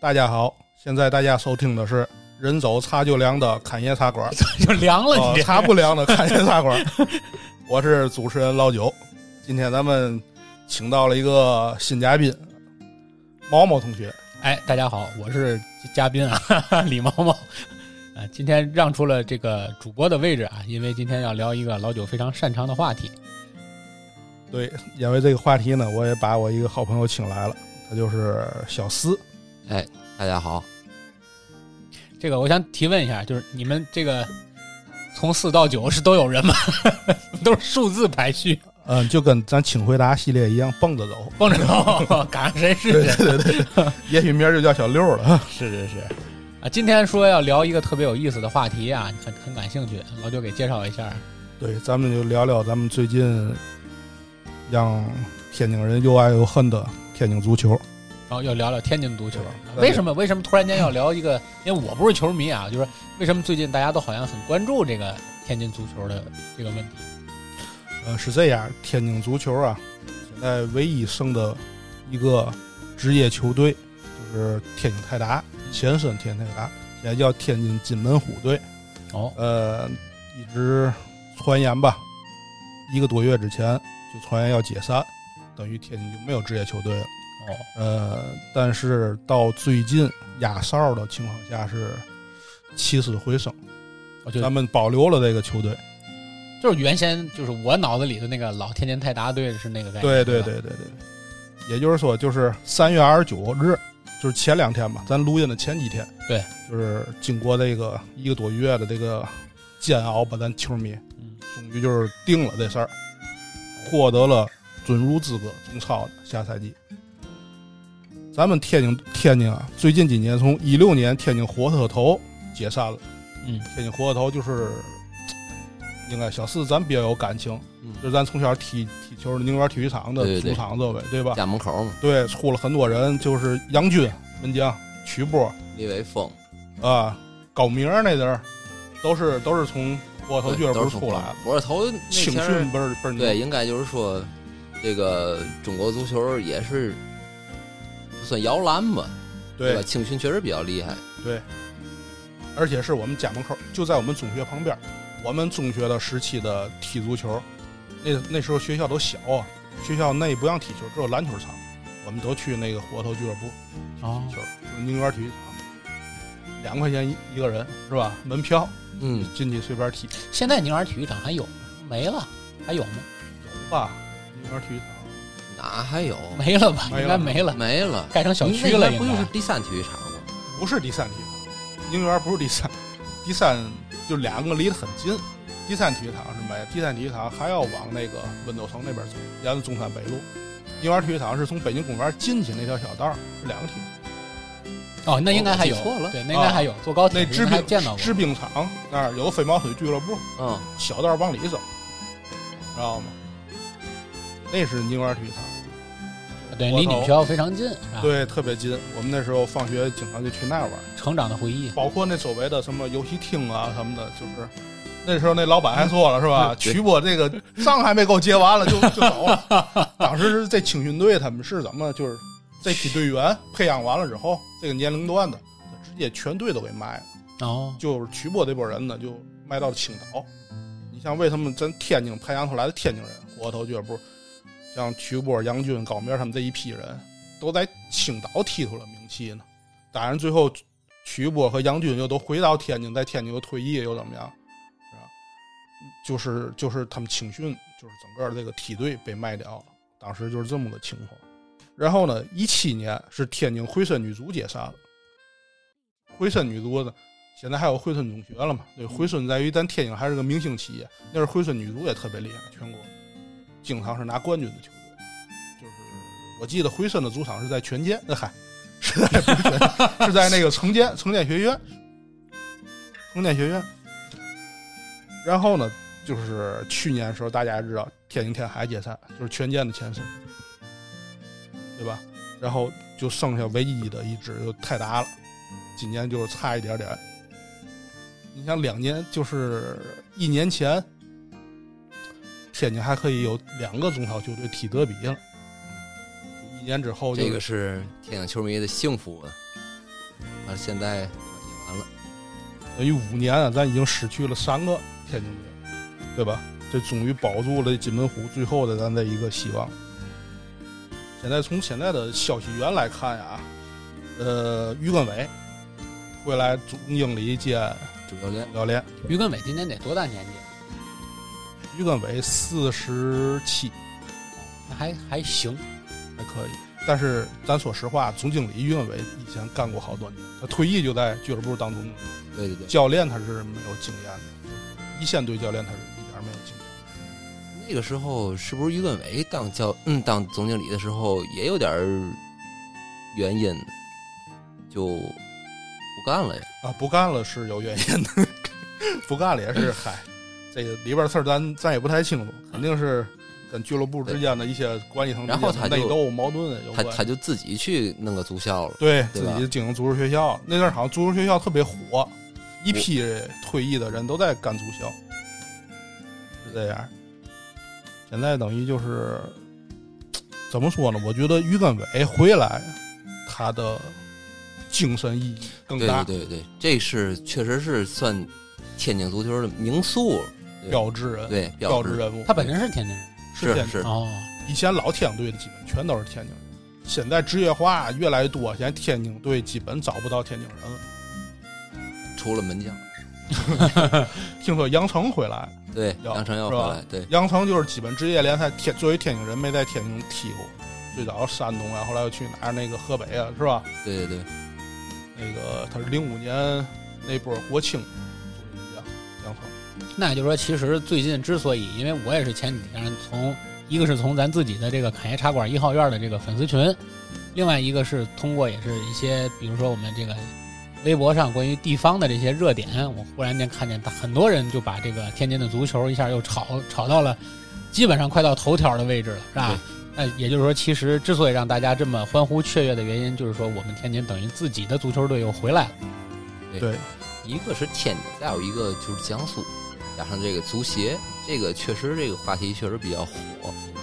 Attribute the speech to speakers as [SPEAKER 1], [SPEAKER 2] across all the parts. [SPEAKER 1] 大家好，现在大家收听的是人走茶就凉的侃爷茶馆，
[SPEAKER 2] 就凉了
[SPEAKER 1] 呃
[SPEAKER 2] 你这。
[SPEAKER 1] 茶不凉的侃爷茶馆。我是主持人老九，今天咱们请到了一个新嘉宾，毛毛同学。
[SPEAKER 2] 哎，大家好，我是嘉宾啊， 哈哈李毛毛。啊，今天让出了这个主播的位置啊，因为今天要聊一个老九非常擅长的话题。
[SPEAKER 1] 对，因为这个话题呢，我也把我一个好朋友请来了，他就是小思。
[SPEAKER 3] 哎，大家好，
[SPEAKER 2] 这个我想提问一下，就是你们这个从四到九是都有人吗？ 都是数字排序，
[SPEAKER 1] 嗯，就跟咱请回答系列一样，蹦着走。
[SPEAKER 2] 蹦着走，赶上谁是谁。
[SPEAKER 1] 也许明儿就叫小六了。
[SPEAKER 2] 是是是，啊，今天说要聊一个特别有意思的话题啊，很很感兴趣，老九给介绍一下。啊
[SPEAKER 1] 对，咱们就聊聊咱们最近让天津人又爱又恨的天津足球。
[SPEAKER 2] 然后要聊聊天津足球
[SPEAKER 1] 对，
[SPEAKER 2] 为什么为什么突然间要聊一个？因为我不是球迷啊，就是为什么最近大家都好像很关注这个天津足球的这个问题？
[SPEAKER 1] 呃，是这样，天津足球啊，现在唯一剩的一个职业球队就是天津泰达，前身天津泰达，现在叫天津金门虎队。
[SPEAKER 2] 哦，
[SPEAKER 1] 呃，一直传言吧，一个多月之前就传言要解散，等于天津就没有职业球队了。
[SPEAKER 2] 哦，
[SPEAKER 1] 呃，但是到最近压哨的情况下是起死回生，
[SPEAKER 2] 我就
[SPEAKER 1] 咱们保留了这个球队。
[SPEAKER 2] 就是原先就是我脑子里的那个老天津泰达队是那个概念，
[SPEAKER 1] 对对
[SPEAKER 2] 是吧
[SPEAKER 1] 对，对对，也就是说，就是三月二十九日，就是前两天吧，咱录音的前几天，
[SPEAKER 2] 对，
[SPEAKER 1] 就是经过这个一个多月的这个煎熬吧，咱球迷
[SPEAKER 2] 嗯，
[SPEAKER 1] 终于就是定了这事儿，获得了准入资格中超的下赛季。咱们天津天津啊，最近几年从一六年天津火车头解散了，
[SPEAKER 2] 嗯，
[SPEAKER 1] 天津火车头就是应该小四咱比较有感情，
[SPEAKER 3] 嗯
[SPEAKER 1] 就是咱从小踢踢球的宁远体育场的
[SPEAKER 3] 对对
[SPEAKER 1] 主
[SPEAKER 3] 对
[SPEAKER 1] 场座位，对吧？
[SPEAKER 3] 家门口嘛，
[SPEAKER 1] 对，出了很多人，就是杨军、门将、曲波
[SPEAKER 3] 李伟峰，
[SPEAKER 1] 啊、高明儿那阵儿，都是都是从火车头俱乐
[SPEAKER 3] 对
[SPEAKER 1] 部
[SPEAKER 3] 都是
[SPEAKER 1] 出来的。
[SPEAKER 3] 火车头那
[SPEAKER 1] 青
[SPEAKER 3] 前儿
[SPEAKER 1] 训倍儿倍儿牛
[SPEAKER 3] 对，应该就是说，这个中国足球也是不算摇篮吧，对吧？
[SPEAKER 1] 对
[SPEAKER 3] 青训确实比较厉害，
[SPEAKER 1] 对，而且是我们家门口，就在我们中学旁边儿。我们中学的时期的踢足球，那那时候学校都小啊，学校内不让踢球，只有篮球场，我们都去那个火头俱乐部
[SPEAKER 2] 哦
[SPEAKER 1] 踢，球，就是宁园体育场，两块钱一一个人是吧？门票
[SPEAKER 3] 嗯，
[SPEAKER 1] 进去随便踢，
[SPEAKER 2] 现在宁远体育场还有吗？没了，还有吗？
[SPEAKER 1] 有吧？宁园体育场
[SPEAKER 3] 哪还有？
[SPEAKER 2] 没了吧，
[SPEAKER 1] 没了
[SPEAKER 2] 应该没了，
[SPEAKER 3] 没了，
[SPEAKER 2] 改成小区
[SPEAKER 3] 那
[SPEAKER 2] 了，
[SPEAKER 3] 应该
[SPEAKER 2] 应
[SPEAKER 3] 不就是
[SPEAKER 2] 该。
[SPEAKER 3] 第三体育场吗？
[SPEAKER 1] 不是第三体育场，宁园不是第三，第三就两个离得很近。第三体育场是没，第三体育场还要往那个温州城那边走，沿着中山北路。宁园体育场是从北京公园进去那条小道儿，是两个体育场。
[SPEAKER 2] 哦，那应该还有，
[SPEAKER 3] 我记错了
[SPEAKER 2] 对，那应该还有，坐高铁
[SPEAKER 1] 啊那
[SPEAKER 2] 应
[SPEAKER 1] 制
[SPEAKER 2] 该还
[SPEAKER 1] 冰
[SPEAKER 2] 见到过。
[SPEAKER 1] 制冰厂那儿有个飞毛腿俱乐部，
[SPEAKER 3] 嗯，
[SPEAKER 1] 小道儿往里走，知道吗？那是宁园体育场。
[SPEAKER 2] 对，
[SPEAKER 1] 我
[SPEAKER 2] 离你
[SPEAKER 1] 头
[SPEAKER 2] 们学校非常近，是吧？，
[SPEAKER 1] 对，特别近。我们那时候放学经常就去那儿玩，
[SPEAKER 2] 成长的回忆。
[SPEAKER 1] 包括那周围的什么游戏厅啊什么的，就是那时候那老板还说了是 吧？
[SPEAKER 3] 嗯对
[SPEAKER 1] 曲波这个账还没给我结完了就 就走了。当时是这青训队他们是怎么就是这批队员培养完了之后，这个年龄段的他直接全队都给卖了，
[SPEAKER 2] 哦，
[SPEAKER 1] 就是曲波这波人呢就卖到了青岛。你像为什么咱天津培养出来的天津人，火头俱乐部，像曲波、杨军、高明儿他们这一批人都在青岛踢出了名气呢？当然，最后曲波和杨军又都回到天津，在天津又退役又怎么样？是吧？就是就是他们青训，就是整个这个梯队被卖掉了，当时就是这么个情况。然后呢，一七年是天津惠森女足解散了，惠森女足呢，现在还有惠森中学了嘛？对，惠森在于咱天津还是个明星企业，那时候惠森女足也特别厉害，全国经常是拿冠军的球队。就是我记得惠森的主场是在全 建，那嗨，是在不是全建是在那个城建城建学院，城建学院。然后呢，就是去年的时候，大家也知道天津天海解散，就是全建的前身，对吧？然后就剩下唯一的一支就泰达了，今年就差一点点。你像两年，就是一年前，天津还可以有两个中超球队踢德比了，一年之后就
[SPEAKER 3] 这个是天津球迷的幸福啊，啊，现在也完了。
[SPEAKER 1] 等于五年啊，咱已经失去了三个天津队，对吧？这终于保住了金门虎最后的咱的一个希望。现在从现在的消息源来看呀，呃，于根伟会来总经理兼
[SPEAKER 3] 主教练
[SPEAKER 1] 总教练。
[SPEAKER 2] 于根伟今年得多大年纪？
[SPEAKER 1] 于根伟四十七，
[SPEAKER 2] 那还还行，
[SPEAKER 1] 还可以。但是咱说实话，总经理于根伟以前干过好多年，他退役就在俱乐部当总经理。
[SPEAKER 3] 对对对，
[SPEAKER 1] 教练他是没有经验的，一线队教练他是一点儿没有经验。
[SPEAKER 3] 那个时候是不是于根伟当教嗯当总经理的时候也有点儿原因，就不干了呀？
[SPEAKER 1] 啊，不干了是有原因的， 不干了也是嗨，这个里边的事儿咱咱也不太清楚，肯定是跟俱乐部之间的一些关系上
[SPEAKER 3] 然后他就
[SPEAKER 1] 内斗矛盾啊有
[SPEAKER 3] 他
[SPEAKER 1] 关
[SPEAKER 3] 他就自己去弄个足校了。
[SPEAKER 1] 对自
[SPEAKER 3] 对吧
[SPEAKER 1] 己经营足球学校，那阵儿好像足球学校特别火，一批退役的人都在干足校，是这样。现在等于就是怎么说呢？我觉得于根伟回来，他的精神意义更
[SPEAKER 3] 对
[SPEAKER 1] 大，
[SPEAKER 3] 对对对，这是确实是算天津足球的名宿，对
[SPEAKER 1] 标志人，
[SPEAKER 3] 对
[SPEAKER 1] 标
[SPEAKER 3] 志
[SPEAKER 1] 人物。
[SPEAKER 2] 他本身是天津人
[SPEAKER 1] 是
[SPEAKER 3] 是
[SPEAKER 1] 天啊
[SPEAKER 3] 是，
[SPEAKER 2] 哦，
[SPEAKER 1] 以前老天津队的基本全都是天津人，现在职业化越来越多，现在天津队基本找不到天津人了。
[SPEAKER 3] 除了门将，
[SPEAKER 1] 听说杨成回来，
[SPEAKER 3] 对
[SPEAKER 1] 要
[SPEAKER 3] 杨成要
[SPEAKER 1] 是
[SPEAKER 3] 回
[SPEAKER 1] 吧
[SPEAKER 3] 来，对
[SPEAKER 1] 杨成就是基本职业联赛天作为天津人没在天津踢过，最早山东啊，后来又去哪儿那个河北啊，是吧？
[SPEAKER 3] 对对对，
[SPEAKER 1] 那个他是零五年那波国庆组织一样，杨成
[SPEAKER 2] 那也就是说，其实最近之所以，因为我也是前几天从一个是从咱自己的这个侃爷茶馆一号院的这个粉丝群，另外一个是通过也是一些，比如说我们这个微博上关于地方的这些热点，我忽然间看见大很多人就把这个天津的足球一下又炒炒到了基本上快到头条的位置了，是吧？那也就是说，其实之所以让大家这么欢呼雀跃的原因，就是说我们天津等于自己的足球队又回来了。
[SPEAKER 3] 一个是天津，再有一个就是江苏，加上这个足协，这个确实这个话题确实比较火，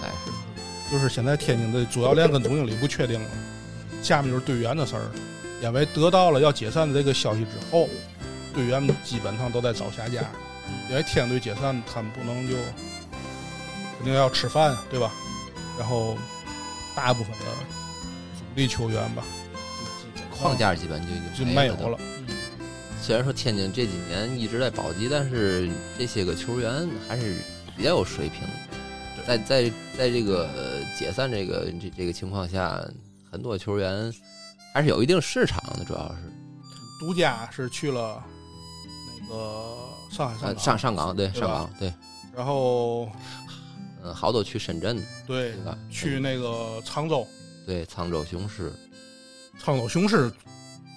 [SPEAKER 3] 哎应该是
[SPEAKER 1] 就是现在天津的主教练跟总经理不确定了，下面就是队员的事儿，因为得到了要解散的这个消息之后，队员们基本上都在找下家，因为天津队解散，他们不能就肯定要吃饭，对吧？然后大部分的主力球员吧，就基本上
[SPEAKER 3] 框架基本就
[SPEAKER 1] 哦就
[SPEAKER 3] 就
[SPEAKER 1] 没有
[SPEAKER 3] 有
[SPEAKER 1] 了。
[SPEAKER 3] 虽然说天津这几年一直在保级，但是这些个球员还是比较有水平的。在在在这个呃解散这个这这个情况下，很多球员还是有一定市场的，主要是
[SPEAKER 1] 独家是去了那个上海上港，
[SPEAKER 3] 上呃上上港对
[SPEAKER 1] 对
[SPEAKER 3] 上
[SPEAKER 1] 吧
[SPEAKER 3] 港对，
[SPEAKER 1] 然后
[SPEAKER 3] 嗯，好多去深圳
[SPEAKER 1] 对
[SPEAKER 3] 对吧？
[SPEAKER 1] 去那个常州，
[SPEAKER 3] 对沧州雄狮，
[SPEAKER 1] 沧州雄狮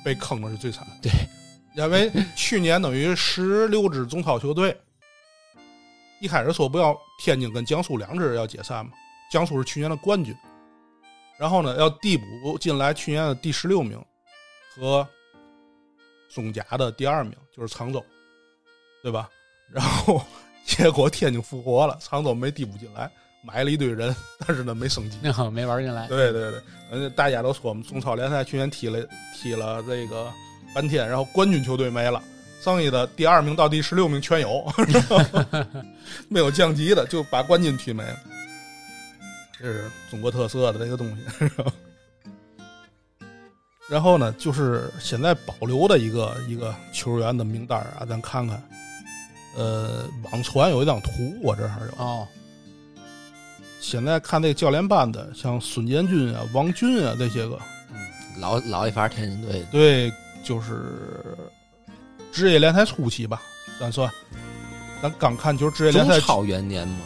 [SPEAKER 1] 被坑的是最惨的。
[SPEAKER 3] 对，
[SPEAKER 1] 因为去年等于十六支中超球队，一开始说不要天津跟江苏两支要解散嘛，江苏是去年的冠军，然后呢要递补进来去年的第十六名和中甲的第二名，就是常州，对吧？然后结果天津复活了，常州没递补进来，买了一堆人，但是呢没升级。
[SPEAKER 2] 那好，没玩进来。
[SPEAKER 1] 对对对，嗯，大家都说我们中超联赛去年踢了踢了这个半天，然后冠军球队没了，剩下的第二名到第十六名全有，没有降级的，就把冠军踢没了。这是中国特色的这个东西。然后呢，就是现在保留的一个一个球员的名单啊，咱看看。呃，网传有一张图，我这还有。
[SPEAKER 2] 哦，
[SPEAKER 1] 现在看那个教练班的，像孙建军啊、王俊啊这些个，
[SPEAKER 3] 老老一伐天津队
[SPEAKER 1] 对，就是职业联赛初期吧，咱算。咱刚看就是职业联
[SPEAKER 3] 中
[SPEAKER 1] 赛，
[SPEAKER 3] 超元年嘛，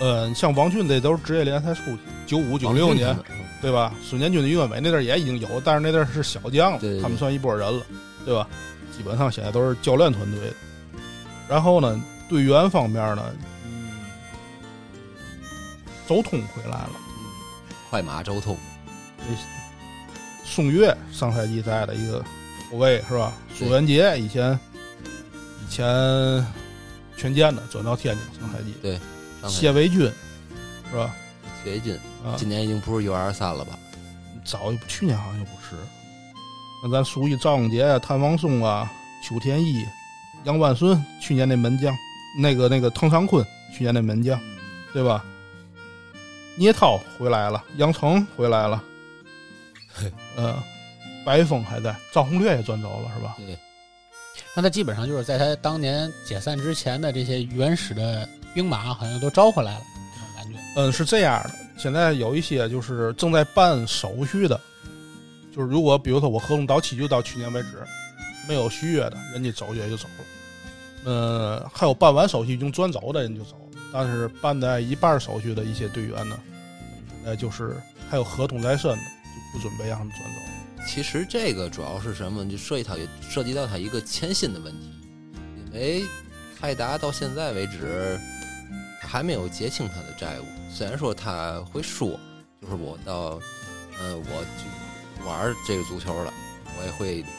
[SPEAKER 1] 嗯，像王俊这都是职业联赛初期，九五九六
[SPEAKER 3] 王俊
[SPEAKER 1] 年
[SPEAKER 3] 他，们嗯
[SPEAKER 1] 对吧？孙建军的于根伟那阵儿也已经有，但是那阵儿是小将，
[SPEAKER 3] 对对对
[SPEAKER 1] 他们算一拨人了，对吧？基本上现在都是教练团队的。然后呢，队员方面呢，嗯，周通回来了。
[SPEAKER 3] 快马周通，
[SPEAKER 1] 宋岳上赛季在的一个后卫是吧？
[SPEAKER 3] 对
[SPEAKER 1] 苏元杰以前以前权健的转到天津上赛季，
[SPEAKER 3] 上海
[SPEAKER 1] 谢维军是吧？
[SPEAKER 3] 谢金，
[SPEAKER 1] 啊，
[SPEAKER 3] 今年已经不是 U 二三了吧？
[SPEAKER 1] 早就去年好像就不是，那咱熟悉赵永杰啊、谭王松啊、邱天一、杨万顺，去年那门将，那个那个滕长坤，去年那门将，对吧？聂涛回来了，杨成回来了，呃，白峰还在，赵宏烈也转走了，是吧？
[SPEAKER 3] 对，
[SPEAKER 2] 那他基本上就是在他当年解散之前的这些原始的兵马，好像都招回来了，啊这种感觉。
[SPEAKER 1] 嗯，是这样的，现在有一些就是正在办手续的，就是如果比如说我合同到期就到去年为止，没有续约的，人家走也就走了。嗯，还有办完手续已经转走的人就走了，但是办在一半手续的一些队员呢，呃，就是还有合同在身的，就不准备让他们转走。
[SPEAKER 3] 其实这个主要是什么？就涉及到涉及到他一个谦信的问题，因为泰达到现在为止他还没有结清他的债务。虽然说他会说，就是我到，呃，我就玩这个足球了，我也会那个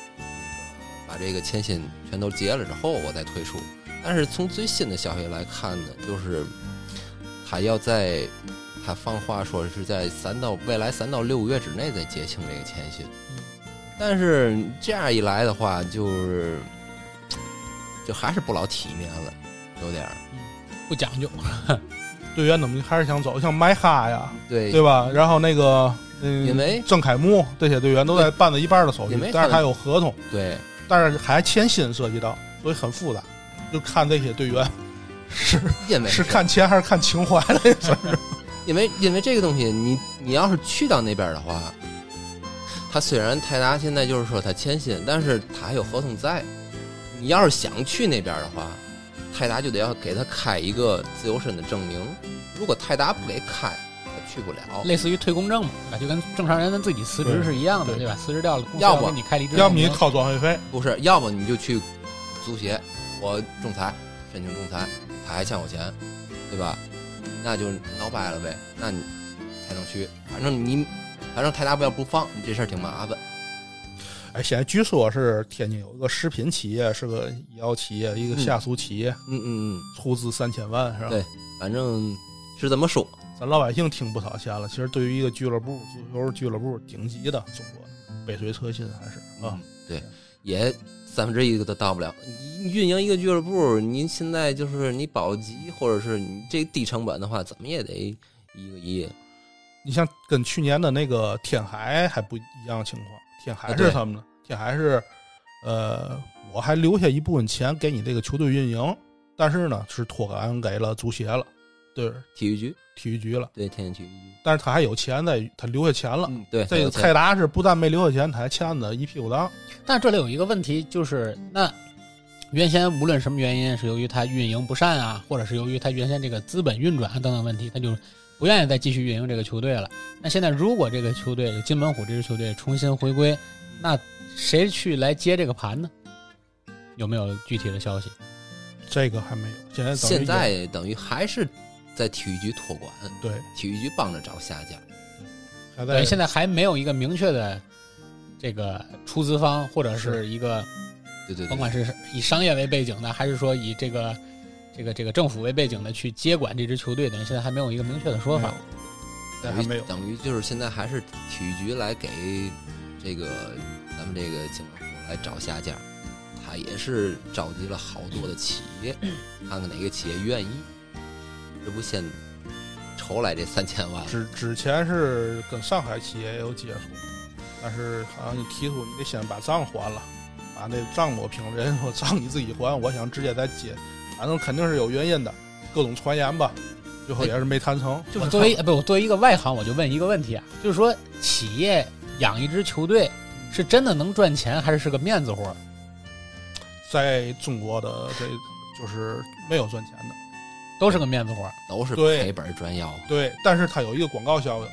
[SPEAKER 3] 把这个谦信全都结了之后，我再退出。但是从最新的消息来看呢，就是他要在他放话说是在三到未来三到六个月之内再结清这个谦信。但是这样一来的话，就是就还是不老体面了，有点儿。
[SPEAKER 2] 不讲究，
[SPEAKER 1] 队员怎么还是想走？像麦哈呀，
[SPEAKER 3] 对，
[SPEAKER 1] 对吧？然后那个嗯，
[SPEAKER 3] 因为
[SPEAKER 1] 郑凯木这些队员都在办了一半的手续
[SPEAKER 3] 因为，他
[SPEAKER 1] 但是他有合同。
[SPEAKER 3] 对
[SPEAKER 1] 但是还欠薪涉及到，所以很复杂。就看这些队员是
[SPEAKER 3] 因为
[SPEAKER 1] 是看钱还是看情怀了，这事儿
[SPEAKER 3] 因为因为这个东西，你你要是去到那边的话，他虽然泰达现在就是说他签信，但是他还有合同在。你要是想去那边的话，泰达就得要给他开一个自由身的证明。如果泰达不给开，他去不了。
[SPEAKER 2] 类似于退工证嘛，对吧？就跟正常人的自己辞职是一样的，
[SPEAKER 1] 对
[SPEAKER 2] 对吧？辞职掉了，公司
[SPEAKER 3] 要不
[SPEAKER 2] 给你开离职证明，
[SPEAKER 1] 要不你掏转会费，
[SPEAKER 3] 不是，要么你就去足协，我仲裁申请仲裁，他还欠我钱，对吧？那就闹掰了呗，那你才能去。反正你，反正泰达不要不放，你这事儿挺麻烦。
[SPEAKER 1] 哎，现在据说是天津有一个食品企业，是个医药企业，一个下属企业，
[SPEAKER 3] 嗯嗯嗯，
[SPEAKER 1] 出资三千万，是吧
[SPEAKER 3] 对？反正是这么说。
[SPEAKER 1] 咱老百姓听不少钱了。其实对于一个俱乐部，足球俱乐部顶级的中国的，杯水车薪还是啊，
[SPEAKER 3] 嗯对，也三分之一个都到不了。你运营一个俱乐部，您现在就是你保级，或者是你这低成本的话，怎么也得一个亿。
[SPEAKER 1] 你像跟去年的那个天海还不一样的情况，天海
[SPEAKER 3] 啊
[SPEAKER 1] 是
[SPEAKER 3] 对
[SPEAKER 1] 他们的，天海是，呃，我还留下一部分钱给你这个球队运营，但是呢是托管给了足协了，对
[SPEAKER 3] 体育局
[SPEAKER 1] 体育局了，
[SPEAKER 3] 对天津体育局，
[SPEAKER 1] 但是他还有钱在，他留下钱了。
[SPEAKER 3] 嗯，对，
[SPEAKER 1] 这个
[SPEAKER 3] 太
[SPEAKER 1] 泰达是不但没留下钱，他还欠的一屁股账。
[SPEAKER 2] 但这里有一个问题，就是那原先无论什么原因，是由于它运营不善啊，或者是由于它原先这个资本运转啊等等问题，他就不愿意再继续运营这个球队了。那现在如果这个球队金门虎这支球队重新回归，那谁去来接这个盘呢？有没有具体的消息？
[SPEAKER 1] 这个还没有，现在等于
[SPEAKER 3] 现在等于还是在体育局托管，
[SPEAKER 1] 对
[SPEAKER 3] 体育局帮着找下家。
[SPEAKER 1] 还
[SPEAKER 2] 对，
[SPEAKER 1] 在
[SPEAKER 2] 现在还没有一个明确的这个出资方，或者是一个
[SPEAKER 3] 对对
[SPEAKER 2] 甭
[SPEAKER 3] 对，
[SPEAKER 2] 管是以商业为背景的，还是说以这个这个这个政府为背景的去接管这支球队的人，现在还没有一个明确的说法。
[SPEAKER 1] 没有，还没有。
[SPEAKER 3] 等于就是现在还是体育局来给这个咱们这个警政府来找下家，他也是召集了好多的企业，看看哪个企业愿意，这不先筹来这三千万，
[SPEAKER 1] 之之前是跟上海企业也有接触，但是好像你提出你得先把账还了，把那账抹平了。人家说账你自己还，我想直接再接，反正肯定是有原因的，各种传言吧，最后也是没谈成。
[SPEAKER 2] 就是作为呃不，我作为一个外行，我就问一个问题啊，就是说企业养一支球队是真的能赚钱，还是是个面子活儿？
[SPEAKER 1] 在中国的这就是没有赚钱的，
[SPEAKER 2] 都是个面子活儿。
[SPEAKER 3] 都是
[SPEAKER 1] 对
[SPEAKER 3] 赔本赚吆喝。
[SPEAKER 1] 对，但是它有一个广告效应。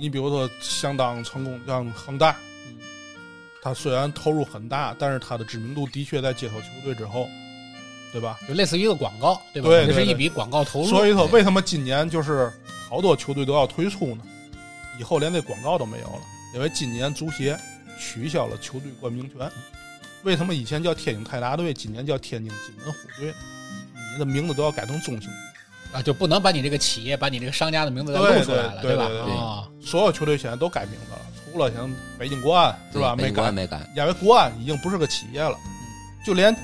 [SPEAKER 1] 你比如说，相当成功，像恒大，它虽然投入很大，但是它的知名度的确在接手球队之后，对吧？
[SPEAKER 2] 就类似于一个广告，对吧？
[SPEAKER 1] 对对
[SPEAKER 2] 这是一
[SPEAKER 1] 对
[SPEAKER 2] 笔广告投入。
[SPEAKER 1] 所以说，为什么今年就是好多球队都要退出呢？以后连这广告都没有了，因为今年足协取消了球队冠名权。为什么以前叫天津泰达队，今年叫天津金门虎队？你的名字都要改成中兴。
[SPEAKER 2] 啊，就不能把你这个企业、把你这个商家的名字再
[SPEAKER 1] 对
[SPEAKER 2] 露出来了，
[SPEAKER 1] 对对
[SPEAKER 2] 吧？
[SPEAKER 1] 对
[SPEAKER 3] 对
[SPEAKER 2] 啊，
[SPEAKER 1] 所有球队现在都改名字了，除了像北京国安是吧？没
[SPEAKER 3] 对北京国安
[SPEAKER 1] 改，
[SPEAKER 3] 没改，
[SPEAKER 1] 因为国安已经不是个企业了，就连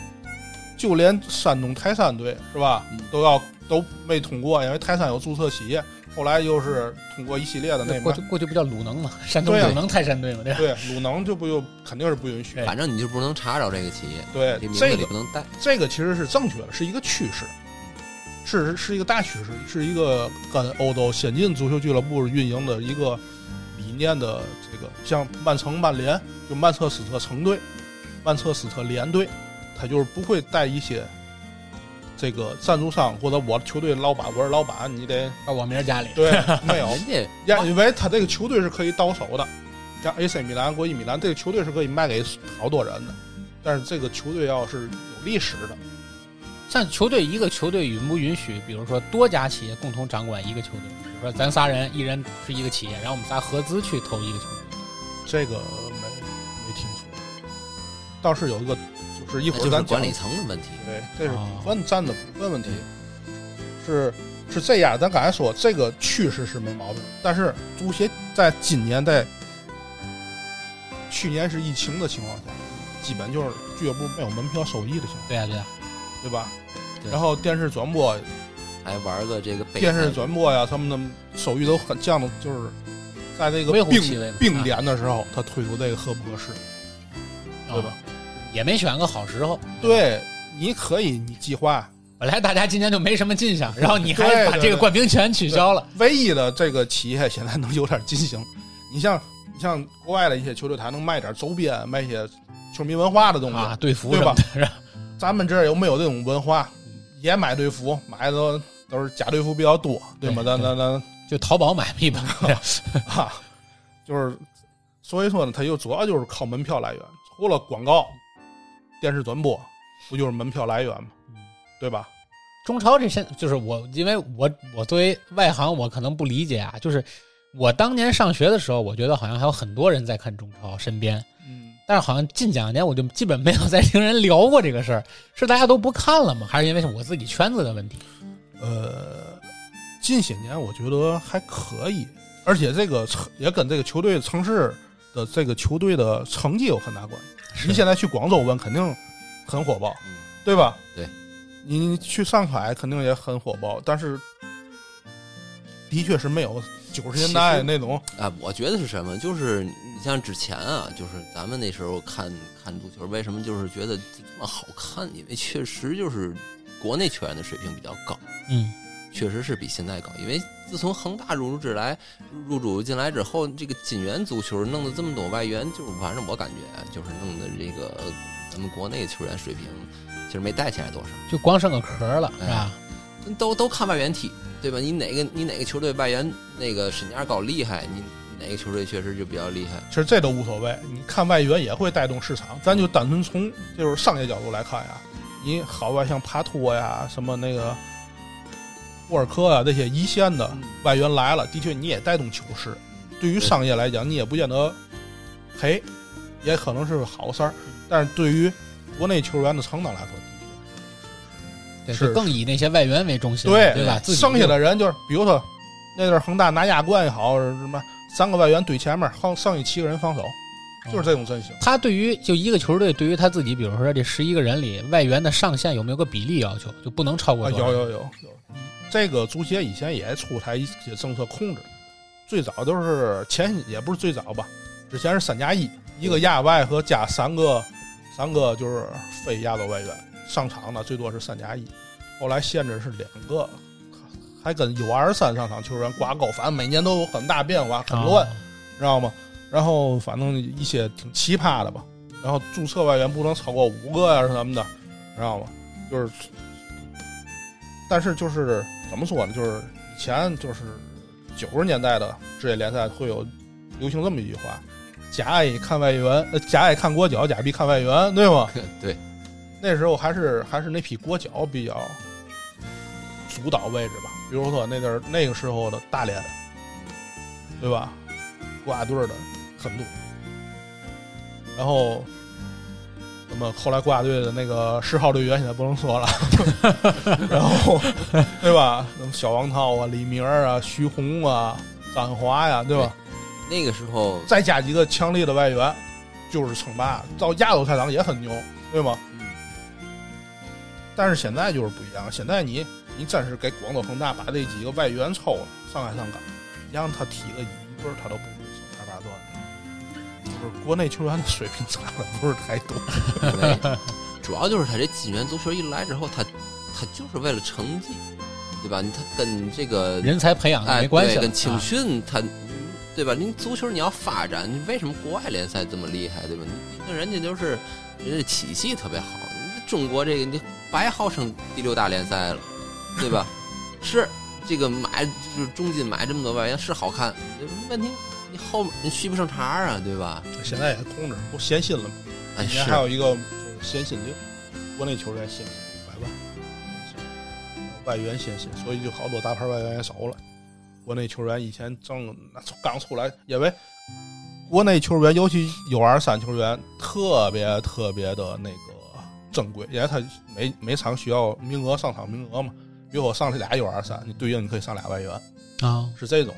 [SPEAKER 1] 就连山东泰山队是吧
[SPEAKER 3] 嗯，
[SPEAKER 1] 都要都没通过，因为泰山有注册企业，后来又是通过一系列的那
[SPEAKER 2] 过
[SPEAKER 1] 个
[SPEAKER 2] 去过去不叫鲁能嘛，山东
[SPEAKER 1] 对啊
[SPEAKER 2] 鲁能泰山队嘛， 对吧？
[SPEAKER 1] 对鲁能就不就肯定是不允许的。
[SPEAKER 3] 反正你就不能查着这个企业，
[SPEAKER 1] 对
[SPEAKER 3] 这名字
[SPEAKER 1] 这
[SPEAKER 3] 里
[SPEAKER 1] 个
[SPEAKER 3] 不能带。
[SPEAKER 1] 这个其实是正确的，是一个趋势，是是一个大趋势，是一个跟欧洲先进足球俱乐部运营的一个理念的这个，像曼城、曼联，就曼彻斯特城队、曼彻斯特联队，他就是不会带一些这个赞助商或者我球队老板，我是老板，你得
[SPEAKER 2] 到我名儿家里，
[SPEAKER 1] 对没 有，
[SPEAKER 3] 人家
[SPEAKER 1] 因为他这个球队是可以到手的，像 AC 米兰、国际米兰这个球队是可以卖给好多人的，但是这个球队要是有历史的。
[SPEAKER 2] 像球队一个球队允不允许，比如说多家企业共同掌管一个球队，比如说咱仨人，一人是一个企业，然后我们仨合资去投一个球队，
[SPEAKER 1] 这个没没听说，倒是有一个，就是一
[SPEAKER 3] 那
[SPEAKER 1] 会
[SPEAKER 3] 就
[SPEAKER 1] 儿
[SPEAKER 3] 是
[SPEAKER 1] 咱讲
[SPEAKER 3] 管理，层的问题，
[SPEAKER 1] 对，这是
[SPEAKER 2] 哦
[SPEAKER 1] 股份占的股份问题，是是这样。咱刚才说这个趋势是没毛病，但是足协在今年在去年是疫情的情况下，基本就是俱乐部没有门票收益的情况，
[SPEAKER 2] 对呀、啊对呀、
[SPEAKER 1] 对吧？
[SPEAKER 3] 对
[SPEAKER 1] 然后电视转播、
[SPEAKER 3] 还玩个这个备
[SPEAKER 1] 电视
[SPEAKER 3] 赛
[SPEAKER 1] 转播呀，他们的收益都很降的，就是在这个
[SPEAKER 2] 微乎
[SPEAKER 1] 并
[SPEAKER 2] 其微嘛
[SPEAKER 1] 并联的时候，他推出这个合不合适，对吧？
[SPEAKER 2] 啊也没选个好时候。
[SPEAKER 1] 对，你可以，你计划
[SPEAKER 2] 本来大家今年就没什么进项，然后你
[SPEAKER 1] 对
[SPEAKER 2] 还把
[SPEAKER 1] 对
[SPEAKER 2] 这个
[SPEAKER 1] 对
[SPEAKER 2] 冠名权取消了，
[SPEAKER 1] 唯一的这个企业现在能有点进行。你像你像国外的一些球队，它能卖点周边，卖一些球迷文化的东西。
[SPEAKER 2] 啊，队服
[SPEAKER 1] 对
[SPEAKER 2] 什么
[SPEAKER 1] 吧
[SPEAKER 2] 的，是吧
[SPEAKER 1] 咱们这儿有没有这种文化？也买队服，买的都都是假队服比较多，对吗？
[SPEAKER 2] 对
[SPEAKER 1] 咱
[SPEAKER 2] 对
[SPEAKER 1] 咱咱
[SPEAKER 2] 就淘宝买 一本，对吧
[SPEAKER 1] 啊，就是所以说呢，它又主要就是靠门票来源，除了广告、电视转播，不就是门票来源吗？对吧？
[SPEAKER 2] 中超这现就是我，因为我我作为外行，我可能不理解啊。就是我当年上学的时候，我觉得好像还有很多人在看中超身边，
[SPEAKER 1] 嗯，
[SPEAKER 2] 但是好像近两年我就基本没有再听人聊过这个事儿， 是大家都不看了吗？还是因为是我自己圈子的问题？
[SPEAKER 1] 呃，近些年我觉得还可以，而且这个城也跟这个球队城市的这个球队的成绩有很大关系。你现在去广州问，肯定很火爆，
[SPEAKER 3] 嗯
[SPEAKER 1] 对吧？
[SPEAKER 3] 对，
[SPEAKER 1] 你去上海肯定也很火爆，但是的确是没有九十年
[SPEAKER 3] 其
[SPEAKER 1] 代
[SPEAKER 3] 实
[SPEAKER 1] 那种
[SPEAKER 3] 啊，我觉得是什么？就是你像之前啊，就是咱们那时候看看足球，为什么就是觉得这么好看？因为确实就是国内球员的水平比较高，
[SPEAKER 2] 嗯，
[SPEAKER 3] 确实是比现在高。因为自从恒大入驻之来，入主进来之后，这个锦源足球弄得这么多外援，就是反正我感觉啊就是弄的这个呃咱们国内球员水平其实没带起来多少。
[SPEAKER 2] 就光剩个壳了，
[SPEAKER 1] 哎
[SPEAKER 2] 是吧？
[SPEAKER 3] 都都看外援踢，对吧？你哪个你哪个球队外援那个身价高厉害，你哪个球队确实就比较厉害。
[SPEAKER 1] 其实这都无所谓，你看外援也会带动市场。咱就单纯从就是商业角度来看呀，你好吧，像帕托呀、什么那个沃尔科啊呀这些一线的
[SPEAKER 3] 嗯
[SPEAKER 1] 外援来了，的确你也带动球市。对于
[SPEAKER 3] 对
[SPEAKER 1] 商业来讲，你也不见得赔，也可能是好事儿。但是对于国内球员的成长来说，
[SPEAKER 2] 对，
[SPEAKER 1] 是
[SPEAKER 2] 就更以那些外援为中心，
[SPEAKER 1] 对
[SPEAKER 2] 对吧？自己
[SPEAKER 1] 剩下的人就是，比如说那阵儿恒大拿亚冠也好，什么三个外援怼前面，剩剩下七个人防守，就是这种阵型。
[SPEAKER 2] 他对于就一个球队，对于他自己，比如说这十一个人里，外援的上限有没有个比例要求？就不能超过
[SPEAKER 1] 啊，
[SPEAKER 2] 多少
[SPEAKER 1] 有有有有，这个足协以前也出台一些政策控制，最早都是前也不是最早吧，之前是三加一，一个亚外和加三个三个就是非亚洲外援上场的最多是三加一，后来限制是两个，还跟 U 二三上场球员挂钩，反正每年都有很大变化，很乱。
[SPEAKER 2] 啊
[SPEAKER 1] 知道吗？然后反正一些挺奇葩的吧。然后注册外援不能超过五个呀、是什么的，知道吗？就是，但是就是怎么说呢？就是以前就是九十年代的职业联赛会有流行这么一句话：甲 A 看外援，呃，甲 A 看国脚，甲 B 看外援，对吗？
[SPEAKER 3] 对，
[SPEAKER 1] 那时候还是还是那批国脚比较主导位置吧。比如说那阵儿那个时候的大连，对吧？挂队儿的很多，然后。那么后来国家队的那个十号队员现在不能说了， 然后对吧？那么小王涛啊、李明儿啊、徐宏啊、张华呀、对吧？
[SPEAKER 3] 那个时候，
[SPEAKER 1] 再加几个强力的外援，就是称霸。到亚洲赛场也很牛，对吗？
[SPEAKER 3] 嗯，
[SPEAKER 1] 但是现在就是不一样，现在你你真是给广州恒大把这几个外援抽了，上海上港，你让他踢个一对儿，他都不会手拍八段。就是国内球员的水平差的不是太多，
[SPEAKER 3] 对主要就是他这金元足球一来之后，他他就是为了成绩，对吧？你他跟这个
[SPEAKER 2] 人才培养
[SPEAKER 3] 哎，
[SPEAKER 2] 没关
[SPEAKER 3] 对
[SPEAKER 2] 系了
[SPEAKER 3] 跟青
[SPEAKER 2] 啊
[SPEAKER 3] 训他，对吧？您足球你要发展，你为什么国外联赛这么厉害，对吧？你那人家就是人家体系特别好，你中国这个你白号称第六大联赛了，对 吧？是这个买就是中金买这么多外援是好看，问题你后面你续不上茬儿啊，对吧？
[SPEAKER 1] 现在也控制不闲心了嘛。
[SPEAKER 3] 哎，
[SPEAKER 1] 以
[SPEAKER 3] 是
[SPEAKER 1] 前还有一个就是闲心令，国内球员闲心百万，外援闲心，所以就好多大牌外援也少了。国内球员以前正那刚出来，因为国内球员，尤其 U 二三球员，特别特别的那个珍贵，因为他每每场需要名额上场名额嘛。比如我上了俩 U 二三，你对应你可以上俩外援，
[SPEAKER 2] 啊，
[SPEAKER 1] 是这种。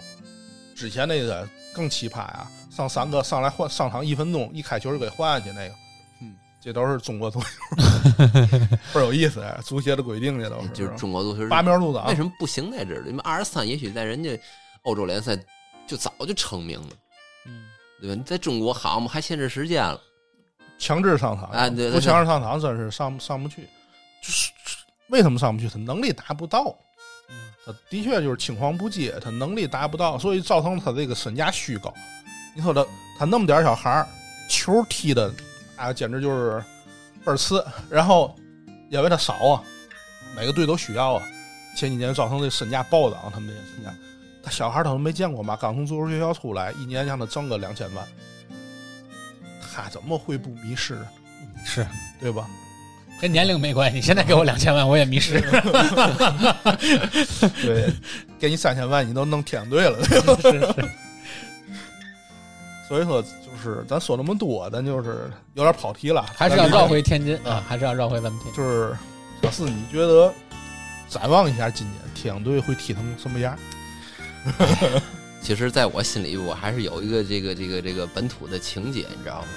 [SPEAKER 1] 之前那个更奇葩呀、上三个上来换上场一分钟，一开球就给换下去那个。
[SPEAKER 3] 嗯，
[SPEAKER 1] 这都是中国足球， 倍儿有意思。足协的规定这都是，
[SPEAKER 3] 哎就是中国足球
[SPEAKER 1] 拔苗助
[SPEAKER 3] 为
[SPEAKER 1] 长。
[SPEAKER 3] 什么不行在这儿？你们二十三也许在人家欧洲联赛就早就成名了，
[SPEAKER 2] 嗯
[SPEAKER 3] 对吧？你在中国好嘛，还限制时间了。
[SPEAKER 1] 强制上场
[SPEAKER 3] 啊对对
[SPEAKER 1] 不强制上场真是上上不去。就是为什么上不去？他能力达不到，
[SPEAKER 2] 嗯
[SPEAKER 1] 他的确就是青黄不接，他能力达不到，所以造成他这个身价虚高。你说他他那么点儿小孩儿，球踢的啊，简直就是倍儿次。然后因为他少啊，每个队都需要啊，前几年造成这身价暴涨，他们这些身价，他小孩儿他都没见过嘛，刚从足球学校出来，一年让他挣个两千万，他怎么会不迷失？啊
[SPEAKER 2] 是
[SPEAKER 1] 对吧？
[SPEAKER 2] 跟年龄没关系。现在给我两千万，我也 迷失。
[SPEAKER 1] 对，给你三千万，你都弄天队了。 所以说，就是咱说那么多，咱就是有点跑题了，
[SPEAKER 2] 还是要绕
[SPEAKER 1] 咱
[SPEAKER 2] 回天津
[SPEAKER 1] 啊
[SPEAKER 2] 啊，还是要绕回咱们天津。
[SPEAKER 1] 就。就是小四，你觉得展望一下今年天津队会踢成什么样？
[SPEAKER 3] 其实，在我心里，我还是有一个这个这个这个本土的情节，你知道吗？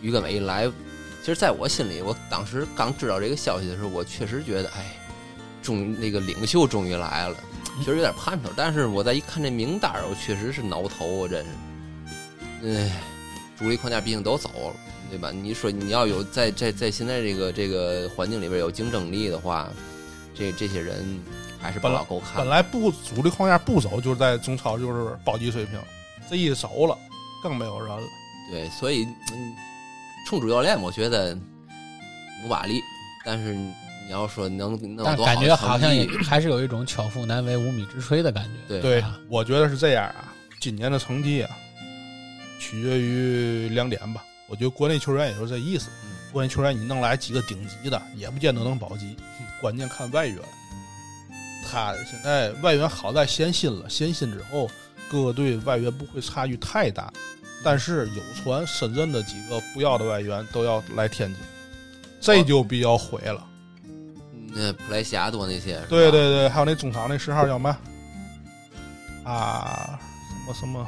[SPEAKER 3] 于根伟一来，其实在我心里，我当时刚知道这个消息的时候，我确实觉得，哎，终于那个领袖终于来了，确实有点盼头。但是我再一看这名单儿，我确实是挠头啊，真是，哎，主力框架毕竟都走了，对吧？你说你要有在在在现在这个这个环境里边有竞争力的话，这这些人还是不
[SPEAKER 1] 本来
[SPEAKER 3] 老够看
[SPEAKER 1] 本。来不主力框架不走，就是在中超就是保级水平，这一走了更没有人了。
[SPEAKER 3] 对，所以嗯，冲主教练，我觉得努把力，但是你要说能能有
[SPEAKER 2] 但
[SPEAKER 3] 多
[SPEAKER 2] 感觉
[SPEAKER 3] 好
[SPEAKER 2] 好
[SPEAKER 3] 的
[SPEAKER 2] 像
[SPEAKER 3] 成
[SPEAKER 2] 也
[SPEAKER 3] 绩，
[SPEAKER 2] 还是有一种巧妇难为无米之炊的感觉。
[SPEAKER 3] 对
[SPEAKER 1] 对
[SPEAKER 2] 啊，
[SPEAKER 1] 我觉得是这样啊，今年的成绩啊，取决于两点吧。我觉得国内球员也就是这意思，
[SPEAKER 3] 嗯
[SPEAKER 1] 国内球员你弄来几个顶级的，也不见得能保级，
[SPEAKER 3] 嗯
[SPEAKER 1] 关键看外援。他现在外援好在先薪了，先薪之后，各个队外援不会差距太大。
[SPEAKER 3] 嗯
[SPEAKER 1] 但是有传深圳的几个不要的外援都要来天津，这就比较毁了。
[SPEAKER 3] 嗯那普莱西亚多那些，是吧
[SPEAKER 1] 对，对对，还有那中场那十号叫嘛？啊，什么什么，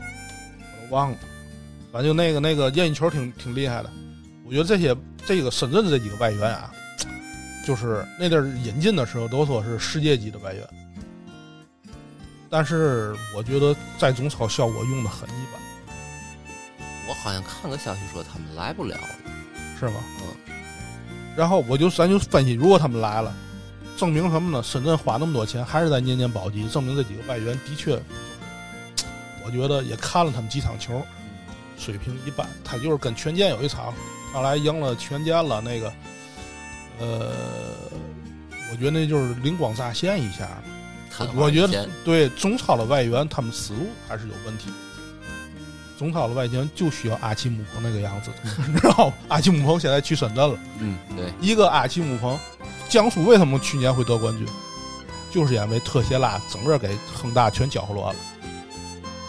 [SPEAKER 1] 我都忘了。反正就那个那个任意球挺挺厉害的。我觉得这些这个深圳的这几个外援啊，就是那阵儿引进的时候都说是世界级的外援，但是我觉得在中超效果用的很一般，
[SPEAKER 3] 我好像看个消息说他们来不了，
[SPEAKER 1] 是吗？
[SPEAKER 3] 嗯，
[SPEAKER 1] 然后我就咱就分析，如果他们来了，证明什么呢？深圳花那么多钱，还是在年年保级，证明这几个外援的确，我觉得也看了他们几场球，水平一般。他就是跟权健有一场，上来赢了权健了，那个，呃，我觉得那就是灵光乍现一下。
[SPEAKER 3] 看
[SPEAKER 1] 我觉
[SPEAKER 3] 得
[SPEAKER 1] 得对中超的外援，他们思路还是有问题的。中超的外援就需要阿奇姆彭那个样子的，你知道吗？阿奇姆彭现在去深圳了。
[SPEAKER 3] 嗯，对，
[SPEAKER 1] 一个阿奇姆彭，江苏为什么去年会得冠军？就是因为特谢拉整个给恒大全搅和乱了。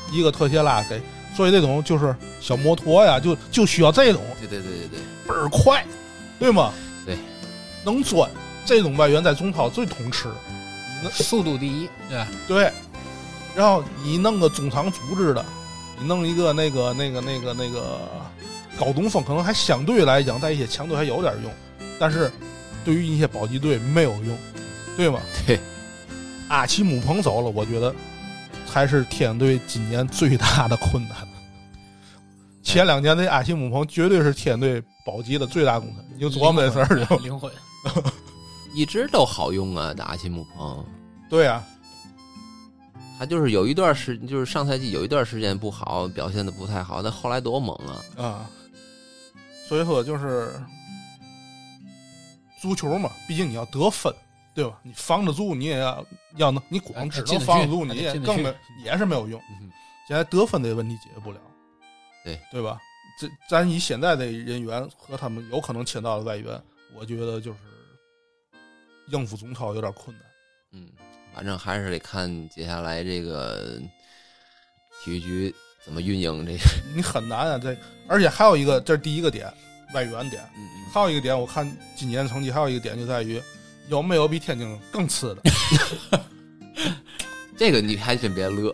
[SPEAKER 1] 一个特谢拉给，所以这种就是小摩托呀，就就需要这种
[SPEAKER 3] 对对对对 对，
[SPEAKER 1] 倍儿快，对吗？
[SPEAKER 3] 对，
[SPEAKER 1] 能钻这种外援在中超最通吃。
[SPEAKER 2] 速度第一，对吧？啊
[SPEAKER 1] 对，然后你弄个中场组织的，你弄一个那个那个那个那个搞东风，可能还相对来讲在一些强队还有点用，但是对于一些保级队没有用，对吗？
[SPEAKER 3] 对，
[SPEAKER 1] 阿奇姆彭走了，我觉得才是天津队今年最大的困难。前两年那阿奇姆彭绝对是天津队保级的最大功臣，你就琢磨这事儿就
[SPEAKER 2] 灵魂。
[SPEAKER 3] 一直都好用啊，打阿奇姆彭，
[SPEAKER 1] 对啊，
[SPEAKER 3] 他就是有一段时，就是上赛季有一段时间不好，表现的不太好，但后来多猛啊！
[SPEAKER 1] 啊，所以说就是足球嘛，毕竟你要得分，对吧？你防得住，你也要要能，你光只能哎防得住，你也更没也是没有用。现在得分这个问题解决不了，
[SPEAKER 3] 对
[SPEAKER 1] 对吧？这咱以现在的人员和他们有可能签到的外援，我觉得就是应付中超有点困难。
[SPEAKER 3] 嗯，反正还是得看接下来这个体育局怎么运营这个。
[SPEAKER 1] 你很难啊，这而且还有一个，这是第一个点，外援点。
[SPEAKER 3] 嗯
[SPEAKER 1] 还有一个点，我看今年成绩还有一个点就在于有没有比天津更次的。
[SPEAKER 3] 嗯， 这个你还真别乐，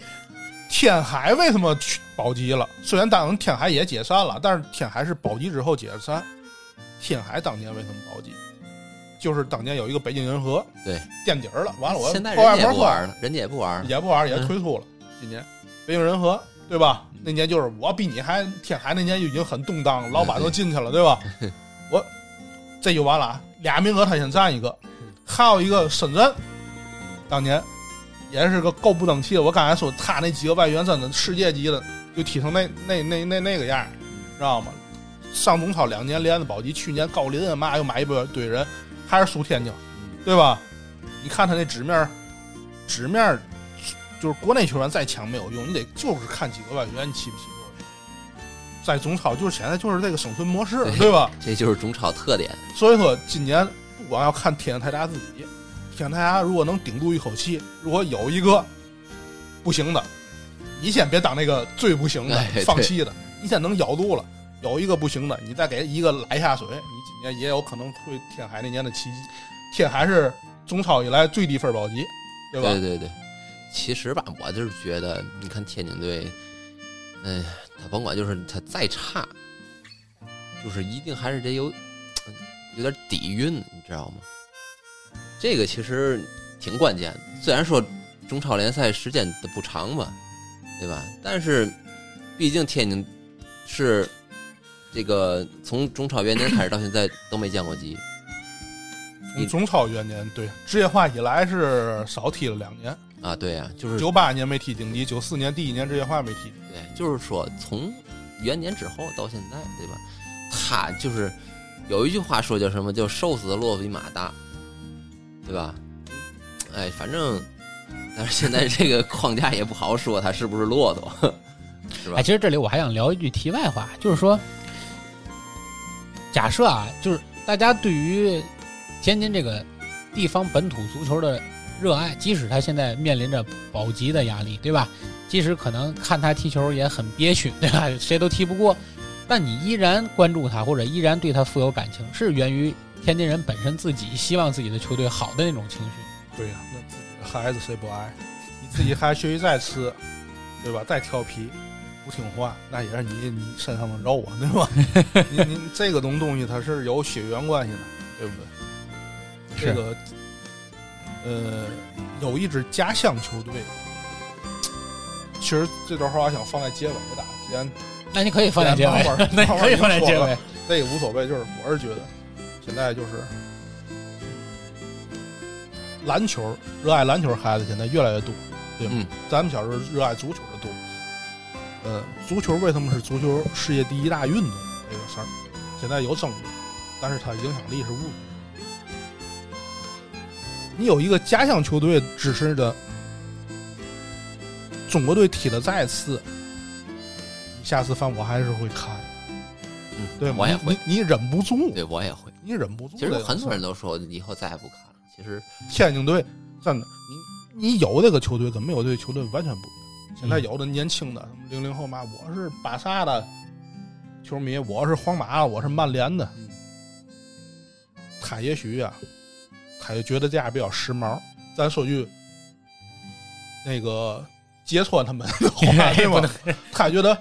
[SPEAKER 1] 天海为什么去保级了？虽然当年天海也解散了，但是天海是保级之后解的散。天海当年为什么保级？就是当年有一个北京人和
[SPEAKER 3] 对
[SPEAKER 1] 垫底儿了，完了我
[SPEAKER 3] 现在
[SPEAKER 1] 破
[SPEAKER 3] 人
[SPEAKER 1] 外
[SPEAKER 3] 家也
[SPEAKER 1] 门
[SPEAKER 3] 不
[SPEAKER 1] 关
[SPEAKER 3] 玩了，人家也不玩了。
[SPEAKER 1] 也不玩儿也退出了。今年北京人和对吧
[SPEAKER 3] 嗯？
[SPEAKER 1] 那年就是我比你还天海那年就已经很动荡了，老板都进去了对吧？我这就完了，啊，俩名额他先占一个，还有一个深圳，当年也是个够不争气的。我刚才说他那几个外援真的世界级的，就踢成那那那那那个样儿，知道吗？上中超两年连着保级，去年高林啊嘛又买一堆人，还是输天津，对吧？你看他那纸面儿，纸面儿就是国内球员再强没有用，你得就是看几个外援，你起不起作用？在中超就是现在就是这个生存模式，
[SPEAKER 3] 对
[SPEAKER 1] 对吧？
[SPEAKER 3] 这就是中超特点，
[SPEAKER 1] 所以说今年不光要看天津泰达自己，天津泰达如果能顶住一口气，如果有一个不行的，你先别当那个最不行的、
[SPEAKER 3] 哎对
[SPEAKER 1] 放弃的，你先能咬住了。有一个不行的，你再给一个来下水，你今年也有可能会天海那年的奇迹。天海是中超以来最低分保级，对吧？
[SPEAKER 3] 对对对。其实吧，我就是觉得，你看天津队，哎呀，他甭管就是他再差，就是一定还是得有有点底蕴，你知道吗？这个其实挺关键的。虽然说中超联赛时间的不长吧，对吧？但是毕竟天津是这个从中超元年开始到现在都没降过级，
[SPEAKER 1] 从中超元年对职业化以来是少踢了两年，
[SPEAKER 3] 啊，对呀、就是
[SPEAKER 1] 九八年没踢顶级，九四年第一年职业化没踢。
[SPEAKER 3] 对，就是说从元年之后到现在，对吧？他就是有一句话说叫什么？叫瘦死的骆驼比马大，对吧？哎，反正，但是现在这个框架也不好说，他是不是骆驼，是吧
[SPEAKER 2] 哎，？其实这里我还想聊一句题外话，就是说，假设啊，就是大家对于天津这个地方本土足球的热爱，即使他现在面临着保级的压力，对吧？即使可能看他踢球也很憋屈，对吧？ 谁都踢不过，但你依然关注他，或者依然对他富有感情，是源于天津人本身自己希望自己的球队好的那种情绪。
[SPEAKER 1] 对呀、那自己的孩子谁不爱？你自己孩子学习再次，对吧？再调皮，不听话，那也是你你身上的肉啊，对吧？你你这个东东西它是有血缘关系的，对不对？
[SPEAKER 2] 啊
[SPEAKER 1] 这个呃，有一支家乡球队，其实这段话我想放在结尾的，既然
[SPEAKER 2] 那你可以放在 结尾，那你可以放在结尾。
[SPEAKER 1] 这也无所谓，就是我是觉得，现在就是篮球，热爱篮球的孩子现在越来越多，对吧？
[SPEAKER 3] 嗯
[SPEAKER 1] 咱们小时候热爱足球的多。呃，足球为什么是足球世界第一大运动这个事儿，现在有争议，但是它影响力是无比的。你有一个家乡球队支持的中国队踢的再次，你下次犯我还是会看。
[SPEAKER 3] 嗯，
[SPEAKER 1] 对吗，
[SPEAKER 3] 我也会，
[SPEAKER 1] 你，你你忍不住，
[SPEAKER 3] 对我也会。
[SPEAKER 1] 你忍不住
[SPEAKER 3] 其
[SPEAKER 1] 这
[SPEAKER 3] 实
[SPEAKER 1] 个事儿。
[SPEAKER 3] 很多人都说以后再也不看了。其实，
[SPEAKER 1] 天津队真的，你你有这个球队跟没有这个球队完全不一样。现
[SPEAKER 3] 嗯
[SPEAKER 1] 在有的年轻的零零后嘛，我是巴萨的球迷，我是皇马，我是曼联的，
[SPEAKER 3] 嗯
[SPEAKER 1] 他也许啊，他就觉得这样比较时髦。咱说句那个揭穿他们的 话，对
[SPEAKER 2] 不
[SPEAKER 1] 吗
[SPEAKER 2] 能？
[SPEAKER 1] 他觉得嘖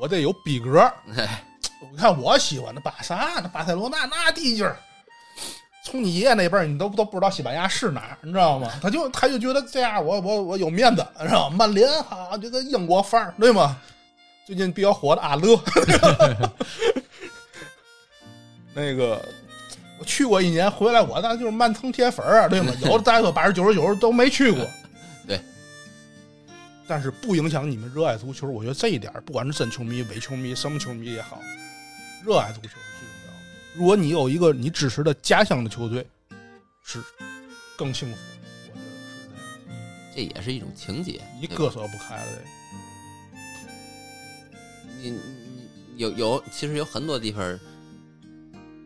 [SPEAKER 1] 我得有逼格儿。
[SPEAKER 3] 哎
[SPEAKER 1] 你看我喜欢的巴萨、那巴塞罗那那地界儿，从你爷爷那辈儿，你都都不知道西班牙是哪儿，你知道吗？他就他就觉得这样，我我我有面子，你知道吗？曼联哈、这个英国范儿，对吗？最近比较火的阿乐， 那个我去过一年，回来我那就是曼城铁粉儿，啊对吗？有的大家说百分之九十九都没去过，
[SPEAKER 3] 对。
[SPEAKER 1] 但是不影响你们热爱足球，我觉得这一点儿，不管是真球迷、伪球迷、什么球迷也好，热爱足球是最重要的。如果你有一个你支持的家乡的球队，是更幸福。我觉得是这样，
[SPEAKER 3] 这也是一种情节。
[SPEAKER 1] 你
[SPEAKER 3] 对吧
[SPEAKER 1] 割舍不开了。
[SPEAKER 3] 你你有有，其实有很多地方儿，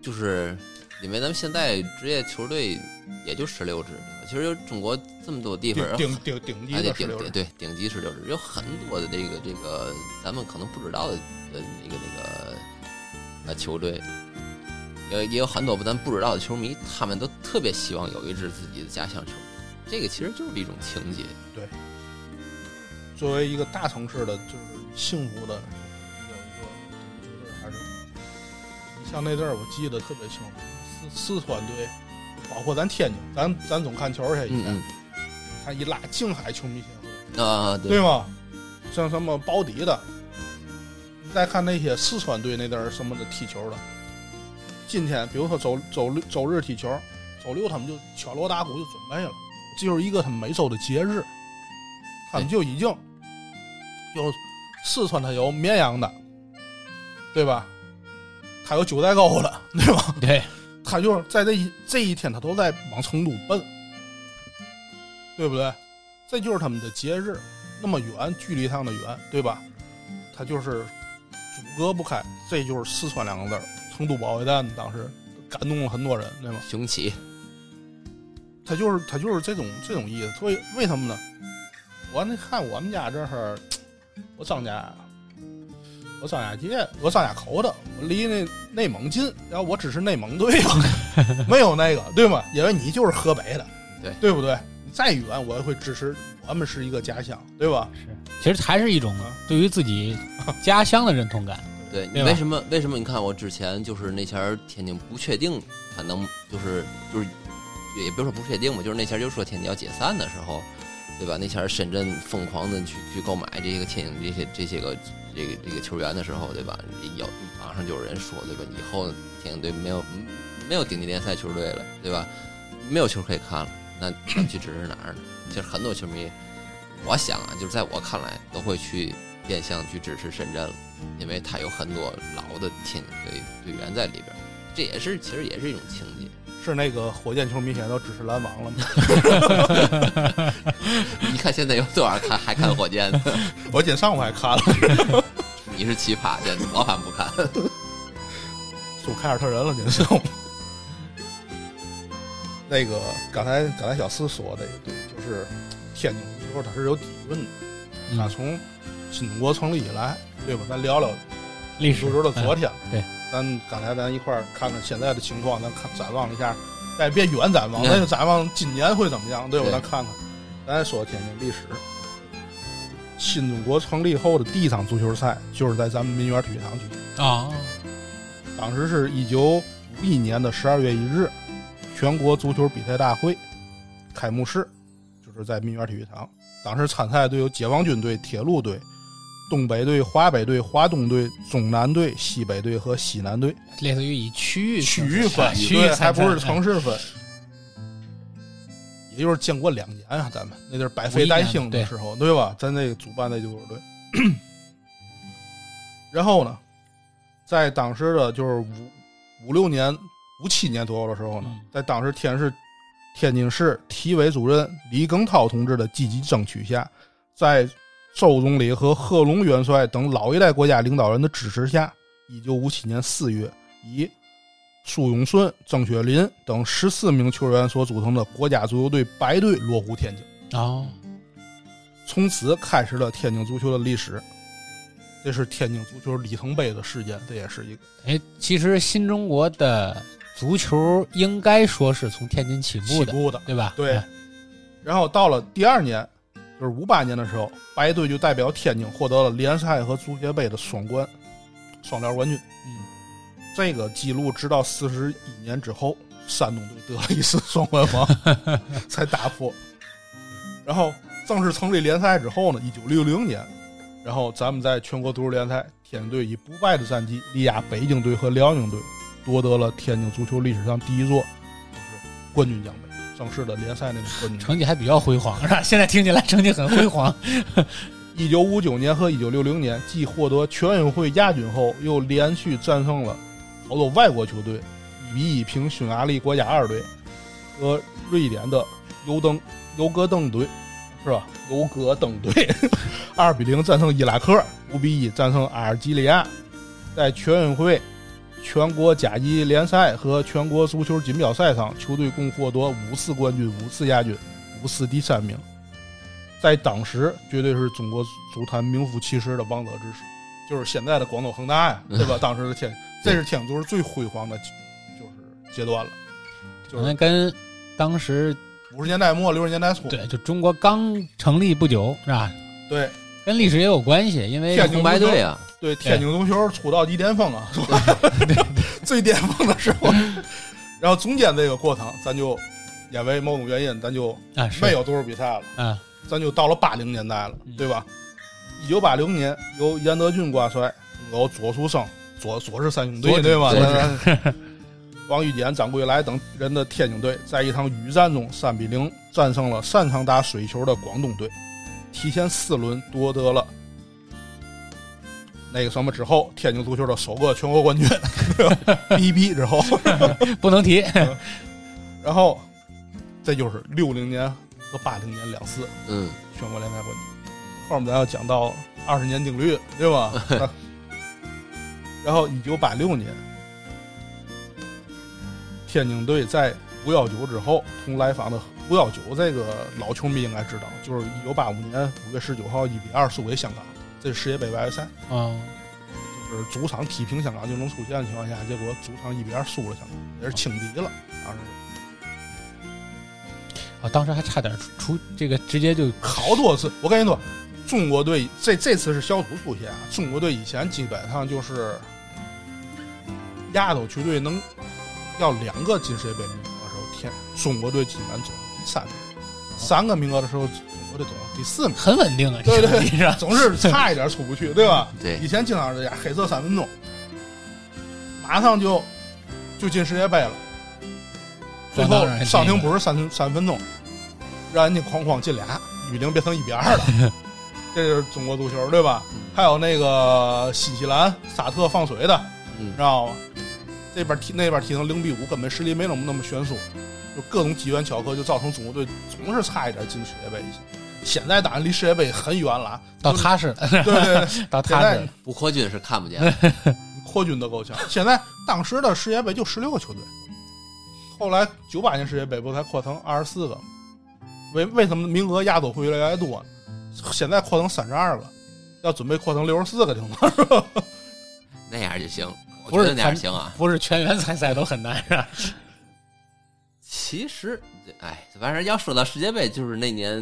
[SPEAKER 3] 就是因为咱们现在职业球队也就十六支，对吧其实有中国这么多地方儿，
[SPEAKER 1] 顶顶顶顶级
[SPEAKER 3] 哎对
[SPEAKER 1] 的十
[SPEAKER 3] 顶
[SPEAKER 1] 六
[SPEAKER 3] 顶
[SPEAKER 1] 人，
[SPEAKER 3] 对顶级十六支，有很多的这个这个咱们可能不知道的呃那个那个呃球队，也也有很多咱不知道的球迷，他们都特别希望有一支自己的家乡球队，这个其实就是一种情节。
[SPEAKER 1] 作为一个大城市的，就是幸福的有一个顶级球队还是。你像那阵儿，我记得特别清楚，四四川队，包括咱天津，咱咱总看球儿去，以
[SPEAKER 3] 嗯
[SPEAKER 1] 前看一拉静海球迷协会。
[SPEAKER 3] 嗯啊
[SPEAKER 1] 对
[SPEAKER 3] 对
[SPEAKER 1] 吗？像什么保底的，你再看那些四川队那阵儿什么的踢球的，今天比如说周周六周日踢球，周六他们就敲锣打鼓就准备了，这就是一个他们每周的节日，他们就已经有四川他有绵阳的，对吧？他有九寨沟的， 对吧？
[SPEAKER 2] 对，
[SPEAKER 1] 他就是在这一这一天，他都在往成都奔，对不对？这就是他们的节日，那么远，距离上的远，对吧？他就是阻隔不开，这就是四川两个字儿，成都保卫战当时感动了很多人，对吗？
[SPEAKER 3] 雄起
[SPEAKER 1] 他就是他就是这种这种意思，所以为什么呢？我那看我们家这儿，我张家，我张家界，我张家口的，我离那内蒙近，然后我支持内蒙队嘛，没有那个对吗？因为你就是河北的，
[SPEAKER 3] 对
[SPEAKER 1] 对不对？你再远我也会支持，我们是一个家乡，对吧？
[SPEAKER 2] 是，其实还是一种
[SPEAKER 1] 啊
[SPEAKER 2] 对于自己家乡的认同感。
[SPEAKER 3] 对，
[SPEAKER 2] 对
[SPEAKER 3] 你
[SPEAKER 2] 吧
[SPEAKER 3] 为什么为什么你看我之前就是那前儿天津不确定他能就是就是也也别说不确定吧，就是那前儿就说天津要解散的时候，对吧？那前儿深圳疯狂的去去购买这些个天津这些这些个这个这个球员的时候，对吧？有网上就有人说，对吧？以后天津队没有没有顶级联赛球队了，对吧？没有球可以看了，那那去支持哪儿呢？其实很多球迷，我想啊，就是在我看来都会去变相去支持深圳了。因为他有很多老的天津队队员在里边儿，这也是其实也是一种情节。
[SPEAKER 1] 是那个火箭球迷现在都支持篮网了吗？
[SPEAKER 3] 你看现在有多少人看还看火箭的？
[SPEAKER 1] 我今天上午还看了，
[SPEAKER 3] 你是奇葩，现在我反不看。
[SPEAKER 1] 就凯尔特人了，今天上午。 那个刚才刚才小四说的也对，就是天津足球它是有底蕴的。
[SPEAKER 2] 嗯
[SPEAKER 1] 那从新中国成立以来，对吧？咱聊聊
[SPEAKER 2] 历史哎
[SPEAKER 1] 足球的昨天。
[SPEAKER 2] 对，
[SPEAKER 1] 咱刚才咱一块儿看看现在的情况，咱看展望一下，咱也别远展望，
[SPEAKER 3] 嗯
[SPEAKER 1] 咱就展望今年会怎么样，对吧？
[SPEAKER 3] 对
[SPEAKER 1] 咱看看，咱说天津历史。新中国成立后的第一场足球赛就是在咱们民园体育场举行。
[SPEAKER 2] 啊，
[SPEAKER 1] 当时是一九五一年的十二月一日，全国足球比赛大会开幕式，就是在民园体育场。当时参赛队有解放军队、铁路队、东北队、华北队、华东队、中南队、西北队和西南队。
[SPEAKER 2] 类似于以区域
[SPEAKER 1] 区
[SPEAKER 2] 形
[SPEAKER 1] 域
[SPEAKER 2] 式
[SPEAKER 1] 分
[SPEAKER 2] 哎，区域
[SPEAKER 1] 对，还
[SPEAKER 2] 参赛
[SPEAKER 1] 不是城市分。也就是建国两年啊，咱们那就是百废待兴的时候，对吧？咱这个主办的就是对。 然后呢，在当时的就是五五六年、五七年左右的时候呢，
[SPEAKER 2] 嗯
[SPEAKER 1] 在当时天市天津市体委主任李庚涛同志的积极争取下，在周总理和贺龙元帅等老一代国家领导人的支持下，一九五七年四月，以苏永顺、郑雪林等十四名球员所组成的国家足球队白队落户天津，
[SPEAKER 2] 哦，
[SPEAKER 1] 从此开始了天津足球的历史。这是天津足球里程碑的事件，这也是一个
[SPEAKER 2] 哎，其实新中国的足球应该说是从天津起
[SPEAKER 1] 起
[SPEAKER 2] 步的，
[SPEAKER 1] 步的。
[SPEAKER 2] 对吧？
[SPEAKER 1] 对
[SPEAKER 2] 哎
[SPEAKER 1] 然后到了第二年，就是五八年的时候，白队就代表天津获得了联赛和足协杯的双冠、双料冠军。
[SPEAKER 2] 嗯，
[SPEAKER 1] 这个记录直到四十一年之后，山东队得了一次双冠王才打破。然后正式成立联赛之后呢，一九六零年，然后咱们在全国足球联赛，天津队以不败的战绩力压北京队和辽宁队，夺得了天津足球历史上第一座就是冠军奖杯，正式的联赛那个冠军奖杯。
[SPEAKER 2] 成绩还比较辉煌， 是吧？现在听起来成绩很 辉煌。
[SPEAKER 1] 一九五九年和一九六零年，继获得全运会亚军后，又连续战胜了好多外国球队，一比一平匈牙利国家二队和瑞典的尤登尤格登队，是吧？尤格登队 二比零战胜伊拉克，五比一战胜阿尔及利亚，在全运会、全国甲级联赛和全国足球锦标赛上，球队共获得五次冠军、五次亚军、五次第三名。在当时绝对是中国足坛名副其实的王者之势，就是现在的广东恒大 呀，对吧？当时的天，这是天津足球最辉煌的，就是阶段了，就
[SPEAKER 2] 可
[SPEAKER 1] 是
[SPEAKER 2] 能跟当时
[SPEAKER 1] 五十年代末六十年代初，
[SPEAKER 2] 对，就中国刚成立不久，是吧？
[SPEAKER 1] 对
[SPEAKER 2] 跟历史也有关系，因为
[SPEAKER 1] 天津
[SPEAKER 3] 红白队啊，
[SPEAKER 1] 对，天津足球出道即巅峰 啊，是吧？ 最巅峰的时候，然后中间这个过程，咱就因为某种原因，咱就
[SPEAKER 2] 啊是
[SPEAKER 1] 没有足球比赛了。
[SPEAKER 2] 啊，
[SPEAKER 1] 咱就到了八零年代了
[SPEAKER 2] 嗯，
[SPEAKER 1] 对吧？一九八零年由严德俊挂帅，有左树生、左左氏三兄弟，
[SPEAKER 2] 左
[SPEAKER 1] 对吧？
[SPEAKER 3] 左
[SPEAKER 1] 咱 王玉简、张桂来等人的天津队，在一场雨战中三比零战胜了擅长打水球的广东队，提前四轮夺得了那个什么之后，天津足球的首个全国冠军。 逼逼之后，
[SPEAKER 2] 不 能提。
[SPEAKER 1] 然后这就是六零年和八零年两次
[SPEAKER 3] 嗯，
[SPEAKER 1] 全国联赛冠军。后面咱要讲到二十年定律，对吧？啊然后一九八六年，天津队在五幺九之后，从来访的五幺九这个老球迷应该知道，就是一九八五年五月十九号一比二输给香港，这是世界杯外围赛，
[SPEAKER 2] 嗯，
[SPEAKER 1] 就是主场踢平香港就能出线的情况下，结果主场一比二输了香港，也是轻敌了。当时
[SPEAKER 2] 啊，当时还差点出出这个，直接就
[SPEAKER 1] 好多次。我跟你说，中国队这这次是小组出线啊。中国队以前基本上就是亚洲球队能要两个进世界杯名额的时候，天，中国队基本走第三名；三个名额的时候，中国队走第四名。
[SPEAKER 2] 很稳定啊，
[SPEAKER 1] 对对
[SPEAKER 2] 这个比是吧？
[SPEAKER 1] 总是差一点出不去，对吧？
[SPEAKER 3] 对
[SPEAKER 1] 以，前经常是这样，黑色三分钟，马上就就进世界杯了。最
[SPEAKER 2] 那
[SPEAKER 1] 后
[SPEAKER 2] 当然
[SPEAKER 1] 上庭
[SPEAKER 2] 这个
[SPEAKER 1] 不是三三分钟，让人家哐哐进俩，一比零变成一比二 了。这就是中国足球，对吧？还有那个新西兰、沙特放水的，
[SPEAKER 3] 嗯
[SPEAKER 1] 知道吗？这边踢那边踢成零比五，根本实力没那么那么悬殊，就各种机缘巧合，就造成中国队总是差一点进世界杯。现在当然离世界杯很远 了，
[SPEAKER 2] 到
[SPEAKER 1] 就是
[SPEAKER 2] 踏实了，
[SPEAKER 1] 对对对，
[SPEAKER 2] 到
[SPEAKER 1] 现
[SPEAKER 2] 踏实
[SPEAKER 1] 在
[SPEAKER 2] 了。
[SPEAKER 3] 不扩军是看不见的，
[SPEAKER 1] 扩军都够呛。现在当时的世界杯就十六个球队，后来九八年世界杯不才扩成二十四个，为为什么名额亚洲会越来越多呢？现在扩成三十二个，要准备扩成六十四个地方。
[SPEAKER 3] 那样就行，我
[SPEAKER 2] 不
[SPEAKER 3] 觉
[SPEAKER 2] 是
[SPEAKER 3] 得那样行啊。
[SPEAKER 2] 不是全员参赛都很难，是吧？
[SPEAKER 3] 其实，哎，反正要说到世界杯，就是那年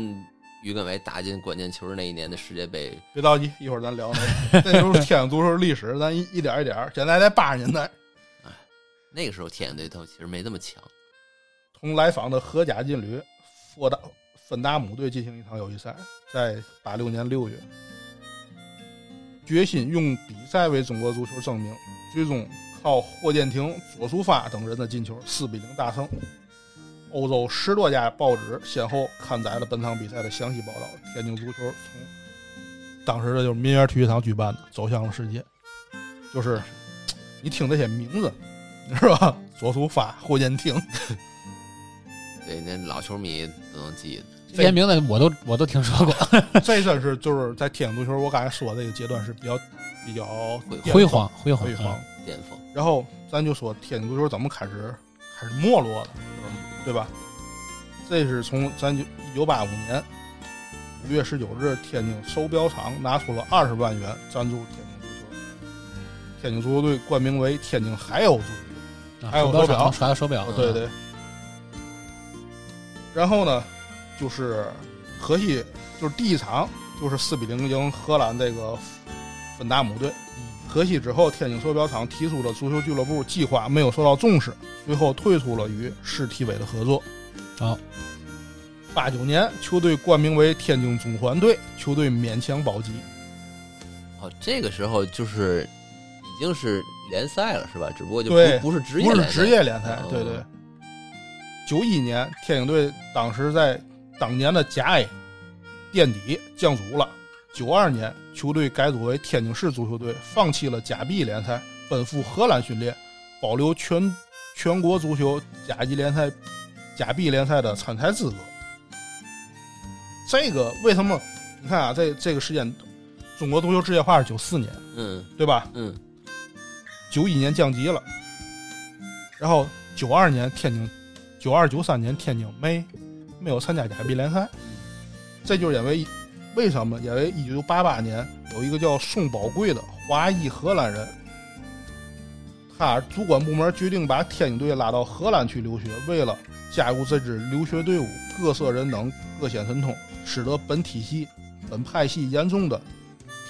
[SPEAKER 3] 于根伟打进关键球那一年的世界杯，
[SPEAKER 1] 别着急，一会儿咱聊那个，那就是天津足球历史，咱一一点一点儿。现在在八十年代，
[SPEAKER 3] 那个时候天津队头其实没那么强，
[SPEAKER 1] 同来访的荷甲劲旅佛达芬达姆队进行一场友谊赛，在八六年六月，决心用比赛为中国足球证明，最终靠霍建廷、左树发等人的进球，四比零大胜。欧洲十多家报纸先后刊载了本场比赛的详细报道。天津足球从当时的就是民园体育场举办的，走向了世界。就是你听这些名字，是吧？左树发、霍建廷，
[SPEAKER 3] 对，那老球迷都能记得。
[SPEAKER 2] 这些名字我都我都听说过，
[SPEAKER 1] 这真是就是在天津足球，我刚才说这个阶段是比较比较
[SPEAKER 3] 辉
[SPEAKER 1] 巅峰
[SPEAKER 2] 辉煌嗯辉煌
[SPEAKER 1] 辉煌。。
[SPEAKER 3] 巅峰，
[SPEAKER 1] 然后咱就说天津足球怎么开始开始没落的，
[SPEAKER 2] 嗯
[SPEAKER 1] 对吧？这是从咱就一九八五年五月十九日，天津手表厂拿出了二十万元赞助天津足球，天津足球队冠名为天津海鸥足球队。
[SPEAKER 2] 啊
[SPEAKER 1] 还有
[SPEAKER 2] 手表
[SPEAKER 1] 手表
[SPEAKER 2] 厂耍的手表嗯
[SPEAKER 1] 哦，，对对。然后呢，就是河西就是第一场就是四比零赢荷兰这个芬达姆队。和稀之后，天津缩表厂提出了足球俱乐部计划没有受到重视，随后退出了与市体委的合作。
[SPEAKER 2] 好，
[SPEAKER 1] 八九年球队冠名为天津中环队，球队勉强保级。
[SPEAKER 3] 哦，这个时候就是已经是联赛了，是吧？只不过就
[SPEAKER 1] 对
[SPEAKER 3] 不不是职业
[SPEAKER 1] 不是
[SPEAKER 3] 联赛
[SPEAKER 1] 职业联赛
[SPEAKER 3] 哦，
[SPEAKER 1] 对对。九一年，天津队当时在当年的甲 A 垫底降组了。九二年，球队改组为天津市足球队，放弃了甲 B 联赛，奔赴荷兰训练，保留全全国足球甲级联赛、甲 B 联赛的参赛资格。这个为什么？你看啊，这这个时间，中国足球职业化是九四年，
[SPEAKER 3] 嗯
[SPEAKER 1] 对吧？
[SPEAKER 3] 嗯，
[SPEAKER 1] 九一年降级了，然后九二年天津，九二九三年天津没没有参加甲 B 联赛，这就是因为为什么？因为一九八八年有一个叫宋宝贵的华裔荷兰人，他主管部门决定把天津队拉到荷兰去留学，为了加入这支留学队伍，各色人等各显神通，使得本体系、本派系严重的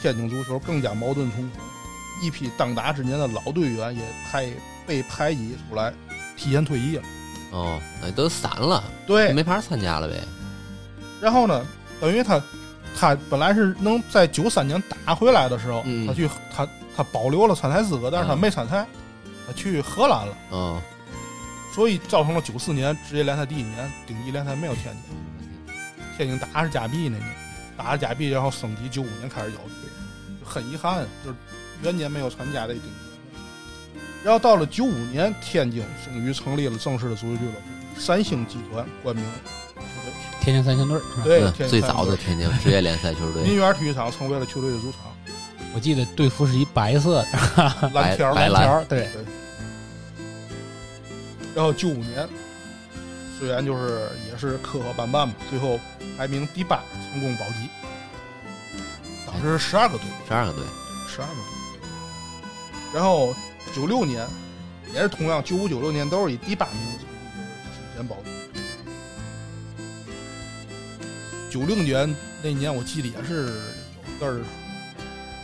[SPEAKER 1] 天津足球更加矛盾冲突。一批当打之年的老队员也派被排挤出来，提前退役了。
[SPEAKER 3] 哦，哎，都散了，
[SPEAKER 1] 对，
[SPEAKER 3] 没法参加了呗。
[SPEAKER 1] 然后呢，等于他他本来是能在九三年打回来的时候，
[SPEAKER 3] 嗯
[SPEAKER 1] 他去他他保留了参赛资格，但是他
[SPEAKER 3] 嗯
[SPEAKER 1] 没参赛，他去荷兰了，
[SPEAKER 3] 哦，
[SPEAKER 1] 所以造成了九四年职业联赛第一年顶级联赛没有天津，天津打是假币那年，打是假币，然后升级九五年开始摇队，就很遗憾，就是元年没有参加这顶级联赛。然后到了九五年，天津终于成立了正式的足球俱乐部，三星集团冠名。
[SPEAKER 2] 天津三星队儿是吧？
[SPEAKER 1] 对，
[SPEAKER 3] 嗯
[SPEAKER 1] 天津
[SPEAKER 3] 最
[SPEAKER 1] 三嗯
[SPEAKER 3] 早的
[SPEAKER 1] 队
[SPEAKER 3] 天津职业联赛球队，
[SPEAKER 1] 民园体育场成为了球队的主场，
[SPEAKER 2] 我记得队服是一白色的，
[SPEAKER 1] 蓝条
[SPEAKER 3] 白
[SPEAKER 1] 蓝
[SPEAKER 3] 蓝
[SPEAKER 1] 条。
[SPEAKER 2] 对，
[SPEAKER 1] 对。然后九五年，虽然就是也是磕磕绊绊吧，最后排名第八，成功保级。当时十二个队伍，
[SPEAKER 3] 十二个队，
[SPEAKER 1] 十二个队伍。然后九六年，也是同样九五九六年都是以第八名成绩首先保级。九六年那年我记得也是有一阵儿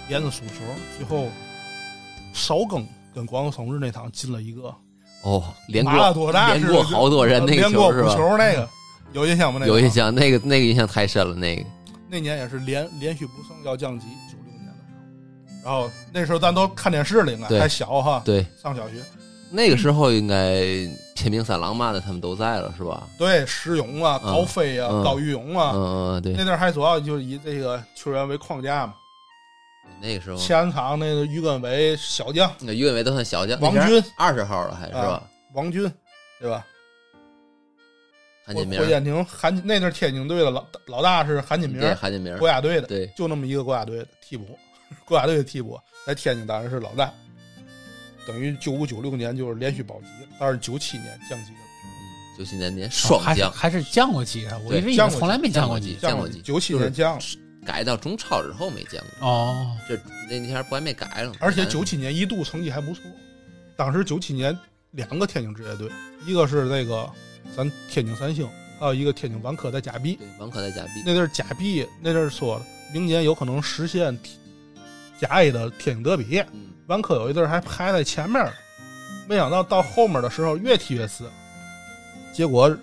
[SPEAKER 1] 连着输球，最后邵更跟广州省日那场进了一个
[SPEAKER 3] 哦，连
[SPEAKER 1] 马拉
[SPEAKER 3] 过
[SPEAKER 1] 多纳
[SPEAKER 3] 连过好多人那个
[SPEAKER 1] 连过五
[SPEAKER 3] 球是吧？
[SPEAKER 1] 球那个有印象吗？那个
[SPEAKER 3] 有印。象，那个那个印象太深了，那个
[SPEAKER 1] 那年也是连连续不胜要降级，九六年的时候，然后那时候咱都看电视了，应该
[SPEAKER 3] 对
[SPEAKER 1] 还小哈，
[SPEAKER 3] 对，
[SPEAKER 1] 上小学。
[SPEAKER 3] 那个时候应该天明三郎嘛的他们都在了是吧？
[SPEAKER 1] 对，石勇啊，
[SPEAKER 3] 嗯
[SPEAKER 1] 高飞啊，
[SPEAKER 3] 嗯
[SPEAKER 1] 高玉荣啊，
[SPEAKER 3] 嗯嗯，对
[SPEAKER 1] 那，阵儿还主要就是以这个球员为框架嘛。
[SPEAKER 3] 那个时候
[SPEAKER 1] 前场那个于根伟、小将
[SPEAKER 3] 那于伟为都算小将，
[SPEAKER 1] 王
[SPEAKER 3] 那
[SPEAKER 1] 军
[SPEAKER 3] 二十号了还是吧
[SPEAKER 1] 啊？王军，对吧？
[SPEAKER 3] 韩锦明
[SPEAKER 1] 郭，建宁、韩那阵儿天津队的老老大是韩锦明，
[SPEAKER 3] 对，韩锦明，
[SPEAKER 1] 国家队的，
[SPEAKER 3] 对，
[SPEAKER 1] 就那么一个国家队的替补， 国家队的替补在天津当然是老大。等于九五九六年就是连续保级，但是九七年降级了，
[SPEAKER 3] 九七年年
[SPEAKER 1] 哦
[SPEAKER 2] 哦
[SPEAKER 3] 双
[SPEAKER 2] 还是
[SPEAKER 3] 将
[SPEAKER 2] 还是降过级啊？我一直以
[SPEAKER 1] 降
[SPEAKER 2] 为
[SPEAKER 1] 过级
[SPEAKER 2] 从来没降过
[SPEAKER 3] 级
[SPEAKER 2] 级。
[SPEAKER 3] 降
[SPEAKER 1] 降
[SPEAKER 3] 过级
[SPEAKER 1] 级，九七
[SPEAKER 3] 就是
[SPEAKER 1] 年降了，
[SPEAKER 3] 改到中超之后没见过，
[SPEAKER 2] 哦，
[SPEAKER 3] 这那那天不还没改了吗？
[SPEAKER 1] 而且
[SPEAKER 3] 咱
[SPEAKER 1] 九七年一度成绩还不错，当时九七年两个天津职业队，一个是那个咱天津三星，还有一个天津万科在假币。
[SPEAKER 3] 对王可在假币，
[SPEAKER 1] 那阵儿假币那阵儿说了，明年有可能实现甲 A 的天津德比，
[SPEAKER 3] 嗯，
[SPEAKER 1] 万科有一阵儿还排在前面儿，没想到到后面的时候越踢越次，结果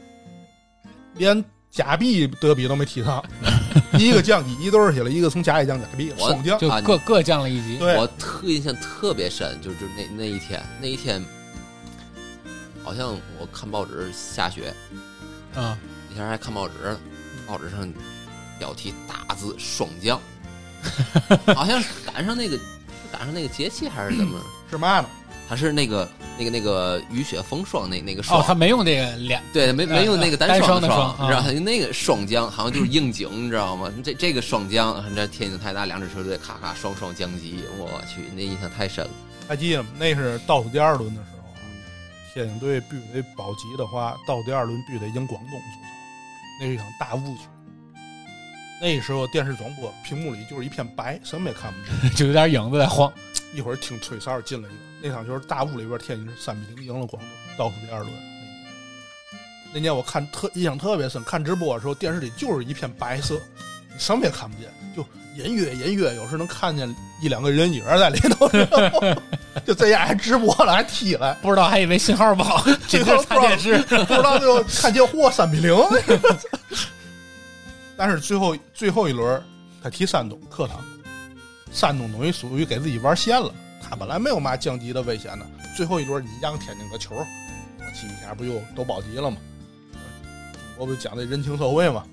[SPEAKER 1] 连甲 B 德比都没踢 上，一个降一一对儿去了，一个从甲 A 降甲 B 了，
[SPEAKER 3] 我
[SPEAKER 1] 双降。
[SPEAKER 2] 就
[SPEAKER 3] 啊
[SPEAKER 2] 各各降了一级。
[SPEAKER 1] 对
[SPEAKER 3] 我特印象特别深，就是那那一天，那一天好像我看报纸下雪，
[SPEAKER 2] 啊，
[SPEAKER 3] 那天还看报纸呢，
[SPEAKER 1] 嗯
[SPEAKER 3] 报纸上标题大字“霜 降”，好像是赶上那个是赶上那个节气还是 怎么？
[SPEAKER 1] 是嘛呢？
[SPEAKER 3] 还是那个那个那个雨雪风霜那那个霜？
[SPEAKER 2] 哦，他没用这个两
[SPEAKER 3] 对，没没用那个单
[SPEAKER 2] 单双
[SPEAKER 3] 的
[SPEAKER 2] 的
[SPEAKER 3] 双，
[SPEAKER 2] 双
[SPEAKER 3] 你知道
[SPEAKER 2] 啊
[SPEAKER 3] 那个双江好像就是应景，你知道吗？这这个双江，这天津泰达两支球队咔咔双双降级，我去，那印象太深了。
[SPEAKER 1] 还记得吗？那是倒数第二轮的时候啊，天津队必须得保级的话，倒数第二轮必须得赢广东主场，那是一场大误区。那时候电视转播屏幕里就是一片白，什么也看不见。
[SPEAKER 2] 就有点影子在晃。
[SPEAKER 1] 一会儿听吹哨进了一个，那场球大雾里边，天津是三比零赢了广东，倒数第二轮。那年那年我看特印象特别深，看直播的时候电视里就是一片白色，什么也看不见，就隐约隐约有时能看见一两个人影儿在里头， 就这样还直播了，还踢了，
[SPEAKER 2] 不知道还以为信号不 好，这
[SPEAKER 1] 信
[SPEAKER 2] 是
[SPEAKER 1] 号
[SPEAKER 2] 看电视。
[SPEAKER 1] 不知道最后看见嚯三比零。 但是最后最后一轮儿，他踢山东客场，山东等于属于给自己玩闲了。他本来没有嘛降级的危险呢，最后一轮儿你让天津个球儿，我踢一下不就都保级了吗？我不讲这人情社会嘛，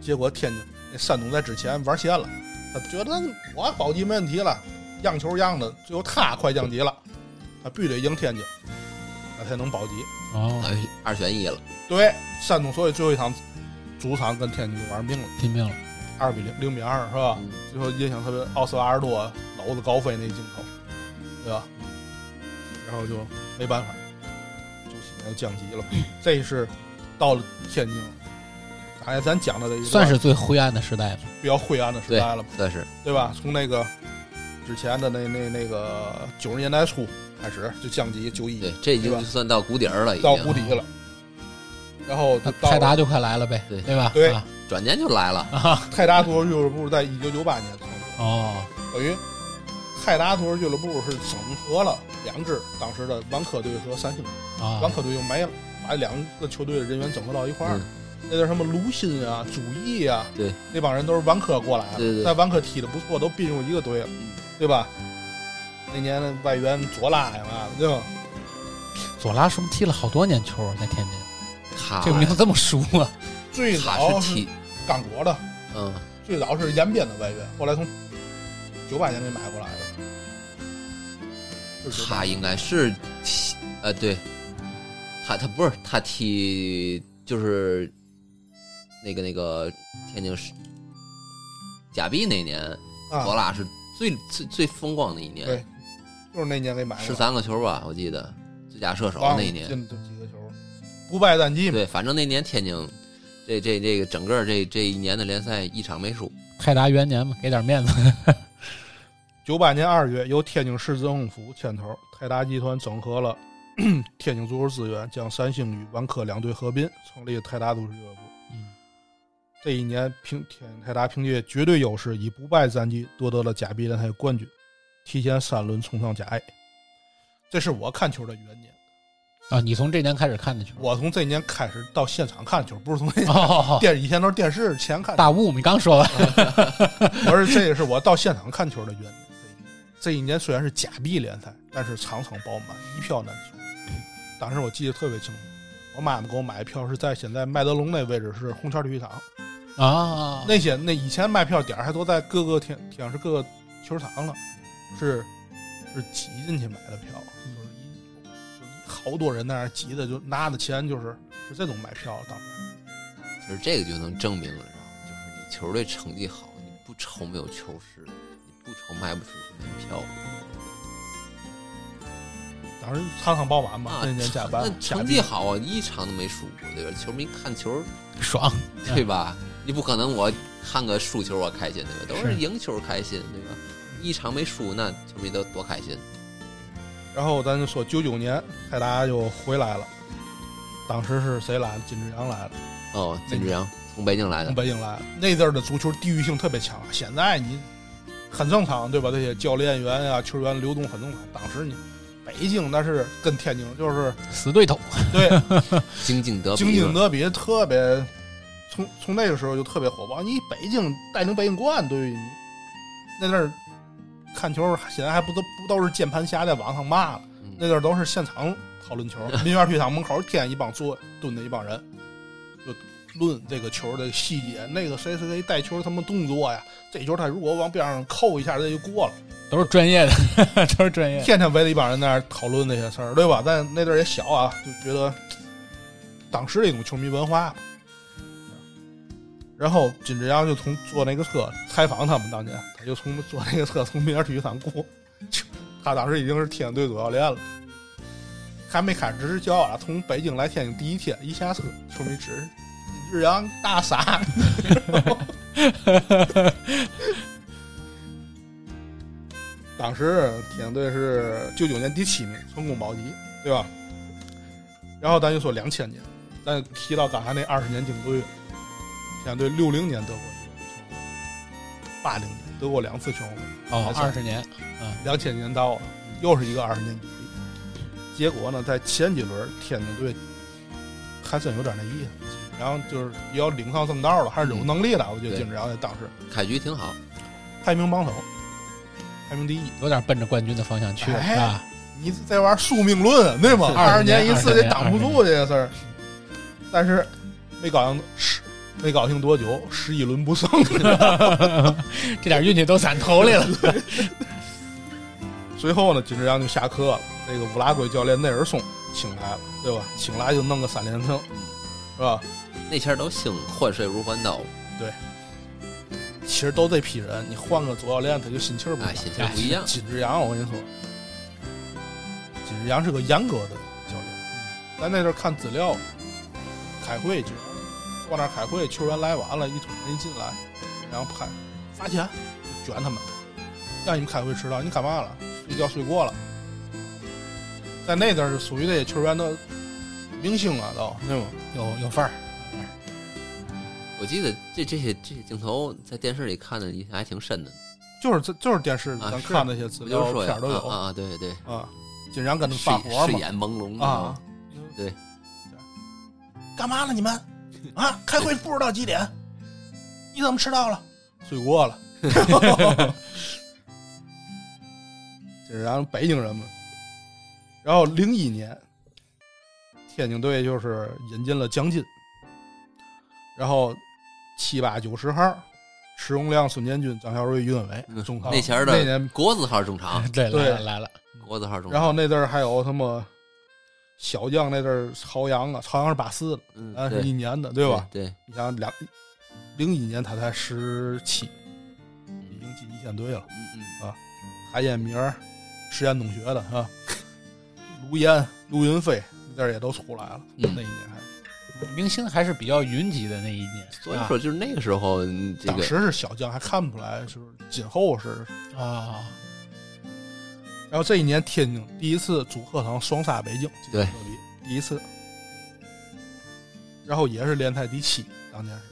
[SPEAKER 1] 结果天津那山东在之前玩闲了，他觉得我保级没问题了，让球让的，最后他快降级了，他必须得赢天津，那才能保级。
[SPEAKER 2] 哦，
[SPEAKER 3] 等于二选一了。
[SPEAKER 1] 对，山东所以最后一场主场跟天津就玩命了，
[SPEAKER 2] 拼命了。
[SPEAKER 1] 二比零，零比二是吧？
[SPEAKER 3] 嗯
[SPEAKER 1] 最后印象特别，奥斯瓦尔多脑子高飞那镜头，对吧？然后就没办法，九七年降级了。这是到了天津，哎，咱讲的这一段
[SPEAKER 2] 算是最灰暗的时代吧。
[SPEAKER 1] 比较灰暗的时代了，
[SPEAKER 3] 算是
[SPEAKER 1] 对吧？从那个之前的那那那个九十年代初开始就降级，就一
[SPEAKER 3] 对，这已
[SPEAKER 1] 对
[SPEAKER 3] 经
[SPEAKER 1] 吧
[SPEAKER 3] 算到谷底儿了，已
[SPEAKER 1] 到
[SPEAKER 3] 经
[SPEAKER 1] 谷底了。然后就
[SPEAKER 2] 那
[SPEAKER 1] 到
[SPEAKER 2] 泰
[SPEAKER 1] 了
[SPEAKER 2] 达就快来了呗，
[SPEAKER 3] 对
[SPEAKER 2] 对吧？
[SPEAKER 1] 对
[SPEAKER 2] 啊
[SPEAKER 3] 转年就来了。
[SPEAKER 1] 泰达足球俱乐部在一九九八年成立。
[SPEAKER 2] 哦，
[SPEAKER 1] 等于泰达足球俱乐部是整合了两支当时的湾科队和三星队，
[SPEAKER 2] 啊
[SPEAKER 1] 湾，科队就没了，把两个球队的人员整合到一块儿了
[SPEAKER 3] 嗯。
[SPEAKER 1] 那叫什么卢鑫啊、祖义啊，
[SPEAKER 3] 对，
[SPEAKER 1] 那帮人都是湾科过来的，
[SPEAKER 3] 对对嗯
[SPEAKER 1] 在湾科踢的不错，都并入一个队了，对吧？那年的外援左拉呀嘛的，对吧？
[SPEAKER 2] 左拉是不是踢了好多年球啊在天津？
[SPEAKER 3] 他
[SPEAKER 2] 这个名字这么熟 啊？
[SPEAKER 1] 最早
[SPEAKER 3] 他是
[SPEAKER 1] 是
[SPEAKER 3] 踢，
[SPEAKER 1] 刚果的，
[SPEAKER 3] 嗯，
[SPEAKER 1] 最早是延边的外援，后来从九八年给买过来的。就是
[SPEAKER 3] 他应该是踢，呃，对，他他不是他踢，就是那个那个天津市假币那年，
[SPEAKER 1] 啊
[SPEAKER 3] 博，拉是最最最风光的一年
[SPEAKER 1] 对，就是那年给买过来
[SPEAKER 3] 十
[SPEAKER 1] 的。
[SPEAKER 3] 三个球吧，我记得最佳射手
[SPEAKER 1] 忘了
[SPEAKER 3] 那一年，
[SPEAKER 1] 进这几个球，不败战绩嘛。
[SPEAKER 3] 对，反正那年天津。这这这个整个这这一年的联赛一场没输，
[SPEAKER 2] 泰达元年嘛，给点面子。
[SPEAKER 1] 九八年二月，由天津市政府牵头，泰达集团整合了 天津足球资源，将三星与万科两队合并，成立泰达足球俱乐部。
[SPEAKER 2] 嗯，
[SPEAKER 1] 这一年，凭天津泰达凭借绝对优势，以不败战绩夺得了甲 B 联赛冠军，提前三轮冲上甲 A。这是我看球的元年，
[SPEAKER 2] 啊，你从这年开始看的球？
[SPEAKER 1] 我从这年开始到现场看球，不是从那
[SPEAKER 2] 哦，
[SPEAKER 1] 电以前都是电视前看球。
[SPEAKER 2] 大雾，你刚说完。
[SPEAKER 1] 我说这也是我到现场看球的原因。这一年这一年虽然是假币联赛，但是场场爆满，一票难求。当时我记得特别清楚，我妈妈给我买的票是在现在麦德龙那位置，是红桥体育场。
[SPEAKER 2] 啊，
[SPEAKER 1] 那些那以前卖票点儿还都在各个天天是各个球场了，是是挤进去买的票，就是一就是好多人在那儿挤的，就拿的钱就是是这种买票。当时
[SPEAKER 3] 其实这个就能证明了，就是你球队成绩好，你不愁没有球市，你不愁卖不出去门票，
[SPEAKER 1] 当时场场爆满嘛
[SPEAKER 3] 啊，
[SPEAKER 1] 那年加班
[SPEAKER 3] 那
[SPEAKER 1] 假
[SPEAKER 3] 成
[SPEAKER 1] 币
[SPEAKER 3] 绩好啊，一场都没输过，对吧？球迷看球，
[SPEAKER 2] 爽。
[SPEAKER 1] 嗯
[SPEAKER 3] 对吧？你不可能我看个输球我开心，对吧？都是赢球开心，对吧？一场没输，那球迷都多开心。
[SPEAKER 1] 然后咱就说九九年泰达就回来了，当时是谁来了？金志扬来了，
[SPEAKER 3] 哦，金志扬从北京来
[SPEAKER 1] 从
[SPEAKER 3] 的，
[SPEAKER 1] 北京来了。那阵儿的足球地域性特别强啊，现在你很正常，对吧？这些教练员呀、球员流动很正常。当时你北京那是跟天津就是
[SPEAKER 2] 死对头。
[SPEAKER 1] 对
[SPEAKER 3] 京津德比
[SPEAKER 1] 京津德比特别，从从那个时候就特别火爆。你北京带领北京冠，对于你那阵儿看球，现在还不都不都是键盘侠在网上骂了。
[SPEAKER 3] 嗯
[SPEAKER 1] 那阵儿都是现场讨论球，民园体育场门口天一帮坐蹲着一帮人，就论这个球的细节，那个谁谁谁带球他们动作呀，这球他如果往边上扣一下，这就过了。
[SPEAKER 2] 都是专业的， 都是专业。
[SPEAKER 1] 天天围着一帮人在那儿讨论那些事儿，对吧？但那阵儿也小啊，就觉得当时的一种球迷文化。然后金志扬就从坐那个车采访他们当年，他就从坐那个车从民园体育场过，他当时已经是天津队主教练了，还没开始执教啊，从北京来天津第一天一下车，球迷指着金志扬大傻，当时天津队是九九年第七名，成功保级，对吧？然后咱就说两千年，咱提到刚才那二十年经队，天津队六零年得过一个成功，八零年得过两次全国冠军，
[SPEAKER 2] 哦
[SPEAKER 1] 没，错
[SPEAKER 2] 二十年，
[SPEAKER 1] 两千年到了，又是一个二十年底。结果呢，在前几轮天津队还真有点那意思，然后就是也要领上正道了，还是有能力的，我觉得
[SPEAKER 3] 对
[SPEAKER 1] 金志尧在当时
[SPEAKER 3] 凯局挺好，
[SPEAKER 1] 排名榜首，排名第一。
[SPEAKER 2] 有点奔着冠军的方向去，
[SPEAKER 1] 哎
[SPEAKER 2] 是吧？
[SPEAKER 1] 你这玩意儿宿命论，对吗？
[SPEAKER 2] 二
[SPEAKER 1] 二
[SPEAKER 2] 十
[SPEAKER 1] 十
[SPEAKER 2] 年
[SPEAKER 1] 年一次，
[SPEAKER 2] 二十
[SPEAKER 1] 这
[SPEAKER 2] 年
[SPEAKER 1] 挡不住这个事儿。但是没高兴十，没高兴多久，十一轮不胜。
[SPEAKER 2] 这点运气都攒头里了，
[SPEAKER 1] 随后呢，金志扬就下课了。这个乌拉圭教练内尔松请来了，对吧？请来就弄个三连胜，是吧？
[SPEAKER 3] 那前儿都兴换帅如换刀，
[SPEAKER 1] 其实都这批人，你换个主教练，他就心气儿不一
[SPEAKER 3] 哎，
[SPEAKER 1] 样。
[SPEAKER 3] 心情不一样。
[SPEAKER 1] 金志扬，我跟你说，金志扬是个严格的教练。咱那阵儿看资料，开会就往那儿开会，球员来晚了，一推门一进来，然后拍罚钱，就卷他们，让你们开会迟到，你干嘛了？睡觉睡过了。在那阵儿是属于这些球员的明星啊，都对吗？
[SPEAKER 2] 有有范儿，
[SPEAKER 3] 我记得这这些这些镜头在电视里看的印象还挺深的，
[SPEAKER 1] 就是这就是电视
[SPEAKER 3] 啊
[SPEAKER 1] 咱
[SPEAKER 3] 是
[SPEAKER 1] 看那些资
[SPEAKER 3] 我
[SPEAKER 1] 料
[SPEAKER 3] 就是说
[SPEAKER 1] 片
[SPEAKER 3] 呀
[SPEAKER 1] 儿都有
[SPEAKER 3] 啊啊，对对，
[SPEAKER 1] 啊。金志扬跟他们
[SPEAKER 3] 睡
[SPEAKER 1] 发火
[SPEAKER 3] 睡
[SPEAKER 1] 嘛，
[SPEAKER 3] 眼朦胧的
[SPEAKER 1] 啊，
[SPEAKER 3] 对，
[SPEAKER 1] 干嘛呢你们？啊，开会不知道几点？你怎么迟到了？睡过了。 这是咱北京人嘛。然后零一年，天津队就是引进了江津，然后七八九十号，迟荣亮、孙建军、张小瑞、于根伟
[SPEAKER 3] 嗯
[SPEAKER 1] 中场
[SPEAKER 3] 那前儿
[SPEAKER 1] 那
[SPEAKER 3] 的
[SPEAKER 1] 年
[SPEAKER 3] 国字号中场，
[SPEAKER 2] 对来
[SPEAKER 1] 啊对
[SPEAKER 2] 了来了，
[SPEAKER 3] 国字号中
[SPEAKER 1] 然
[SPEAKER 3] 场，
[SPEAKER 1] 后那阵儿还有他妈小将那阵儿朝阳啊，朝阳是八四的，
[SPEAKER 3] 嗯，
[SPEAKER 1] 咱是
[SPEAKER 3] 对
[SPEAKER 1] 一年哎的，对吧？？
[SPEAKER 3] 对，
[SPEAKER 1] 你想两零一年他才十七，已经进一线队了。
[SPEAKER 3] 嗯嗯，
[SPEAKER 1] 韩彦明儿、实验中学的啊，卢岩、卢云飞这儿也都出来了。
[SPEAKER 3] 嗯
[SPEAKER 1] 那一年还
[SPEAKER 2] 明星还是比较云集的那一年，啊
[SPEAKER 3] 所以说就是那个时候，嗯这
[SPEAKER 1] 当
[SPEAKER 3] 个
[SPEAKER 1] 时是小将，还看不出来，就是今后是。
[SPEAKER 2] 啊啊，
[SPEAKER 1] 然后这一年天津第一次主客场双杀北京，进
[SPEAKER 3] 对
[SPEAKER 1] 德比第一次，然后也是联赛第七，当年是。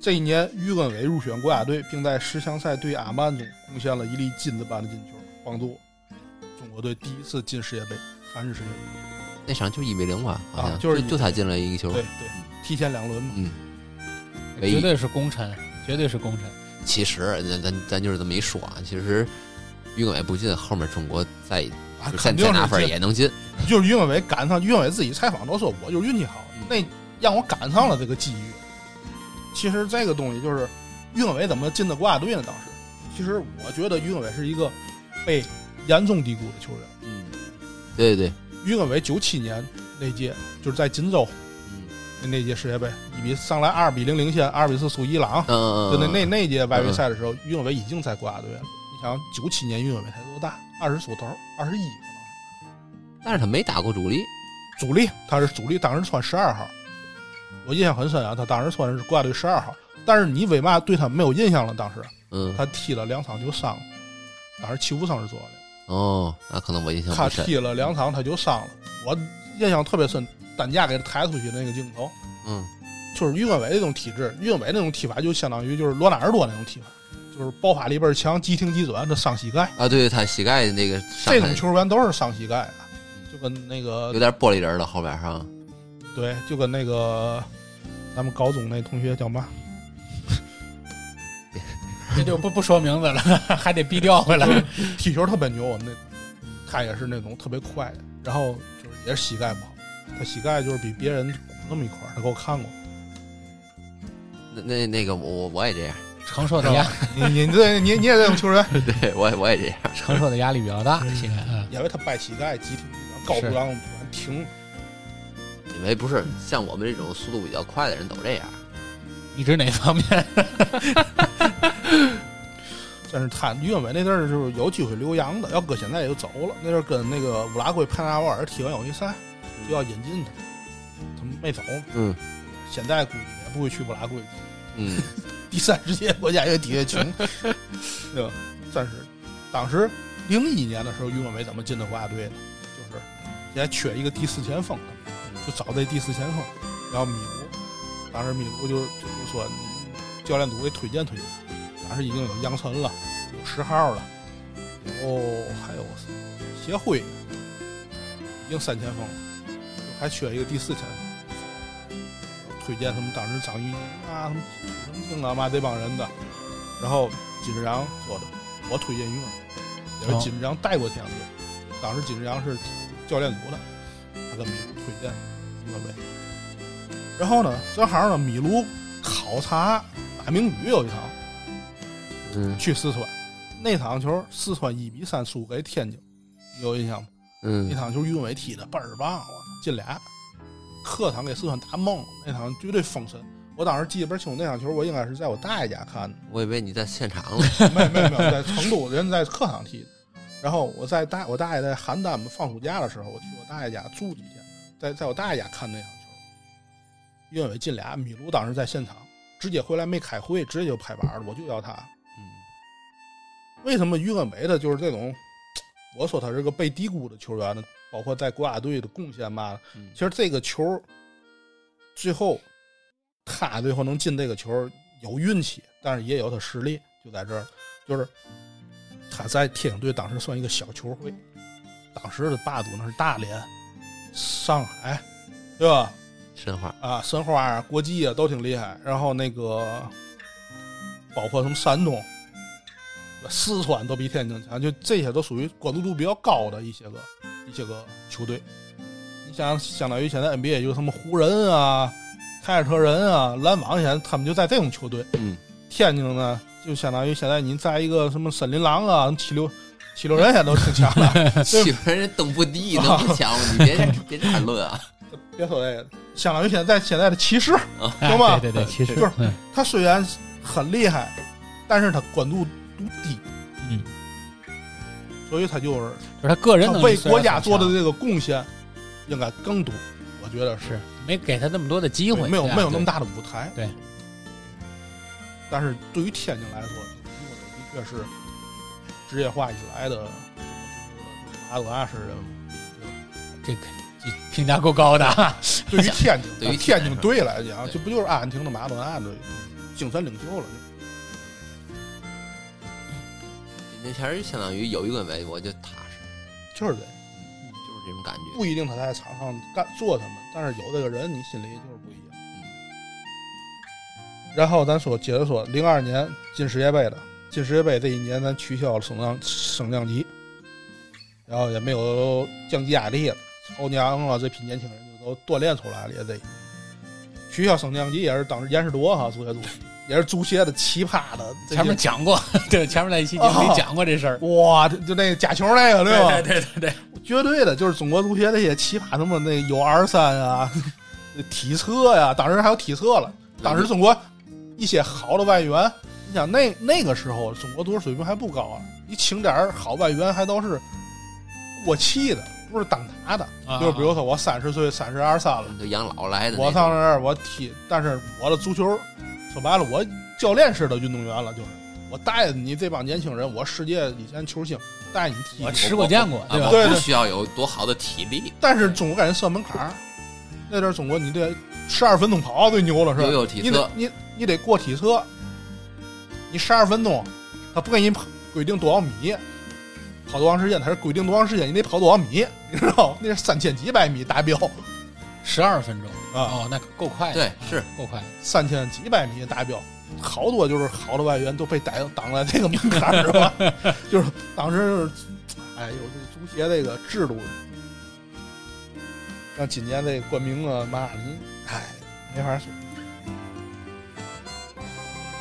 [SPEAKER 1] 这一年，于根伟入选国家队，并在十强赛对阿曼中贡献了一粒金子般的进球，帮助中国队第一次进世界杯，韩日世界杯。
[SPEAKER 3] 那场就一比零吧，好
[SPEAKER 1] 啊
[SPEAKER 3] 像
[SPEAKER 1] 就是一
[SPEAKER 3] 就他进了一个球，
[SPEAKER 1] 对对，提前两轮嘛。
[SPEAKER 3] 嗯，唯
[SPEAKER 2] 绝
[SPEAKER 3] 一。
[SPEAKER 2] 对是功臣，绝对是功臣，
[SPEAKER 3] 其实咱咱咱就是这么一说啊，其实于根伟不进，后面中国再
[SPEAKER 1] 啊，
[SPEAKER 3] 再
[SPEAKER 1] 肯定
[SPEAKER 3] 再
[SPEAKER 1] 是
[SPEAKER 3] 拿分
[SPEAKER 1] 进
[SPEAKER 3] 也能进，
[SPEAKER 1] 就是于根伟赶上，于根伟自己采访都说，我就是运气好，
[SPEAKER 3] 嗯
[SPEAKER 1] 那让我赶上了这个机遇。其实这个东西就是于根伟怎么进的国家队呢？当时，其实我觉得于根伟是一个被严重低估的球员。
[SPEAKER 3] 嗯，对对对，
[SPEAKER 1] 于根伟九七年那届就是在锦州
[SPEAKER 3] 嗯
[SPEAKER 1] 那届世界杯，一比上来二比零领先，二比四输伊朗
[SPEAKER 3] 嗯，嗯，
[SPEAKER 1] 就那
[SPEAKER 3] 嗯
[SPEAKER 1] 那那届外围
[SPEAKER 3] 嗯
[SPEAKER 1] 赛的时候，于永伟已经在国家队了。你想，九七年于永伟才多大？二十出头，二十一，
[SPEAKER 3] 但是他没打过主力，
[SPEAKER 1] 主力他是主力，当时穿十二号。我印象很深啊，他当时穿的是国家队十二号。但是你为嘛对他没有印象了？当时
[SPEAKER 3] 嗯，
[SPEAKER 1] 他踢了两场就伤了，当时七五伤是左的，
[SPEAKER 3] 哦，那可能我印象
[SPEAKER 1] 他
[SPEAKER 3] 不深，
[SPEAKER 1] 踢了两场他就伤了。我印象特别深，担架给他抬出去那个镜头，
[SPEAKER 3] 嗯，
[SPEAKER 1] 就是于根伟那种体质，于根伟那种踢法就相当于就是罗纳尔多那种踢法，就是爆发力倍儿强，急停急转，这伤膝盖。
[SPEAKER 3] 啊，对他膝盖那个上
[SPEAKER 1] 这种
[SPEAKER 3] 来
[SPEAKER 1] 球员都是伤膝盖的，啊就跟那个
[SPEAKER 3] 有点玻璃人了，后边上
[SPEAKER 1] 对，就跟那个咱们高中那同学叫嘛，
[SPEAKER 2] 这就不不说名字了， 还得逼调回来，
[SPEAKER 1] 踢球特别牛，我们那他也是那种特别快的，然后就是也是膝盖不好，他膝盖就是比别人鼓那么一块儿，他给我看过。
[SPEAKER 3] 那那那个我我我也这 样，
[SPEAKER 2] 承受的压
[SPEAKER 1] 你你这你你也这种球 员，
[SPEAKER 3] 对我也我也这样，
[SPEAKER 2] 承受的压力比较大，
[SPEAKER 1] 嗯
[SPEAKER 2] 现在啊，
[SPEAKER 1] 因为他掰膝盖，急停急转，高
[SPEAKER 2] 是
[SPEAKER 1] 不让我们停。
[SPEAKER 3] 因为不是像我们这种速度比较快的人都这样，
[SPEAKER 2] 你指哪方 面？
[SPEAKER 1] 但是他于根伟那阵儿就是有机会留洋的，要搁现在也就走了。那阵儿跟那个乌拉圭帕纳瓦尔踢完友谊赛，就要引进他，他没走。
[SPEAKER 3] 嗯
[SPEAKER 1] 现在估计也不会去乌拉圭踢。
[SPEAKER 3] 嗯，
[SPEAKER 1] 第三世界国家越踢越穷，对吧？但是当时零一年的时候，于根伟怎么进的国家队呢？就是现在缺一个第四前锋，就找这第四前锋。然后米卢，当时米卢就就就说你教练组给推荐推荐，但是已经有杨晨了，有石号了，哦，还有协会，已经三前锋了，还缺一个第四前锋。推荐什么当时张玉宁啊，什么陈胜庆啊，嘛这帮人的。然后金志扬说的，我推荐于文，因为
[SPEAKER 2] 哦
[SPEAKER 1] 金志扬带过天津队，当时金志扬是教练组的，他跟米卢推荐于文呗。然后呢，正好呢，米卢考察马明宇有一场
[SPEAKER 3] 嗯
[SPEAKER 1] 去四川，那场球四川一比三输给天津，你有印象吗？那
[SPEAKER 3] 嗯
[SPEAKER 1] 场球于文伟踢的倍儿棒，我操，进俩，客场给四川打懵了，那场绝对封神。我当时记得倍儿清楚，那场球我应该是在我大爷家看的，
[SPEAKER 3] 我以为你在现场 了。
[SPEAKER 1] 没没没有，在成都人在客场踢的。然后我在大我大爷在邯郸放暑假的时候，我去我大爷家住几天，在在我大爷家看那场球，于文伟进俩，米卢当时在现场，直接回来没开会，直接就拍板了，我就要他。为什么于根梅他就是这种，我说他是个被低估的球员呢？包括在国家队的贡献嘛，
[SPEAKER 3] 嗯
[SPEAKER 1] 其实这个球最后他最后能进这个球有运气，但是也有他实力，就在这儿，就是他在天津队当时算一个小球会，当时的霸主那是大连、上海，对吧？
[SPEAKER 3] 申花，
[SPEAKER 1] 啊，申花啊、国际啊都挺厉害。然后那个包括什么山东、四川都比天津强，就这些都属于关注度比较高的一些个一些个球队。你想，相当于现在 NBA 有什么湖人啊、凯尔特人啊、篮网，现在他们就在这种球队。
[SPEAKER 3] 嗯，
[SPEAKER 1] 天津呢，就相当于现在您在一个什么森林狼啊、七六七六人，现在都挺强的。
[SPEAKER 3] 喜欢人邓布迪能不强吗？你别别这样论啊！
[SPEAKER 1] 别说这个，相当于现在现在的骑士，行吧
[SPEAKER 2] 哎 对对对，其实
[SPEAKER 1] 就是
[SPEAKER 2] 嗯
[SPEAKER 1] 他虽然很厉害，但是他关注度低，
[SPEAKER 2] 嗯，
[SPEAKER 1] 所以他就是
[SPEAKER 2] 就是他个人
[SPEAKER 1] 他
[SPEAKER 2] 能力
[SPEAKER 1] 为
[SPEAKER 2] 虽然
[SPEAKER 1] 国家
[SPEAKER 2] 很
[SPEAKER 1] 做的
[SPEAKER 2] 强
[SPEAKER 1] 这个贡献应该更多，我觉得是
[SPEAKER 2] 是没给他那么多的机会，
[SPEAKER 1] 没有
[SPEAKER 2] 对吧啊
[SPEAKER 1] 没有那么大的舞台。
[SPEAKER 2] 对，
[SPEAKER 1] 但是对于天津来说，这个的确是职业化以来的阿鲁纳式人物。
[SPEAKER 2] 这个这评价够高的 啊。
[SPEAKER 1] 对于天津，啊
[SPEAKER 3] 对于
[SPEAKER 1] 天
[SPEAKER 3] 天
[SPEAKER 1] 津
[SPEAKER 3] 津
[SPEAKER 1] 队来讲，
[SPEAKER 3] 对
[SPEAKER 1] 这不就是阿根廷的马拉多纳的精神领袖了？
[SPEAKER 3] 那前儿相当于有一个没，我就踏实，
[SPEAKER 1] 就是这样。
[SPEAKER 3] 就是这种感觉。
[SPEAKER 1] 不一定他在场上干做什么，但是有这个人，你心里就是不一
[SPEAKER 3] 嗯
[SPEAKER 1] 样。然后咱说，接着说，零二年进世界杯了，进世界杯这一年，咱取消了升降升降级，然后也没有降级压力了，后娘啊，这批年轻人就都锻炼出来了，也得取消升降级，也是当时严世铎哈足协主席，也是足协的奇葩的这些
[SPEAKER 2] 前面讲过， 对，前面在一期节
[SPEAKER 1] 哦
[SPEAKER 2] 目里讲过这事儿。
[SPEAKER 1] 哇，就就那个假球那个吧？
[SPEAKER 2] 对对对对对，
[SPEAKER 1] 绝对的，就是中国足协那些奇葩他妈那有 R 三啊， 体测呀、当时还有体测了。
[SPEAKER 2] 嗯
[SPEAKER 1] 当时中国一些好的外援，你想那那个时候中国足球水平还不高啊，你请点儿好外援还都是过气的，不是当打的。
[SPEAKER 2] 啊
[SPEAKER 1] 就是比如说我三十岁、三十二三了，
[SPEAKER 3] 就养老来的那种。啊
[SPEAKER 1] 我上那儿我踢，但是我的足球说白了，我教练式的运动员了，就是我带着你这帮年轻人，我世界以前球星带你踢，
[SPEAKER 2] 我吃过见过，
[SPEAKER 3] 啊，
[SPEAKER 2] 对吧？
[SPEAKER 1] 对
[SPEAKER 3] 我不
[SPEAKER 1] 对
[SPEAKER 3] 需要有多好的体力，
[SPEAKER 1] 但是中国感觉设门槛儿，那阵儿中国你得十二分钟跑啊最牛了是吧？
[SPEAKER 3] 又有体
[SPEAKER 1] 你得
[SPEAKER 3] 测，
[SPEAKER 1] 你你得过体测，你十二分钟，他不给你跑规定多少米，跑多长时间，他是规定多长时间，你得跑多少米，你知道吗？那是三千几百米达标
[SPEAKER 2] 十二分钟，
[SPEAKER 1] 啊，
[SPEAKER 2] 哦，那够快的，
[SPEAKER 3] 对
[SPEAKER 2] 啊
[SPEAKER 3] 是
[SPEAKER 2] 够快的。
[SPEAKER 1] 三千几百米达标。好多就是好的外援都被逮挡在这个门槛儿是吧？就是当时就是，哎呦，这足协这个制度，像今年这冠名啊，妈的，你哎，没法说。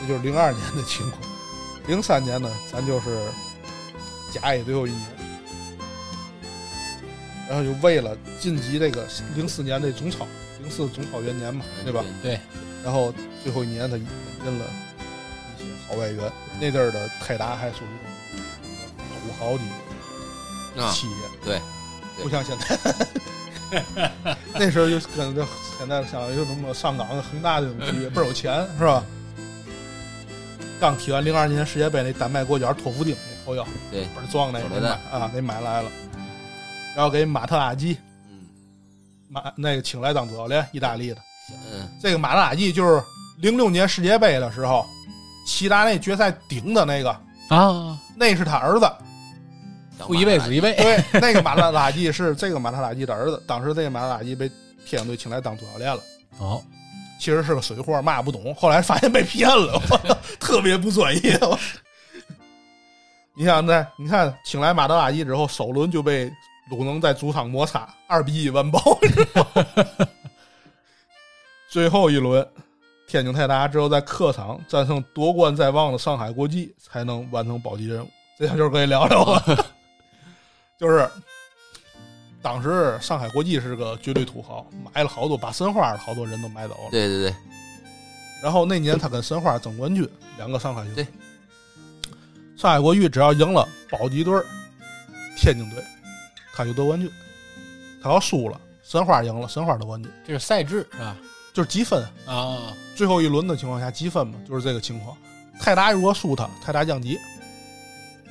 [SPEAKER 1] 这就是零二年的情况，零三年呢，咱就是甲乙最后一年，然后就为了晋级这个零四年的中超，零四中超元年嘛，对吧？？
[SPEAKER 2] 对，
[SPEAKER 1] 然后最后一年他引进了一些好外援，
[SPEAKER 3] 嗯
[SPEAKER 1] 那阵儿的泰达还属于土豪级
[SPEAKER 3] 啊，
[SPEAKER 1] 企业，
[SPEAKER 3] 对对
[SPEAKER 1] 不像现在。 那时候就跟这现在相当于就那么上港、恒大这种级别，倍儿有钱是吧？
[SPEAKER 3] 嗯
[SPEAKER 1] 刚踢完零二年世界杯那丹麦国脚托福丁那后腰，
[SPEAKER 3] 对
[SPEAKER 1] 倍儿壮那
[SPEAKER 3] 手
[SPEAKER 1] 个
[SPEAKER 3] 榴
[SPEAKER 1] 买
[SPEAKER 3] 弹
[SPEAKER 1] 啊，那买来了，然后给马特阿基
[SPEAKER 3] 嗯
[SPEAKER 1] 马那个请来当主教练，意大利的。
[SPEAKER 3] 嗯
[SPEAKER 1] 这个马特阿基就是零六年世界杯的时候，齐达内决赛顶的那个，
[SPEAKER 2] 啊，
[SPEAKER 1] 那是他儿子。
[SPEAKER 2] 不一位子一位，
[SPEAKER 1] 对，那个马特拉基是这个马特拉基的儿子。当时这个马特拉基被天津队请来当主教练了，
[SPEAKER 2] 哦，
[SPEAKER 1] 其实是个水货，嘛也不懂。后来发现被骗了，我操特别不专业。我你想在你看请来马特拉基之后，首轮就被鲁能在主场摩擦，二比一完爆。你知道吗 最后一轮，天津泰达只有在客场战胜夺冠在望的上海国际，才能完成保级任务。这就是可以聊聊了。 就是当时上海国际是个绝对土豪，买了好多，把申花的好多人都买走了。
[SPEAKER 3] 对对对，
[SPEAKER 1] 然后那年他跟申花争冠军，两个上海球队
[SPEAKER 3] 对。
[SPEAKER 1] 上海国际只要赢了保级队儿、天津队，他就得冠军；他要输了，申花赢了，申花得冠军，
[SPEAKER 2] 这是赛制是吧？
[SPEAKER 1] 就是积分。
[SPEAKER 2] 啊，
[SPEAKER 1] 最后一轮的情况下积分嘛，就是这个情况。泰达如果输他，泰达降级，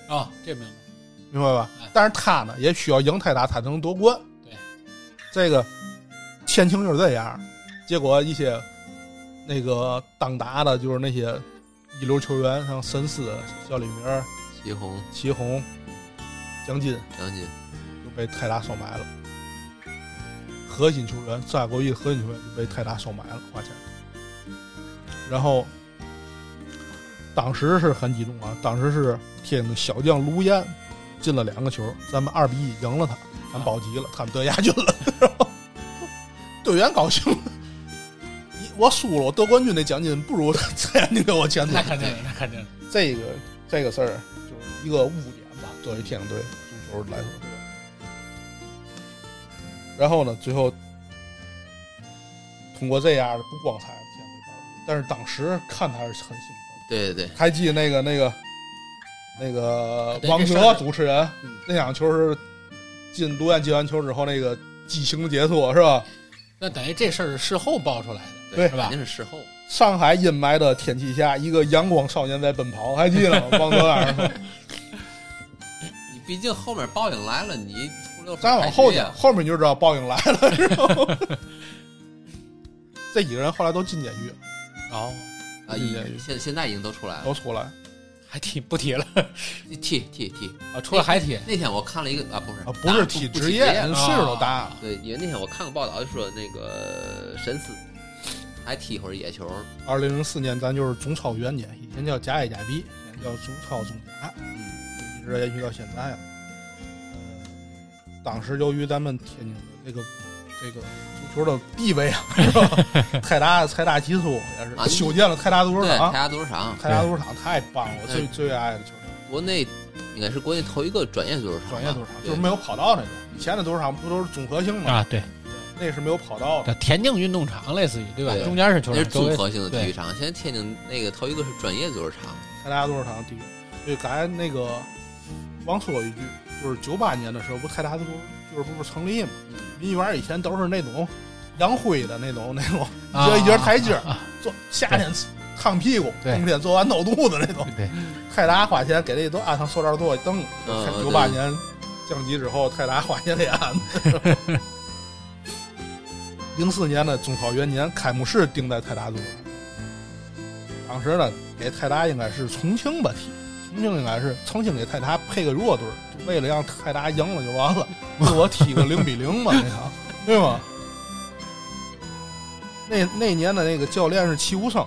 [SPEAKER 2] 哦，这明白，
[SPEAKER 1] 明白吧
[SPEAKER 2] 哎？
[SPEAKER 1] 但是他呢，也需要赢泰达才能夺冠。
[SPEAKER 2] 对，
[SPEAKER 1] 这个前情就是这样。结果一些那个当打的，就是那些一流球员，像申思、肖里明、
[SPEAKER 3] 祁宏、
[SPEAKER 1] 祁宏、江津，
[SPEAKER 3] 张晋，
[SPEAKER 1] 就被泰达收买了。核心球员，沙国际核心球员就被泰达收买了，花钱。然后，当时是很激动啊！当时是天津的小将卢燕进了两个球，咱们二比一赢了他，咱保级了，他们得亚军了。 队员高兴了，你我输了，我得冠军那奖金不如 蔡安你给我钱多
[SPEAKER 2] 那。肯 定，那肯定，
[SPEAKER 1] 这个这个事儿就是一个污点吧，作为天津队足球来说，对吧？然后呢，最后通过这样的不光彩的天津队保级，但是当时看他是很兴奋
[SPEAKER 3] 对对对
[SPEAKER 1] 的，还记得那个那个那个
[SPEAKER 2] 对
[SPEAKER 1] 王
[SPEAKER 2] 这事
[SPEAKER 1] 哲
[SPEAKER 2] 儿
[SPEAKER 1] 主持人
[SPEAKER 2] 嗯
[SPEAKER 1] 那场球是进卢燕接完球之后那个激情解脱是吧？
[SPEAKER 2] 那等于这事儿是事后爆出来的，
[SPEAKER 1] 对
[SPEAKER 2] 是吧
[SPEAKER 3] 肯定是事后。
[SPEAKER 1] 上海阴霾的天气下，一个阳光少年在奔跑，还记得 吗？王哲当时说。
[SPEAKER 3] 你毕竟后面报应来了，你初六
[SPEAKER 1] 咱往后
[SPEAKER 3] 讲
[SPEAKER 1] 讲，，后面你就知道报应来了，知道吗？ 这几个人后来都进监狱，
[SPEAKER 2] 哦，
[SPEAKER 3] 啊，已现现在已经都出来了
[SPEAKER 1] 都出来
[SPEAKER 2] 还提不提了
[SPEAKER 3] ，T T T。
[SPEAKER 2] 啊？ 除了还提，
[SPEAKER 3] 那天我看了一个啊，不是
[SPEAKER 1] 啊，不是体职业，啊人岁数都大了
[SPEAKER 3] 对，因为那天我看个报道就说那个神思还踢一会儿野球，
[SPEAKER 1] 二零零四年咱就是中超元年，以前叫甲 A 甲 B，以前叫中超中甲，
[SPEAKER 3] 嗯，
[SPEAKER 1] 一直延续到现在了。呃，当时由于咱们天津的这个这个足球的地位啊， 是 吧？泰达泰达奇数也
[SPEAKER 3] 啊
[SPEAKER 1] 是
[SPEAKER 3] 你
[SPEAKER 1] 修建了泰达足球
[SPEAKER 3] 对，泰
[SPEAKER 1] 场，啊
[SPEAKER 3] 达足球场，
[SPEAKER 1] 泰达足球场太棒了，我最
[SPEAKER 3] 嗯
[SPEAKER 1] 最爱的球场。
[SPEAKER 3] 国内应该是国内头一个专业足球场吧，
[SPEAKER 1] 专业足球场，
[SPEAKER 3] 对
[SPEAKER 1] 就是没有跑道那种。以前的足球场不都是综合性吗？
[SPEAKER 2] 啊，对，
[SPEAKER 1] 那是没有跑道的。
[SPEAKER 2] 叫田径运动场，类似于对吧？
[SPEAKER 3] 对
[SPEAKER 2] 中间是球
[SPEAKER 3] 那是
[SPEAKER 2] 场，周围
[SPEAKER 3] 综合性的体育场。现在天津那个头一个是专业足球场，
[SPEAKER 1] 泰达足球场第一。对，刚才那个忘说一句，就是九八年的时候，不泰达足球俱乐部不是成立吗？
[SPEAKER 3] 嗯，
[SPEAKER 1] 民园以前都是那种洋灰的那种那种，一
[SPEAKER 2] 啊
[SPEAKER 1] 节一节台阶儿，
[SPEAKER 2] 啊
[SPEAKER 1] 做夏天烫屁股，
[SPEAKER 2] 对
[SPEAKER 1] 冬天做完闹肚子那种。
[SPEAKER 2] 对，
[SPEAKER 1] 泰达花钱给那都安上塑料座凳，
[SPEAKER 3] 嗯
[SPEAKER 1] 九八年降级之后，泰达花钱给安的。零四年的中超元年开幕式定在泰达足球场，当时呢给泰达应该是重庆吧踢，重庆应该是重庆给泰达配个弱队儿，就为了让泰达赢了就完了，给我踢个零比零嘛那场，对吗？那那年的那个教练是齐无生，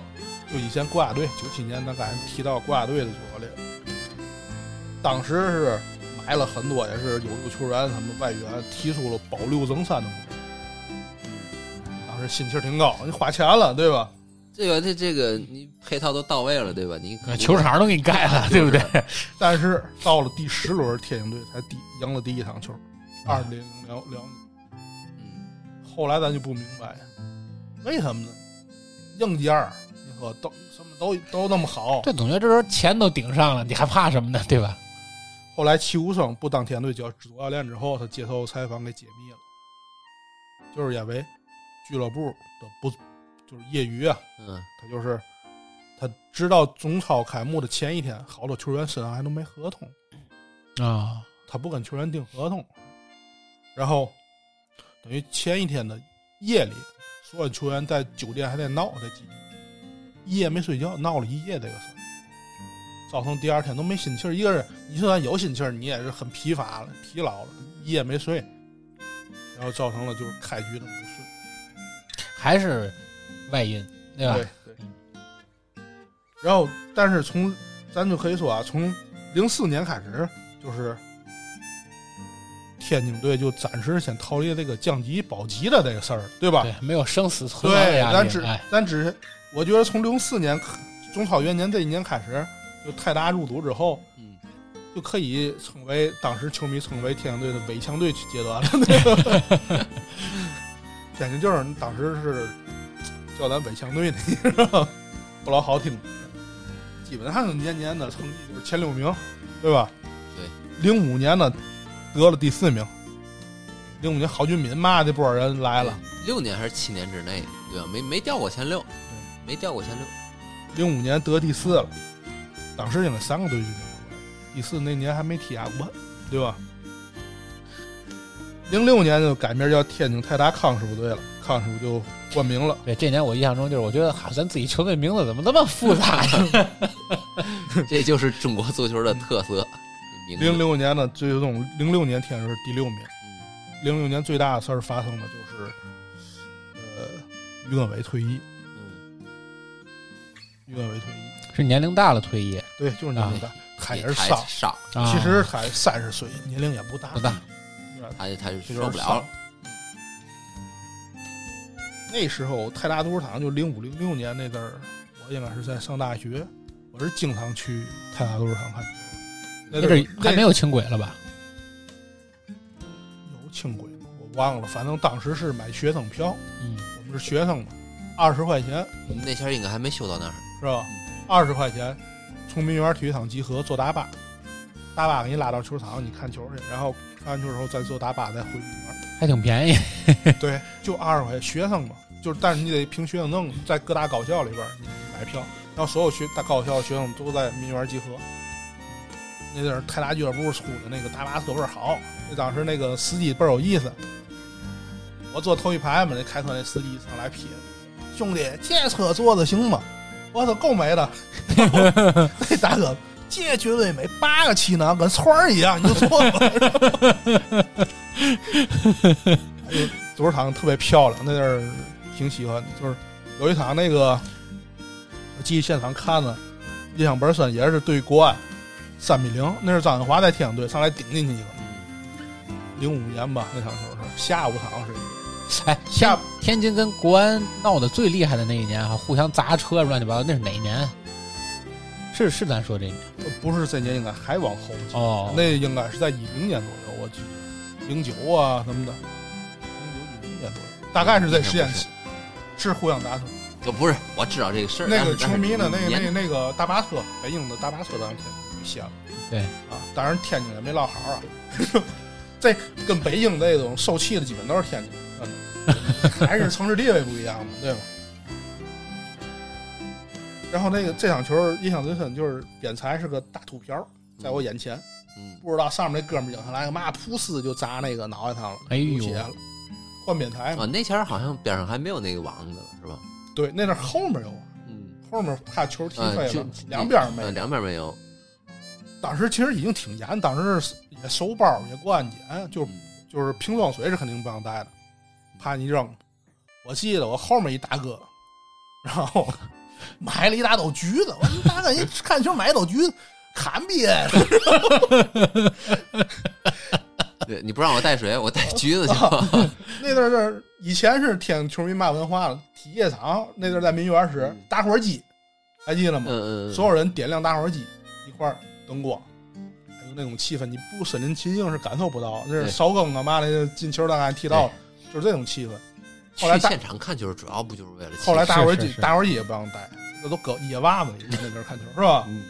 [SPEAKER 1] 就以前国家队九七年咱刚才提到国家队的主教练，当时是买了很多也是优秀球员，他们外援提出了保六争三的目标，当时心气儿挺高，你花钱了对吧？
[SPEAKER 3] 这个这这个你配套都到位了，对吧？你
[SPEAKER 1] 呃
[SPEAKER 2] 啊球场都给你盖了，对不对？
[SPEAKER 1] 但是到了第十轮，天津队才第赢了第一场球，二比零辽辽宁。
[SPEAKER 3] 嗯，
[SPEAKER 1] 后来咱就不明白，为什么呢？硬件儿，你说都什么都都那么好，
[SPEAKER 2] 这总觉得这时候钱都顶上了，你还怕什么呢？对吧？
[SPEAKER 1] 后来齐无生不当天队教主教练之后，他接受采访给解密了，就是因为俱乐部的不就是业余啊，
[SPEAKER 3] 嗯，
[SPEAKER 1] 他就是他直到中超开幕的前一天，好多球员身上还都没合同，
[SPEAKER 2] 啊，
[SPEAKER 1] 他不跟球员订合同，然后等于前一天的夜里，所有球员在酒店还在闹，在基地一夜没睡觉，闹了一夜这个事儿。造成第二天都没心气儿。一个是你就算有心气儿，你也是很疲乏了、疲劳了，一夜没睡，然后造成了就是开局的不顺。
[SPEAKER 2] 还是外因，对吧？
[SPEAKER 1] 对。啊然后，但是从咱就可以说啊，从零四年开始，就是天津队就暂时先逃离这个降级保级的这个事儿，对吧？
[SPEAKER 2] 对，没有生死存亡的
[SPEAKER 1] 对，
[SPEAKER 2] 压
[SPEAKER 1] 咱
[SPEAKER 2] 力
[SPEAKER 1] 只。
[SPEAKER 2] 哎，
[SPEAKER 1] 咱只，我觉得从零四年中超元年这一年开始，就泰达入主之后，
[SPEAKER 3] 嗯，
[SPEAKER 1] 就可以称为当时球迷称为天津队的伪强队阶段了。 简直就是当时是叫咱伪强队呢，你知道吗不老好听。基本上年年的成绩就是前六名，对吧？对。零五年呢，得了第四名。零五年郝俊敏嘛这波人来了。
[SPEAKER 3] 六年还是七年之内，对吧？没没掉过前六，没掉过前六。
[SPEAKER 1] 零五年得第四了，当时应该三个队进去，第四那年还没踢亚冠，对吧？零六年就改名叫天津泰达康师傅队了，康师傅就冠名了。
[SPEAKER 2] 对，这年我印象中就是，我觉得好，咱自己球队名字怎么那么复杂呀？
[SPEAKER 3] 这就是中国足球的特色。名
[SPEAKER 1] 嗯
[SPEAKER 3] 字
[SPEAKER 1] 零，六年呢，最终零六年天津是第六名。
[SPEAKER 3] 嗯
[SPEAKER 1] 零六年最大的事儿发生的就是，呃，于根伟退役，
[SPEAKER 3] 嗯，
[SPEAKER 1] 于根伟退役，
[SPEAKER 2] 是年龄大了退役
[SPEAKER 1] 对，就是年龄大，他也是
[SPEAKER 3] 太
[SPEAKER 1] 伤。
[SPEAKER 3] 少，
[SPEAKER 2] 啊？
[SPEAKER 1] 其实他三十岁，年龄也不大，
[SPEAKER 2] 不大，
[SPEAKER 3] 他就他就
[SPEAKER 1] 这
[SPEAKER 3] 受
[SPEAKER 1] 就是
[SPEAKER 3] 不了
[SPEAKER 1] 上
[SPEAKER 3] 了。。
[SPEAKER 1] 那时候泰达足球场就零五零六年那阵儿，我应该是在上大学，我是经常去泰达足球场看球。嗯那
[SPEAKER 2] 那
[SPEAKER 1] 阵儿
[SPEAKER 2] 阵儿还没有轻轨了吧？
[SPEAKER 1] 有轻轨吗，我忘了，反正当时是买学生票，
[SPEAKER 2] 嗯，
[SPEAKER 1] 我们是学生嘛，二十块钱
[SPEAKER 3] 我们那前儿应该还没修到那儿，
[SPEAKER 1] 是吧？二十块钱从民园体育场集合，坐大巴，大巴给你拉到球场，你看球去，然后看完球之后再坐大巴再回民园。
[SPEAKER 2] 还挺便宜。
[SPEAKER 1] 对，就二十块钱，学生嘛，就是但是你得凭学生证，在各大高校里边儿你买票，然后所有学大高校的学生都在民园集合。那阵儿泰达俱乐部出的那个大巴车倍儿好，那当时那个司机倍儿有意思。我坐头一排嘛，那开车那司机上来撇，兄弟，这车坐的行吗？我说够美的， 那大哥，这绝对美，八个气囊跟串儿一样，你就坐吧。足球场特别漂亮，那阵儿挺喜欢的。就是有一场那个，我记得现场看的，印象倍儿深，也是对国安三比零，那是张振华在天津队上来顶进去一个，
[SPEAKER 3] 嗯，
[SPEAKER 1] 零五年吧那场球是下午场是
[SPEAKER 2] 哎，
[SPEAKER 1] 下
[SPEAKER 2] 天津跟国安闹得最厉害的那一年哈，互相砸车乱七八糟，那是哪一年？啊是是咱说这一年
[SPEAKER 1] 不是这年应该还往后记
[SPEAKER 2] 哦
[SPEAKER 1] 那应该是在一零年左右，我记得零九啊什么的，零九一零年左右，大概是这时间起，是互相打车。
[SPEAKER 3] 就不是我知道这个事儿。
[SPEAKER 1] 那
[SPEAKER 3] 但
[SPEAKER 1] 个
[SPEAKER 3] 是
[SPEAKER 1] 球迷呢，那个那
[SPEAKER 3] 年
[SPEAKER 1] 个那个大巴车，北京的大巴车当天歇了。
[SPEAKER 2] 对
[SPEAKER 1] 啊，当然天津也没落好啊。 这跟北京这种受气的基本都是天津，嗯，还是城市地位不一样嘛，对吧？然后那个这场球印象最深就是边裁是个大秃瓢，在我眼前，
[SPEAKER 3] 嗯，
[SPEAKER 1] 不知道上面那哥们儿影下来个嘛，噗呲就砸那个脑袋上了，
[SPEAKER 2] 哎呦
[SPEAKER 1] 流血了，换边裁嘛
[SPEAKER 3] 啊，。那前儿好像边上还没有那个网子了，是吧？
[SPEAKER 1] 对，那阵儿后面有啊，
[SPEAKER 3] 嗯，
[SPEAKER 1] 后面怕球踢
[SPEAKER 3] 啊
[SPEAKER 1] 飞
[SPEAKER 3] 就
[SPEAKER 1] 了，两边儿没
[SPEAKER 3] 呃，
[SPEAKER 1] 有。
[SPEAKER 3] 两边没有。
[SPEAKER 1] 当时其实已经挺严，当时是也收包也过安检，就
[SPEAKER 3] 嗯
[SPEAKER 1] 就是瓶装水是肯定不让带的，怕你扔。我记得我后面一大哥，然后 买了一大兜橘子，我说大哥，你看球买一兜橘子，砍别
[SPEAKER 3] 对你不让我带水，我
[SPEAKER 1] 哦
[SPEAKER 3] 带橘子去吧。
[SPEAKER 1] 那阵儿以前是天津球迷嘛文化了，体液场那阵儿在民园时
[SPEAKER 3] 嗯
[SPEAKER 1] 打火机，还记得吗？
[SPEAKER 3] 嗯嗯，
[SPEAKER 1] 所有人点亮大火机，一块儿灯光，还有那种气氛，你不身临其境是感受不到。那是
[SPEAKER 3] 对
[SPEAKER 1] 少更啊嘛的进球大概踢到，就是这种气氛。后来
[SPEAKER 3] 去
[SPEAKER 1] 大
[SPEAKER 3] 现场看球主要不就是为了气
[SPEAKER 1] 后来大伙儿
[SPEAKER 2] 是
[SPEAKER 1] 机
[SPEAKER 2] 是是
[SPEAKER 1] 大伙儿机也不让带，那都搁野 袜子里在那儿看球是吧？
[SPEAKER 3] 嗯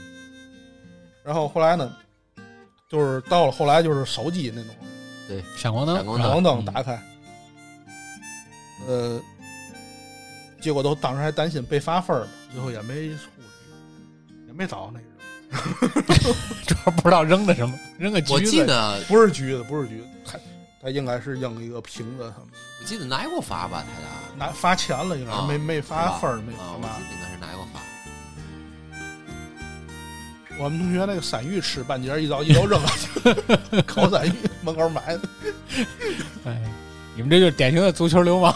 [SPEAKER 1] 然后后来呢，就是到了后来就是手机那种
[SPEAKER 2] 闪光灯，
[SPEAKER 3] 闪光
[SPEAKER 2] 是吧嗯
[SPEAKER 1] 黄灯打开，呃，结果都当时还担心被罚分儿嘛，最后也没处理，也没找那人。
[SPEAKER 2] 主要不知道扔的什么，扔个
[SPEAKER 3] 我
[SPEAKER 2] 橘
[SPEAKER 3] 记
[SPEAKER 2] 子。
[SPEAKER 3] 得
[SPEAKER 1] 不是橘子，不是橘子，他他应该是扔一个瓶子，他们
[SPEAKER 3] 我记得拿过罚吧，泰达。
[SPEAKER 1] 拿罚钱了，应该是
[SPEAKER 3] 啊
[SPEAKER 1] 没没
[SPEAKER 3] 是
[SPEAKER 1] 罚
[SPEAKER 3] 吧
[SPEAKER 1] 分儿，没
[SPEAKER 3] 啊，
[SPEAKER 1] 罚
[SPEAKER 3] 我
[SPEAKER 1] 嘛
[SPEAKER 3] 记。得应该是拿过罚。
[SPEAKER 1] 我们同学那个散玉吃半截儿，一早一头扔了， 烤散玉门口买的。
[SPEAKER 2] 哎，你们这就是典型的足球流氓。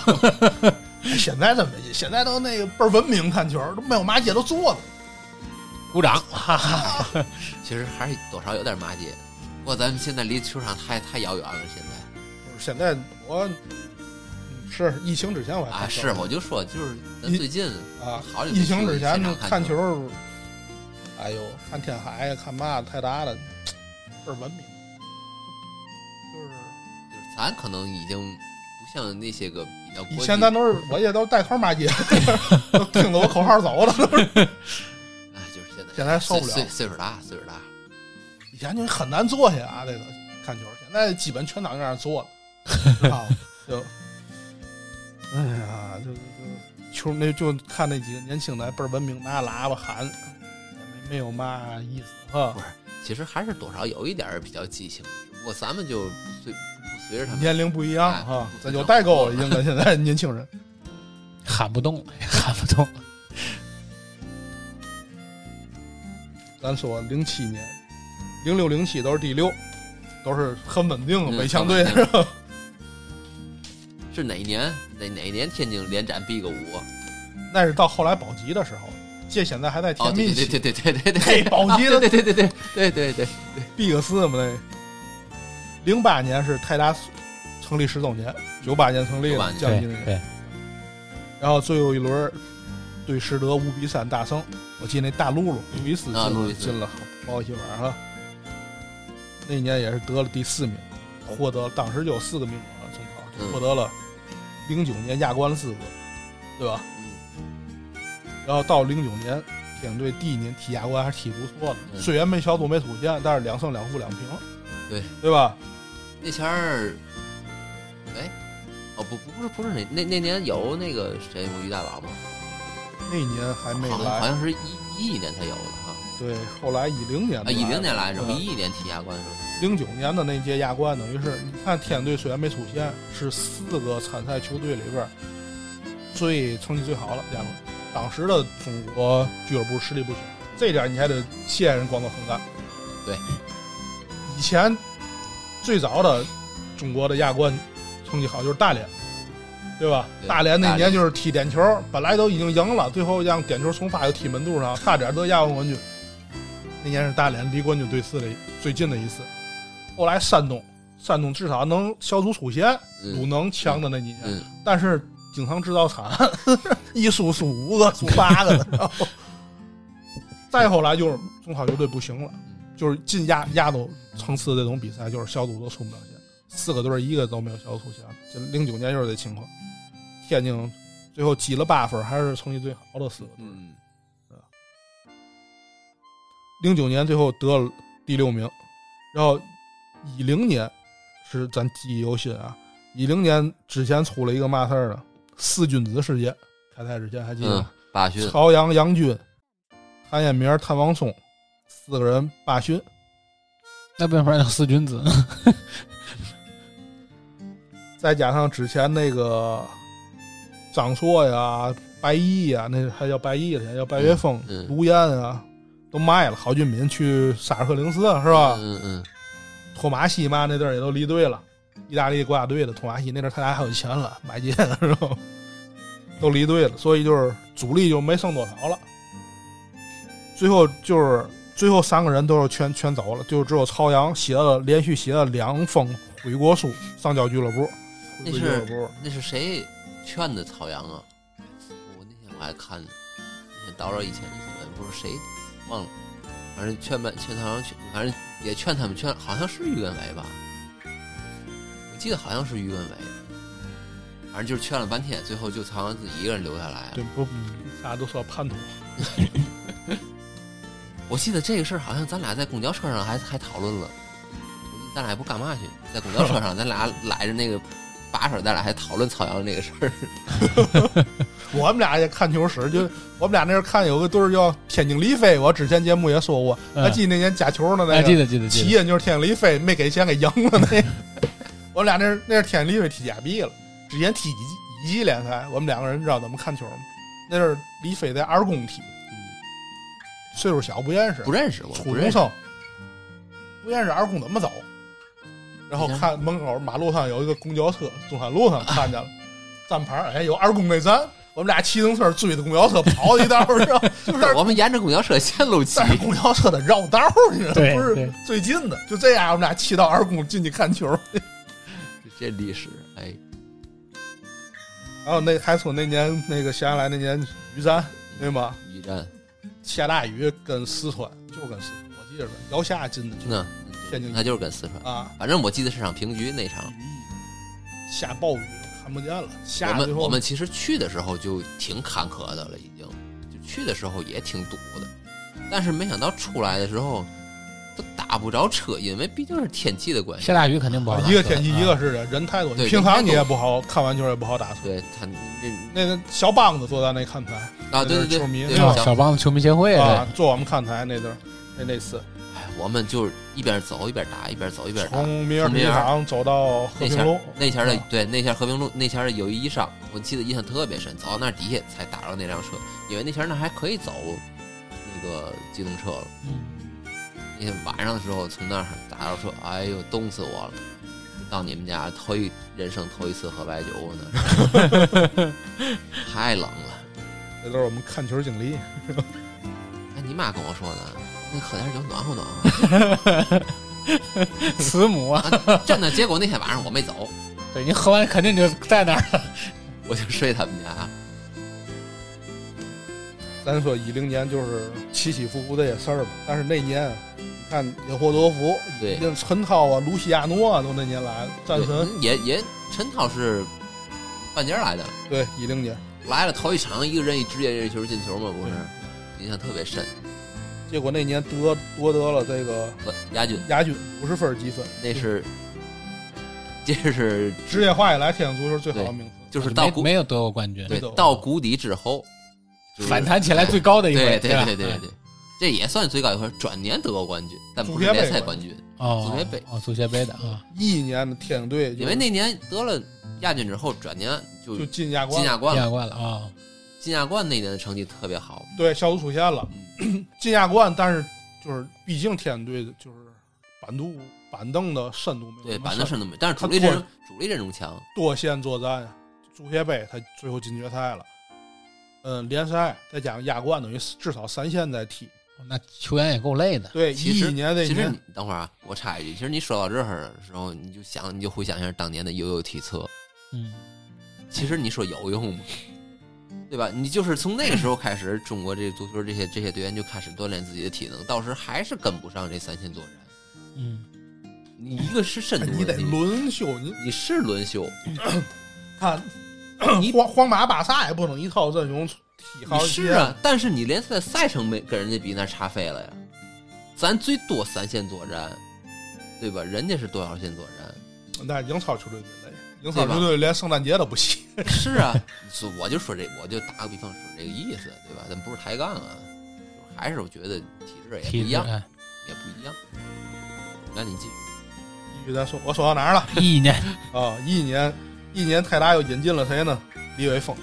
[SPEAKER 1] 哎现在真没劲，现在都那个倍儿文明看球儿，都没有麻街都坐着。
[SPEAKER 2] 鼓掌，
[SPEAKER 3] 其实还是多少有点麻街。不过咱们现在离球场太太遥远了，现在
[SPEAKER 1] 不是现在我嗯是疫情之前我还
[SPEAKER 3] 啊，
[SPEAKER 1] 看球
[SPEAKER 3] 是我就说就是咱
[SPEAKER 1] 一
[SPEAKER 3] 最近
[SPEAKER 1] 啊，
[SPEAKER 3] 好久没
[SPEAKER 1] 疫情之前
[SPEAKER 3] 去现场
[SPEAKER 1] 看
[SPEAKER 3] 看
[SPEAKER 1] 球儿，哎呦，看天海呀，看嘛泰达的，倍儿文明。就是
[SPEAKER 3] 就是咱可能已经不像那些个比较国际
[SPEAKER 1] 以前咱都是，我也都是带头骂街，都听着我口号走的。
[SPEAKER 3] 哎，就是现在
[SPEAKER 1] 现在受不了
[SPEAKER 3] 岁岁岁数大，岁数大，
[SPEAKER 1] 以前就很难坐下啊，这个看球，现在基本全场就让坐了， 知道吗？就，哎呀，就就就球那就看那几个年轻的倍儿文明，拿喇叭喊，也没没有嘛意思啊。
[SPEAKER 3] 其实还是多少有一点儿比较激情。只不过咱们就不随不随着他们
[SPEAKER 1] 年龄不一样
[SPEAKER 3] 哎
[SPEAKER 1] 啊，
[SPEAKER 3] 不
[SPEAKER 1] 咱有代沟了，已经跟现在年轻人。
[SPEAKER 2] 喊不动了，喊不动了。
[SPEAKER 1] 咱说零七年、零六、零七都是第六，都是很稳定的
[SPEAKER 3] 嗯
[SPEAKER 1] 北强队
[SPEAKER 3] 很稳
[SPEAKER 1] 是
[SPEAKER 3] 定
[SPEAKER 1] 吧？
[SPEAKER 3] 是哪一年哪哪一年天津连斩必个五？
[SPEAKER 1] 那是到后来保级的时候，借现在还在
[SPEAKER 3] 哦，
[SPEAKER 1] 甜蜜
[SPEAKER 3] 对
[SPEAKER 1] 期，
[SPEAKER 3] 对对对对对对
[SPEAKER 1] 嘿
[SPEAKER 3] 对，
[SPEAKER 1] 保级的
[SPEAKER 3] 对对对对对对对对，
[SPEAKER 1] 毕克斯嘛那。零八年是泰达成立十周年，九八年成立
[SPEAKER 3] 98
[SPEAKER 1] 的，
[SPEAKER 3] 年
[SPEAKER 1] 将
[SPEAKER 2] 对
[SPEAKER 1] 近一年。
[SPEAKER 2] 对，
[SPEAKER 1] 然后最后一轮对实德五比三大胜，我记得那大露露路易斯进
[SPEAKER 3] 啊
[SPEAKER 1] 了
[SPEAKER 3] 路易斯
[SPEAKER 1] 进了好好几碗哈。那一年也是得了第四名，获得当时就有四个名额了，中超
[SPEAKER 3] 嗯
[SPEAKER 1] 获得了零九年亚冠的资格，对吧？
[SPEAKER 3] 嗯
[SPEAKER 1] 然后到零九年，天津队第一年踢亚冠还是踢不错的，
[SPEAKER 3] 嗯
[SPEAKER 1] 虽然没小组没出现，但是两胜两负两平，
[SPEAKER 3] 对
[SPEAKER 1] 对吧？
[SPEAKER 3] 那前儿，哎，哦不不不是不是那那那年有那个谁于大宝吗？
[SPEAKER 1] 那一年还没
[SPEAKER 3] 好像好
[SPEAKER 1] 来，
[SPEAKER 3] 像是一一一年才有的哈，
[SPEAKER 1] 对，后来一零年
[SPEAKER 3] 啊一零年来着，
[SPEAKER 1] 嗯
[SPEAKER 3] 不一一年踢亚冠的时候，
[SPEAKER 1] 零九年的那届亚冠，等于是你看天津队虽然没出现，是四个参赛球队里边儿最成绩最好了亚冠。当时的中国俱乐部实力不行，这点你还得谢人广东恒大。
[SPEAKER 3] 对，
[SPEAKER 1] 以前最早的中国的亚冠成绩好就是大连，对吧？
[SPEAKER 3] 对
[SPEAKER 1] 大连那
[SPEAKER 3] 大
[SPEAKER 1] 年
[SPEAKER 3] 连
[SPEAKER 1] 就是踢点球，本来都已经赢了，最后让点球重发又踢门柱上，差点得亚冠冠军。那年是大连离冠军最次的最近的一次。后来山东，山东至少能小组出线，鲁
[SPEAKER 3] 嗯
[SPEAKER 1] 能强的那几年，
[SPEAKER 3] 嗯，
[SPEAKER 1] 但是经常制造惨 案，一输输五个，输八个的。然后再后来就是中超球队不行了，
[SPEAKER 3] 嗯
[SPEAKER 1] 就是进亚亚洲层次的这种比赛，就是小组都出不了线，四个队儿一个都没有小组出线。这零九年就是这情况，天津最后积了八分，还是成绩最好的四个队。
[SPEAKER 3] 嗯，
[SPEAKER 1] 零九年最后得了第六名，然后一零年是咱记忆犹新啊，一零年之前出了一个嘛事儿呢？四君子事件，开赛之前还记得吗？
[SPEAKER 3] 嗯八旬，
[SPEAKER 1] 朝阳杨军、谭延明、谭王松四个人罢训，
[SPEAKER 2] 那为什么叫四君子呢？
[SPEAKER 1] 再加上之前那个张硕呀、白毅呀，那还叫白毅了，现在叫白岳峰、
[SPEAKER 3] 嗯嗯
[SPEAKER 1] 卢燕啊，都卖了。郝俊敏去沙尔克零四是吧？
[SPEAKER 3] 嗯嗯
[SPEAKER 1] 托马西嘛那阵儿也都离队了，意大利国家队的托马西那阵儿他俩还有钱了，买进是吧？ 都离队了，所以就是主力就没剩多少了。最后就是最后三个人都是全全走了，就只有朝阳写了连续写了两封悔过书上交俱乐部，回
[SPEAKER 3] 那
[SPEAKER 1] 归
[SPEAKER 3] 是
[SPEAKER 1] 俱乐部
[SPEAKER 3] 那是谁劝的朝阳啊？我那天我还看，那天叨叨以前的新闻，不是谁忘了，反正劝吧，劝朝阳劝，反正也劝他们劝，好像是于根伟吧，我记得好像是于根伟，反正就是劝了半天，最后就朝阳自己一个人留下来啊了
[SPEAKER 1] 对。不？大家都说叛徒，
[SPEAKER 3] 我记得这个事儿好像咱俩在公交车上还还讨论了，我记得咱俩也不干嘛去，在公交车上咱俩来着那个把手，咱俩还讨论朝阳那个事儿。
[SPEAKER 1] 我们俩也看球史，就我们俩那阵儿看有个队儿叫天津力飞，我之前节目也说过，
[SPEAKER 2] 嗯
[SPEAKER 1] 还记得那年假球呢那
[SPEAKER 2] 哎
[SPEAKER 1] 个。
[SPEAKER 2] 记得记得
[SPEAKER 1] 起
[SPEAKER 2] 记得，
[SPEAKER 1] 因就是天津力飞没给钱给赢了那。 我们俩那是那是天津力飞踢假币了，之前踢乙级乙级嗯联赛，我们两个人知道怎么看球吗？那是李飞在二宫踢，岁数小不认识
[SPEAKER 3] 不，认识我，
[SPEAKER 1] 初
[SPEAKER 3] 不
[SPEAKER 1] 中
[SPEAKER 3] 认识。
[SPEAKER 1] 生不认识二供怎么走，然后
[SPEAKER 3] 你想
[SPEAKER 1] 看门口马路上有一个公交车，中山路上看见了，站牌儿哎有二供没站，我们俩骑自行车追着公交车跑一道儿，是吧？ 就是
[SPEAKER 3] 我们沿着公交车线路骑
[SPEAKER 1] 但，是公交车得绕道儿，你知道
[SPEAKER 2] 对
[SPEAKER 1] 吗？不是
[SPEAKER 2] 对
[SPEAKER 1] 最近的，就这样，我们俩骑到二宫进去看球。
[SPEAKER 3] 这历史，哎，
[SPEAKER 1] 然后那还说那年那个闲下来那年雨战对吗？
[SPEAKER 3] 一战，
[SPEAKER 1] 下大雨跟四川，就是跟四川，我记着了，姚夏进的球
[SPEAKER 3] 那
[SPEAKER 1] 天津
[SPEAKER 3] 那就是跟四川。
[SPEAKER 1] 啊，
[SPEAKER 3] 反正我记得是场平局那场，
[SPEAKER 1] 下暴雨看不见了，
[SPEAKER 3] 我
[SPEAKER 1] 下最
[SPEAKER 3] 们
[SPEAKER 1] 后
[SPEAKER 3] 我们其实去的时候就挺坎坷的了，已经就去的时候也挺堵的，但是没想到出来的时候都打不着车，因为毕竟是天气的关系。
[SPEAKER 2] 下大雨肯定不好打
[SPEAKER 1] 一个天气
[SPEAKER 2] 啊
[SPEAKER 1] 一个是的，人太多，
[SPEAKER 3] 对
[SPEAKER 1] 你平常你也
[SPEAKER 3] 人太
[SPEAKER 1] 不好看完球也不好打车。
[SPEAKER 3] 对他
[SPEAKER 1] 那个小棒子坐在那看台
[SPEAKER 3] 那啊，对对
[SPEAKER 1] 球迷
[SPEAKER 3] 对，对
[SPEAKER 1] 那
[SPEAKER 2] 小
[SPEAKER 1] 种
[SPEAKER 3] 想
[SPEAKER 2] 小帮子球迷协会
[SPEAKER 1] 啊，坐我们看台那阵儿，那那次
[SPEAKER 3] 哎我们就是一边走一边打，一边走一边打。
[SPEAKER 1] 从明尔体
[SPEAKER 3] 从
[SPEAKER 1] 育
[SPEAKER 3] 明尔
[SPEAKER 1] 场走到和
[SPEAKER 3] 那
[SPEAKER 1] 平
[SPEAKER 3] 前
[SPEAKER 1] 路
[SPEAKER 3] 儿，那前儿的
[SPEAKER 2] 哦
[SPEAKER 1] 啊
[SPEAKER 3] 对那前儿和平路那前儿的有一上，我记得印象特别深，走到那儿底下才打着那辆车，因为那前儿那还可以走那个机动车了。那天晚上的时候从那儿打到车，哎呦，冻死我了！到你们家头一人生头一次喝白酒呢， 太冷了。
[SPEAKER 1] 这都是我们看球经历。
[SPEAKER 3] 哎，你妈跟我说呢，那喝点酒暖和暖和。
[SPEAKER 2] 慈母啊，
[SPEAKER 3] 真的，结果那天晚上我没走，
[SPEAKER 2] 对你喝完肯定就在那儿了。
[SPEAKER 3] 我就睡他们家。
[SPEAKER 1] 咱说一零年就是起起伏伏这些事儿吧，但是那年啊你看也霍多夫，
[SPEAKER 3] 对，
[SPEAKER 1] 像陈涛啊、卢西亚诺啊，都那年来了，战
[SPEAKER 3] 对
[SPEAKER 1] 神
[SPEAKER 3] 嗯也也陈涛是半截儿来的，
[SPEAKER 1] 对一零年，
[SPEAKER 3] 来了头一场一个任意直接任意球进球嘛，不是？印象特别深，
[SPEAKER 1] 结果那年得夺得了这个
[SPEAKER 3] 和呃亚军
[SPEAKER 1] 亚军五十分积分，
[SPEAKER 3] 那是，这是
[SPEAKER 1] 职业化以来天津足球最好的名次。
[SPEAKER 3] 就是到
[SPEAKER 2] 没
[SPEAKER 3] 谷
[SPEAKER 2] 没有得过冠军，
[SPEAKER 3] 对
[SPEAKER 1] 没走
[SPEAKER 3] 到谷底之后，就是
[SPEAKER 2] 反弹起来最高的一回，
[SPEAKER 3] 对对
[SPEAKER 2] 吧啊
[SPEAKER 3] 对对对，对，这也算最高一回，转年得过冠军，但不是
[SPEAKER 1] 足协杯
[SPEAKER 3] 联赛冠军，
[SPEAKER 2] 哦，
[SPEAKER 3] 足协杯
[SPEAKER 2] 哦，足协杯的啊，
[SPEAKER 1] 一一年的天津队就
[SPEAKER 3] 因为那年得了亚军之后，转年就
[SPEAKER 1] 就进亚冠
[SPEAKER 3] 进
[SPEAKER 1] 了，
[SPEAKER 3] 亚冠
[SPEAKER 2] 亚
[SPEAKER 3] 了。
[SPEAKER 2] 冠了啊，
[SPEAKER 3] 进亚冠那年的成绩特别好，
[SPEAKER 1] 对小组出线了，进亚冠，但是就是毕竟天津队就是板凳板凳的深度没有
[SPEAKER 3] 对
[SPEAKER 1] 那么
[SPEAKER 3] 板凳
[SPEAKER 1] 深
[SPEAKER 3] 深度没，但是
[SPEAKER 1] 他
[SPEAKER 3] 主力阵容
[SPEAKER 1] 多
[SPEAKER 3] 主力阵容强，
[SPEAKER 1] 多线作战啊呀，足协杯他最后进决赛了，嗯，联赛再加上亚冠，等于至少三线在踢。
[SPEAKER 2] 那球员也够累的，
[SPEAKER 1] 对，
[SPEAKER 3] 其
[SPEAKER 1] 一
[SPEAKER 3] 实
[SPEAKER 1] 一年那
[SPEAKER 3] 其实
[SPEAKER 1] 年
[SPEAKER 3] 你等会儿啊，我插一句，其实你说到这儿的时候，你就想你就回想一下当年的悠悠体测，
[SPEAKER 2] 嗯，
[SPEAKER 3] 其实你说有用吗？对吧？你就是从那个时候开始，中国这足球这些这些队员就开始锻炼自己的体能，到时还是跟不上这三线作战。
[SPEAKER 2] 嗯，
[SPEAKER 3] 你一个是深
[SPEAKER 1] 哎
[SPEAKER 3] 度，
[SPEAKER 1] 你得
[SPEAKER 3] 问题，
[SPEAKER 1] 轮休，你
[SPEAKER 3] 你是轮休，
[SPEAKER 1] 看
[SPEAKER 3] 你
[SPEAKER 1] 皇皇马、巴萨也不能一套阵容踢好
[SPEAKER 3] 你
[SPEAKER 1] 几
[SPEAKER 3] 是
[SPEAKER 1] 届
[SPEAKER 3] 啊，但是你联赛的赛程没跟人家比，那差飞了呀。咱最多三线作战，对吧？人家是多少线作战？
[SPEAKER 1] 那英超球队最累，英超球队连圣诞节都不惜。
[SPEAKER 3] 是啊， 所以我就说这，我就打个比方说这个意思，对吧？咱不是抬杠啊，还是我觉得体制也不
[SPEAKER 2] 体
[SPEAKER 3] 一
[SPEAKER 2] 质
[SPEAKER 3] 样，
[SPEAKER 2] 哎
[SPEAKER 3] 也不一样。那你继续，
[SPEAKER 1] 一句咱说，我说到哪儿了？
[SPEAKER 2] 一一年
[SPEAKER 1] 啊，一一年，一年泰达又引进了谁呢？李玮峰，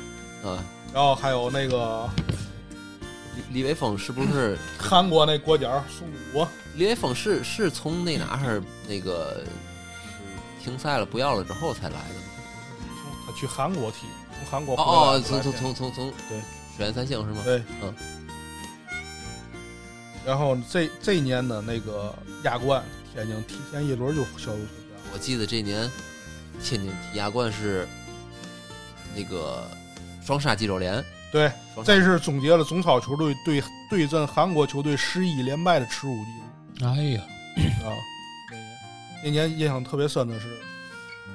[SPEAKER 3] 啊，
[SPEAKER 1] 然后还有那个
[SPEAKER 3] 李李伟峰是不是？
[SPEAKER 1] 韩国那国脚宋啊祖，
[SPEAKER 3] 李伟峰是是从那哪儿那个就是停赛了不要了之后才来的吗？
[SPEAKER 1] 他去韩国踢，从韩国回来
[SPEAKER 3] 哦哦，
[SPEAKER 1] 回来
[SPEAKER 3] 从从
[SPEAKER 1] 踢
[SPEAKER 3] 从从从
[SPEAKER 1] 对
[SPEAKER 3] 水原三星是吗？
[SPEAKER 1] 对，
[SPEAKER 3] 嗯。
[SPEAKER 1] 然后这这一年的那个亚冠，天津提前一轮就消除出线了。
[SPEAKER 3] 我记得这年天津踢亚冠是那个双杀济州联，
[SPEAKER 1] 对，
[SPEAKER 3] 双杀
[SPEAKER 1] 这是总结了中超球队对对阵韩国球队十一连败的耻辱记录
[SPEAKER 2] 哎呀，
[SPEAKER 1] 啊！那年那年印象特别深的是，嗯，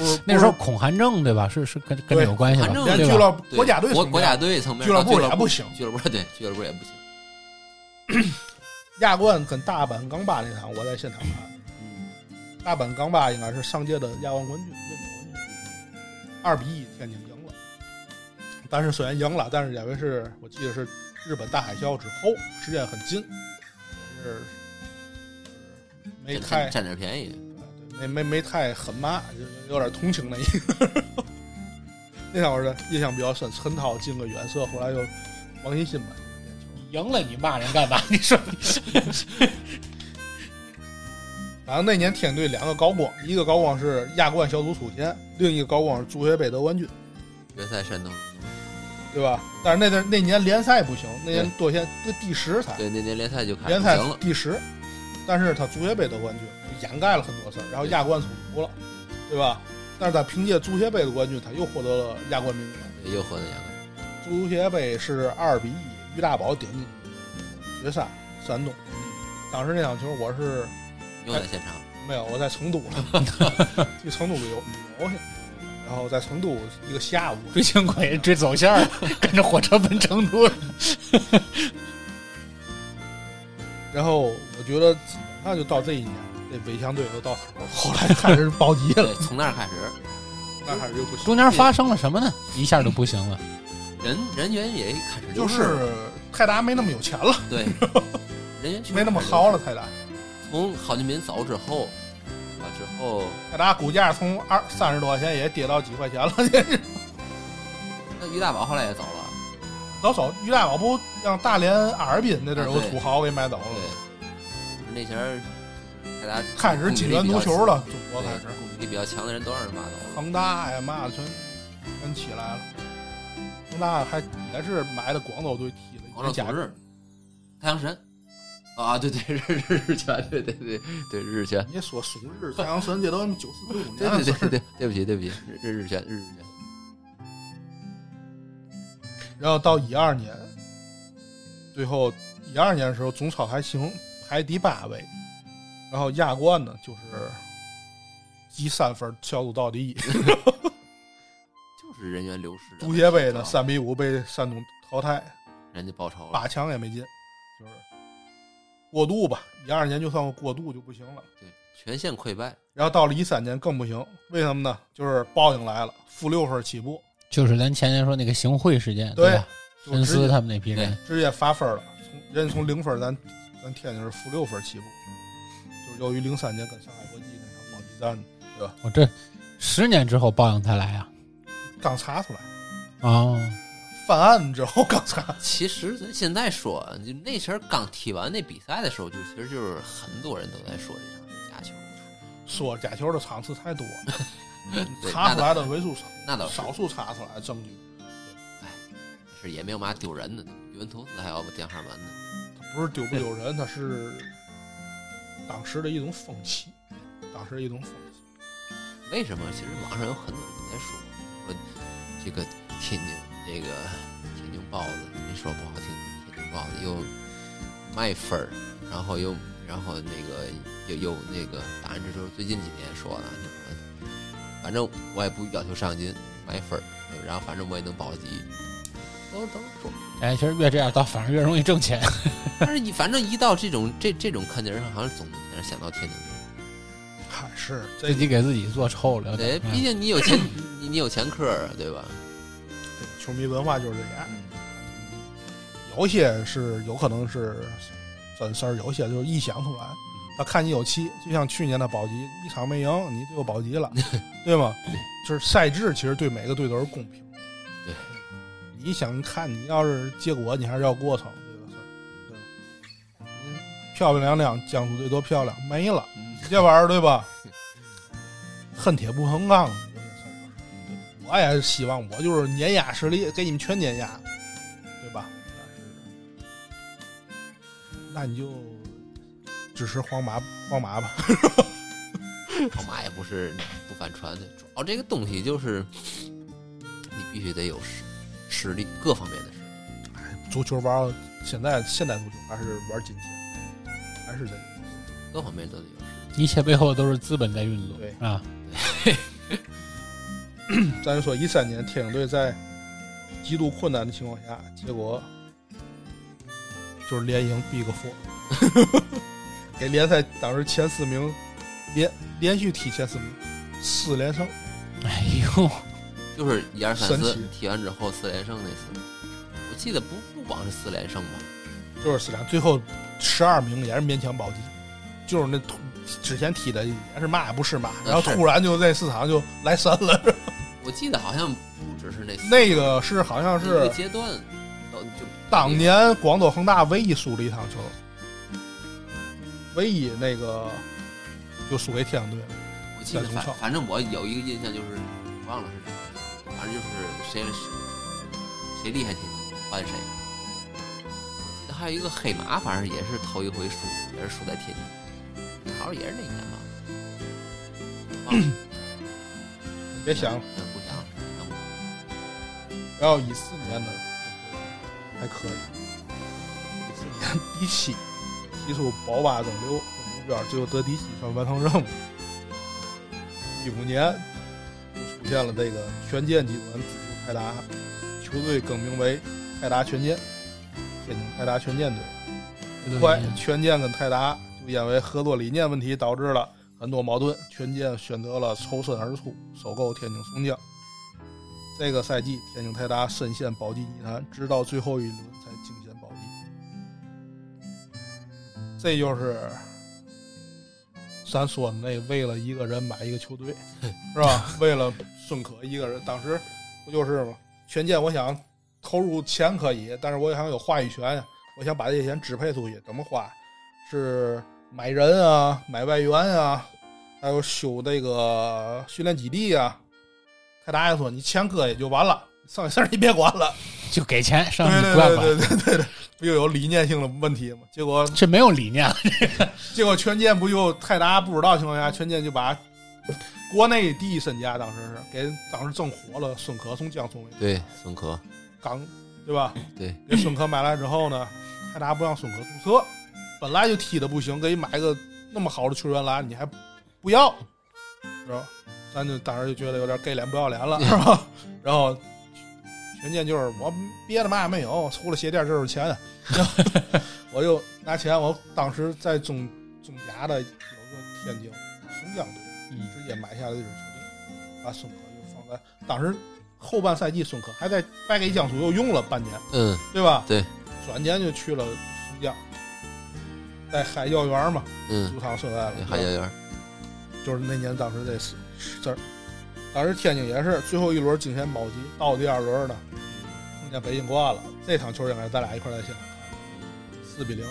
[SPEAKER 1] 不是
[SPEAKER 2] 那时候
[SPEAKER 1] 不
[SPEAKER 2] 恐韩症对吧？是是跟跟
[SPEAKER 1] 对
[SPEAKER 2] 这有关系吧？
[SPEAKER 3] 韩症
[SPEAKER 1] 是连
[SPEAKER 2] 对
[SPEAKER 1] 俱
[SPEAKER 2] 吧？
[SPEAKER 1] 乐部
[SPEAKER 3] 对
[SPEAKER 1] 国家队
[SPEAKER 3] 国
[SPEAKER 1] 成
[SPEAKER 3] 国
[SPEAKER 1] 这样
[SPEAKER 3] 家队层面
[SPEAKER 1] 俱乐部
[SPEAKER 3] 到
[SPEAKER 1] 也不行
[SPEAKER 3] 俱乐部对俱乐部也不行。
[SPEAKER 1] 亚冠跟大阪钢巴那场，我在现场看，大阪钢巴应该是上届的亚冠冠军，二比一天津赢了。但是虽然赢了，但是因为是我记得是日本大海啸之后，时间很近，是是没嗯
[SPEAKER 3] 占
[SPEAKER 1] 哎太
[SPEAKER 3] 占占点便宜，
[SPEAKER 1] 没没没太狠骂，就有点同情那意思。 那场我是印象比较深，陈涛进个远射，后来又王一新吧，
[SPEAKER 2] 赢了你骂人干嘛？ 你说
[SPEAKER 1] 然后那年天津队两个高光，一个高光是亚冠小组出线，另一个高光是足协杯得冠军，
[SPEAKER 3] 决赛山东，
[SPEAKER 1] 对吧？但是那阵那年联赛不行，那年
[SPEAKER 3] 对
[SPEAKER 1] 多线对第十才
[SPEAKER 3] 对，那年联赛就开始
[SPEAKER 1] 联
[SPEAKER 3] 不
[SPEAKER 1] 赛
[SPEAKER 3] 行了，
[SPEAKER 1] 第十，但是他足协杯得冠军，就掩盖了很多事儿，然后亚冠出局了，对吧？但是他凭借足协杯的冠军，他又获得了亚冠名额。
[SPEAKER 3] 对又和那样。
[SPEAKER 1] 足协杯是二比一，于大宝点进去决赛，山东。当时那场球我是
[SPEAKER 3] 又在现场，
[SPEAKER 1] 没有，我在成都了， 去成都旅游旅游去，然后在成都一个下午，
[SPEAKER 2] 追星鬼追走线儿，跟着火车奔成都了。
[SPEAKER 1] 然后我觉得基本上就到这一年，这围墙队都到头了，后来开始暴 击了，
[SPEAKER 3] 对，从那儿开始，
[SPEAKER 1] 那开始就不行，
[SPEAKER 2] 中间发生了什么呢？一下就不行了。
[SPEAKER 3] 人人员也开始
[SPEAKER 1] 就
[SPEAKER 3] 流失了
[SPEAKER 1] 是泰达没那么有钱了，
[SPEAKER 3] 对，人员确实
[SPEAKER 1] 没那么
[SPEAKER 3] 开始
[SPEAKER 1] 豪
[SPEAKER 3] 流
[SPEAKER 1] 了，
[SPEAKER 3] 失。
[SPEAKER 1] 泰达，
[SPEAKER 3] 从郝俊民走之后，啊之后，
[SPEAKER 1] 泰达股价从二三十多块钱也跌到几块钱了，
[SPEAKER 3] 那于大宝后来也走了，
[SPEAKER 1] 老早于大宝不让大连哈尔滨那阵儿有个
[SPEAKER 3] 啊对
[SPEAKER 1] 土豪给买走了。
[SPEAKER 3] 对，
[SPEAKER 1] 嗯
[SPEAKER 3] 那前儿大家
[SPEAKER 1] 开始起源足球了，中国
[SPEAKER 3] 对
[SPEAKER 1] 开始
[SPEAKER 3] 攻击力比较强的人都让人骂走了。
[SPEAKER 1] 恒大呀嘛的全全起来了。恒大还也是埋的广州队踢了
[SPEAKER 3] 广
[SPEAKER 1] 一个
[SPEAKER 3] 州
[SPEAKER 1] 假
[SPEAKER 3] 土日，太阳神，啊对对 日日日全对对对对日全，
[SPEAKER 1] 你说属 日太阳神这都九四 六五
[SPEAKER 3] 对
[SPEAKER 1] 年
[SPEAKER 3] 对
[SPEAKER 1] 了，
[SPEAKER 3] 对对对不起对不起日日日全日日全。
[SPEAKER 1] 然后到一二年，最后一二年的时候中超还行，排第八位，然后亚冠呢就是积三分小组倒第一，
[SPEAKER 3] 就是人员流失的。
[SPEAKER 1] 足协杯呢三比五被山东淘汰，
[SPEAKER 3] 人家报仇了，
[SPEAKER 1] 八强也没进，就是过渡吧，一二年就算过渡就不行了。
[SPEAKER 3] 对，全线溃败，
[SPEAKER 1] 然后到了一三年更不行，为什么呢？就是报应来了，负六分起步，
[SPEAKER 2] 就是咱前年说那个行贿事件，
[SPEAKER 1] 对
[SPEAKER 2] 吧？
[SPEAKER 1] 就
[SPEAKER 2] 深
[SPEAKER 1] 直
[SPEAKER 2] 思
[SPEAKER 1] 接
[SPEAKER 2] 他们那批人，
[SPEAKER 1] 直接罚分了，从人家从零分咱咱天津是负六分起步，就是由于零三年跟上海国际那场保级战
[SPEAKER 2] 我这十年之后报应才来啊！
[SPEAKER 1] 刚查出来
[SPEAKER 2] 哦，
[SPEAKER 1] 犯案之后刚查，
[SPEAKER 3] 其实咱现在说，啊就那时候刚踢完那比赛的时候，就其实就是很多人都在说这场是假球，
[SPEAKER 1] 说假球的场次太多了，
[SPEAKER 3] 对
[SPEAKER 1] 查出来的为数
[SPEAKER 3] 那倒是
[SPEAKER 1] 少数查出来的证据，
[SPEAKER 3] 是也没有嘛丢人的，尤文图斯还要不电话门呢。
[SPEAKER 1] 它不是丢不丢人，它是当时的一种风气，当时的一种风气。
[SPEAKER 3] 为什么？其实网上有很多人在说，说这个天津这个天津豹子，你说不好听，天津豹子又卖分儿，然后又然后那个又又那个，当然这都是最近几年说的，就说反正我也不要求上进，卖分儿，然后反正我也能保级，都都说。
[SPEAKER 2] 哎，其实越这样倒反而越容易挣钱。
[SPEAKER 3] 但是你反正一到这种这这种坎儿上，好像总能想到天津。
[SPEAKER 1] 还是这
[SPEAKER 2] 自己给自己做臭了。有
[SPEAKER 3] 对，
[SPEAKER 2] 点
[SPEAKER 3] 毕
[SPEAKER 2] 嗯
[SPEAKER 3] 竟你有前你你有前科儿啊，对吧？
[SPEAKER 1] 这球迷文化就是这样。有些是有可能是真事儿，有些就是臆想出来。他看你有气，就像去年的保级一场没赢，你就保级了， 对吗？就是赛制其实对每个队都是公平。
[SPEAKER 3] 对，
[SPEAKER 1] 你想看，你要是结果，你还是要过程这个事儿，对吧？你漂漂亮亮，江苏队多漂亮，没了，
[SPEAKER 3] 嗯
[SPEAKER 1] 这玩意儿对吧？恨铁不成钢，有些事儿就是我也是希望我就是碾压实力，给你们全碾压，对吧？但是，那你就支持皇马，皇马吧。
[SPEAKER 3] 宝马也不是不帆船的，主要这个东西就是你必须得有实实力，各方面的实力。
[SPEAKER 1] 足球玩儿现在现代足球还是玩金钱，还是得
[SPEAKER 3] 各方面都得有实力。
[SPEAKER 2] 一切背后都是资本在运作
[SPEAKER 1] 对
[SPEAKER 2] 啊。
[SPEAKER 1] 咱就说一三年天津队在极度困难的情况下，结果就是连赢 Big Four，给联赛当时前四名连连续踢前四名，四连胜。
[SPEAKER 2] 哎呦，
[SPEAKER 3] 就是一二三四
[SPEAKER 1] 神奇
[SPEAKER 3] 踢完之后四连胜那次，我记得不不光是四连胜吧？
[SPEAKER 1] 就是四连，最后十二名也是勉强保级，就是那突之前踢的也是嘛也不是嘛，然后
[SPEAKER 3] 是
[SPEAKER 1] 突然就那四场就来三了。
[SPEAKER 3] 我记得好像不只是那四
[SPEAKER 1] 那个是好像
[SPEAKER 3] 那个
[SPEAKER 1] 是
[SPEAKER 3] 阶段，都就
[SPEAKER 1] 当年广州恒大唯一输的一场球，唯一那个就输给天津队了。
[SPEAKER 3] 我记得
[SPEAKER 1] 在中
[SPEAKER 3] 反
[SPEAKER 1] 超
[SPEAKER 3] 反正我有一个印象就是忘了是什么，反正就是谁谁厉害天津换谁。我记得还有一个黑马，反正也是头一回输，也是输在天津，好像也是那年吧。忘了
[SPEAKER 1] 别想了，
[SPEAKER 3] 嗯，不想了，等我
[SPEAKER 1] 然后一四年的就是还可以，一四年第七，提出保八争六的目标，最后得第七算完成任务。一五年就出现了这个权健集团资助泰达，球队更名为泰达权健，天津泰达权健队。
[SPEAKER 2] 对
[SPEAKER 1] 快，权健跟泰达就因为合作理念问题导致了很多矛盾，权健选择了抽身而出，收购天津松江。这个赛季，天津泰达深陷保级泥潭，直到最后一轮才惊险保级。这就是咱说的那为了一个人买一个球 队，是吧？为了孙可一个人，当时不就是吗？权健，我想投入钱可以，但是我想有话语权呀。我想把这些钱支配出去，怎么花？是买人啊，买外援啊，还有修这个训练基地啊。泰达也说你钱搁也就完了，剩下事儿你别管了。
[SPEAKER 2] 就给钱，上
[SPEAKER 1] 对
[SPEAKER 2] 去
[SPEAKER 1] 对
[SPEAKER 2] 不要
[SPEAKER 1] 对对
[SPEAKER 2] 管，
[SPEAKER 1] 对对对，不又有理念性的问题吗？结果
[SPEAKER 2] 这没有理念了。
[SPEAKER 1] 结果权健不就泰达不知道情况下，权健就把国内第一身家当时是给当时正火了孙可从江苏那
[SPEAKER 3] 对，孙科，
[SPEAKER 1] 刚对吧？
[SPEAKER 3] 对，
[SPEAKER 1] 给孙科买来之后呢，泰达不让孙科注册，本来就踢的不行，给你买个那么好的球员来，你还不要，是吧？咱就当时就觉得有点给脸不要脸了，是吧？ 然后权健就是我别的嘛也没有，除了鞋垫就是钱， 我就拿钱，我当时在中中甲的有个天津松江队。
[SPEAKER 2] 嗯，
[SPEAKER 1] 直接买下了这支球队，把孙可就放在当时后半赛季，孙可还在败给江苏又用了半年，
[SPEAKER 3] 嗯，
[SPEAKER 1] 对吧？
[SPEAKER 3] 对，
[SPEAKER 1] 转年就去了松江，在海教园嘛，
[SPEAKER 3] 嗯，
[SPEAKER 1] 主场胜败了，
[SPEAKER 3] 海家园，
[SPEAKER 1] 就是那年当时这事事儿。当时天津也是最后一轮惊险保级，到第二轮呢，嗯碰见北京国安了。这场球应该是咱俩一块儿在现场看，四比零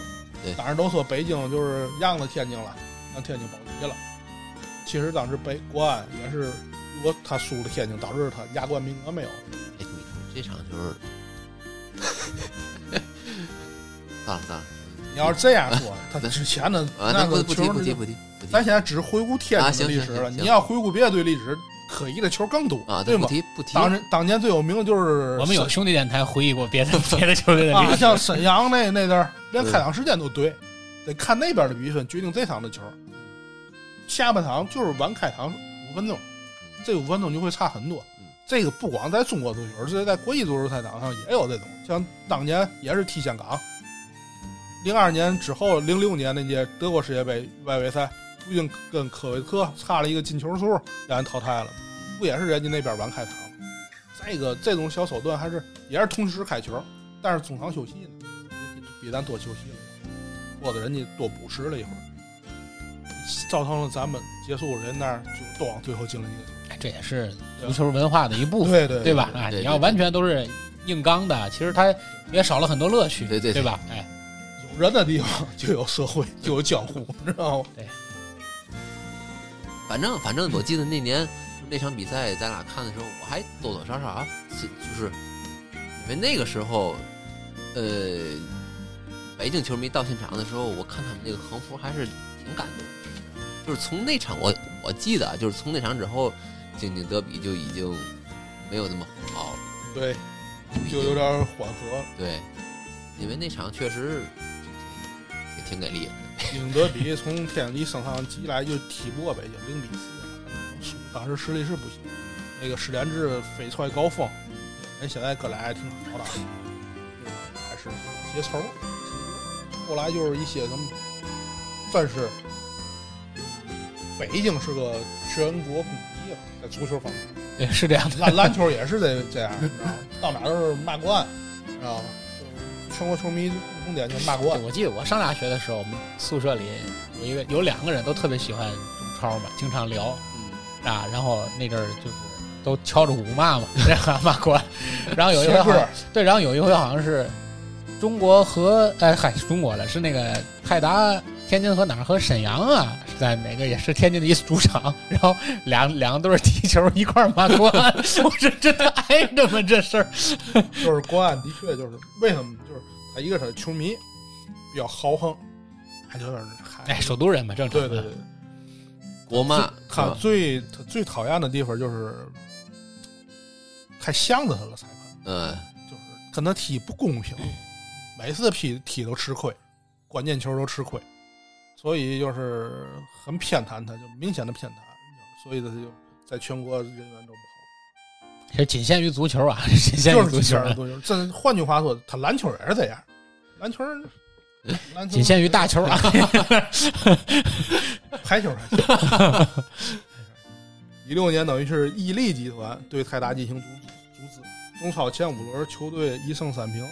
[SPEAKER 3] 对。
[SPEAKER 1] 当时都说北京就是让了天津了，让天津保级了。其实当时北国安也是，如果他输了天津，导致他亚冠名额没有。
[SPEAKER 3] 哎，你说这场球 儿，算了算了，
[SPEAKER 1] 你要是这样说，他
[SPEAKER 3] 啊那
[SPEAKER 1] 之前的
[SPEAKER 3] 啊，那
[SPEAKER 1] 那
[SPEAKER 3] 不
[SPEAKER 1] 个
[SPEAKER 3] 不
[SPEAKER 1] 球
[SPEAKER 3] 提不提
[SPEAKER 1] 是，
[SPEAKER 3] 不提不提
[SPEAKER 1] 咱现在只回顾天津的历史
[SPEAKER 3] 啊行行
[SPEAKER 1] 了。
[SPEAKER 3] 行
[SPEAKER 1] 你要回顾别的队历史，可疑的球更多
[SPEAKER 3] 啊，
[SPEAKER 1] 对
[SPEAKER 3] 不
[SPEAKER 1] 吗？
[SPEAKER 3] 提不提，
[SPEAKER 1] 当人当年最有名的就是
[SPEAKER 2] 我们有兄弟电台回忆过别的 别的球队的历
[SPEAKER 1] 啊，
[SPEAKER 2] 史，
[SPEAKER 1] 像沈阳那那阵儿，连
[SPEAKER 3] 嗯
[SPEAKER 1] 开场时间都对，得看那边的比分决定这场的球。下半场就是晚开场五分钟，这五分钟就会差很多
[SPEAKER 3] 嗯。
[SPEAKER 1] 这个不光在中国足球，这在国际足球赛场上也有这种。像当年也是踢香港，零二年之后，零六年那届德国世界杯外围赛，不仅跟科威特差了一个进球数，让人淘汰了，不也是人家那边晚开场吗？再一个，这种小手段还是也是同时开球，但是中场休息呢，人家比咱多休息了，或者人家多补时了一会儿，造成了咱们结束人那儿就都往最后进了一个球。
[SPEAKER 2] 这也是足球文化的一部分，
[SPEAKER 1] 对啊对
[SPEAKER 2] 对吧？啊，
[SPEAKER 3] 对对
[SPEAKER 2] 你要完全都是硬刚的，其实它也少了很多乐趣，
[SPEAKER 3] 对对
[SPEAKER 2] 对
[SPEAKER 3] 对
[SPEAKER 2] 吧？哎，
[SPEAKER 1] 有人的地方 就有社会，就有江湖，你知道吗？
[SPEAKER 3] 反正反正我记得那年就那场比赛，咱俩看的时候，我还多多少少啊，是就是因为那个时候，呃，北京球迷到现场的时候，我看他们那个横幅还是挺感动的。就是从那场我我记得啊，就是从那场之后，京津德比就已经没有那么火爆了，
[SPEAKER 1] 对，
[SPEAKER 3] 已
[SPEAKER 1] 就
[SPEAKER 3] 经
[SPEAKER 1] 有点缓和了。
[SPEAKER 3] 对，因为那场确实也挺给力的。
[SPEAKER 1] 英德比从天津升上级来就踢不过北京，零比四输，当时实力是不行。那个史连志飞踹高峰，人现在哥俩还挺好的，还是结仇。后来就是一些什么，算是北京是个全国公敌啊，在足球方面。
[SPEAKER 2] 对，是这 样的。
[SPEAKER 1] 篮篮球也是这这样，你知道吗？到哪都是骂国安，你知道吗？就是全国球迷共同点就是骂国安
[SPEAKER 2] 对。我记得我上大学的时候，我们宿舍里有一个有两个人都特别喜欢中超嘛，经常聊
[SPEAKER 3] 嗯，
[SPEAKER 2] 啊。然后那阵儿就是都敲着鼓骂嘛， 这样骂国安。然后有一回好像对，然后有一回好像是中国和哎嗨中国了，是那个泰达天津和哪儿和沈阳啊，是在哪个也是天津的一主场，然后两两个队儿踢球一块儿骂国安， 我这真的挨着吗这事儿？
[SPEAKER 1] 就是国安的确就是为什么就是他一个是球迷比较豪横，还有点还
[SPEAKER 2] 哎，首都人嘛，正常
[SPEAKER 1] 对
[SPEAKER 2] 的。
[SPEAKER 1] 对对，
[SPEAKER 3] 国骂是
[SPEAKER 1] 他
[SPEAKER 3] 吧
[SPEAKER 1] 最他最讨厌的地方就是太向着他了，裁判
[SPEAKER 3] 嗯，
[SPEAKER 1] 就是跟他踢不公平，每次踢踢都吃亏，关键球都吃亏，所以就是很偏袒他，就明显的偏袒，所以他就在全国人缘都不好。
[SPEAKER 2] 这仅限于足球啊，仅限于
[SPEAKER 1] 就是
[SPEAKER 2] 足
[SPEAKER 1] 足
[SPEAKER 2] 球
[SPEAKER 1] 球
[SPEAKER 2] 啊，，
[SPEAKER 1] 足球。这换句话说，他篮球也是这样，篮球，篮球
[SPEAKER 2] 仅限于大球啊。
[SPEAKER 1] 排球还行。 一六年等于是伊利集团对泰达进行注注资，中超前五轮球队一胜三平，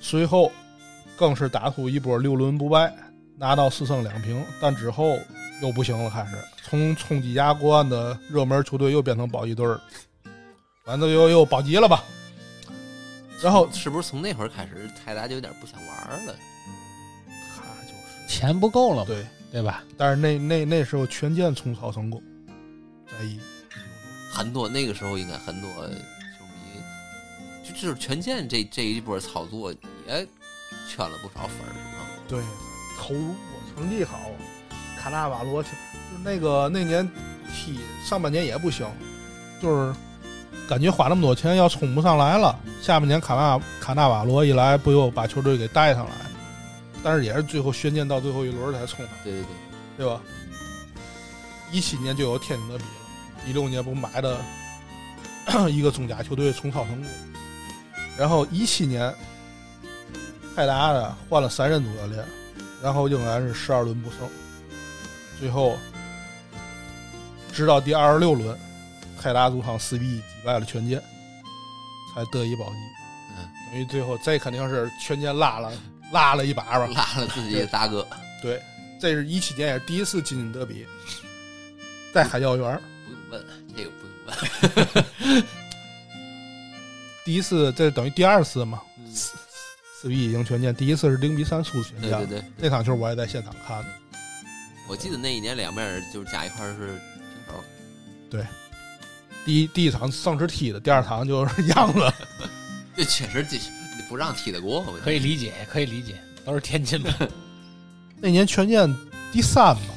[SPEAKER 1] 随后更是打出一波六轮不败，拿到四胜两平，但之后又不行了，开始从冲击亚冠的热门球队又变成保级队儿了，完了又又保级了吧？然后
[SPEAKER 3] 是不是从那会儿开始泰达就有点不想玩了？
[SPEAKER 1] 他就是
[SPEAKER 2] 钱不够了嘛，
[SPEAKER 1] 对，
[SPEAKER 2] 对吧？
[SPEAKER 1] 但是那那那时候权健冲超成功，在一
[SPEAKER 3] 很多那个时候应该很多呃球迷，就就是权健这这一波操作也圈了不少粉儿，是吗？
[SPEAKER 1] 对，投入成绩好，卡纳瓦罗就那个那年踢上半年也不行，就是感觉花那么多钱要冲不上来了。下半年卡纳卡纳瓦罗一来，不又把球队给带上来，但是也是最后宣建到最后一轮才冲上，
[SPEAKER 3] 对对对，
[SPEAKER 1] 对吧？一七年就有天津德比了，一六年不买的 一个中甲球队冲超成功，然后一七年泰达呢换了三任主教练，然后仍然是十二轮不胜，最后直到第二十六轮，泰达主场四比一击败了权健，才得以保级。
[SPEAKER 3] 嗯，
[SPEAKER 1] 等于最后这肯定是权健拉了拉了一把 吧，
[SPEAKER 3] 拉了自己的大哥，
[SPEAKER 1] 对，这是一七年也是第一次进京德比，在海教园
[SPEAKER 3] 不用问，这嗯个不用问。
[SPEAKER 1] 第一次，这等于第二次嘛，
[SPEAKER 3] 嗯
[SPEAKER 1] 四四比一赢权健，第一次是零比三输权
[SPEAKER 3] 对
[SPEAKER 1] 健
[SPEAKER 3] 对，对，
[SPEAKER 1] 那场球我也在现场看的，
[SPEAKER 3] 我记得那一年两面儿就是加一块儿是平手，
[SPEAKER 1] 第一第一场上是踢的，第二场就是 样子，
[SPEAKER 3] 这呃确实这 不让踢得过，我觉得
[SPEAKER 2] 可以理解，可以理解，都是天 津嘛。
[SPEAKER 1] 那年权健第三吧，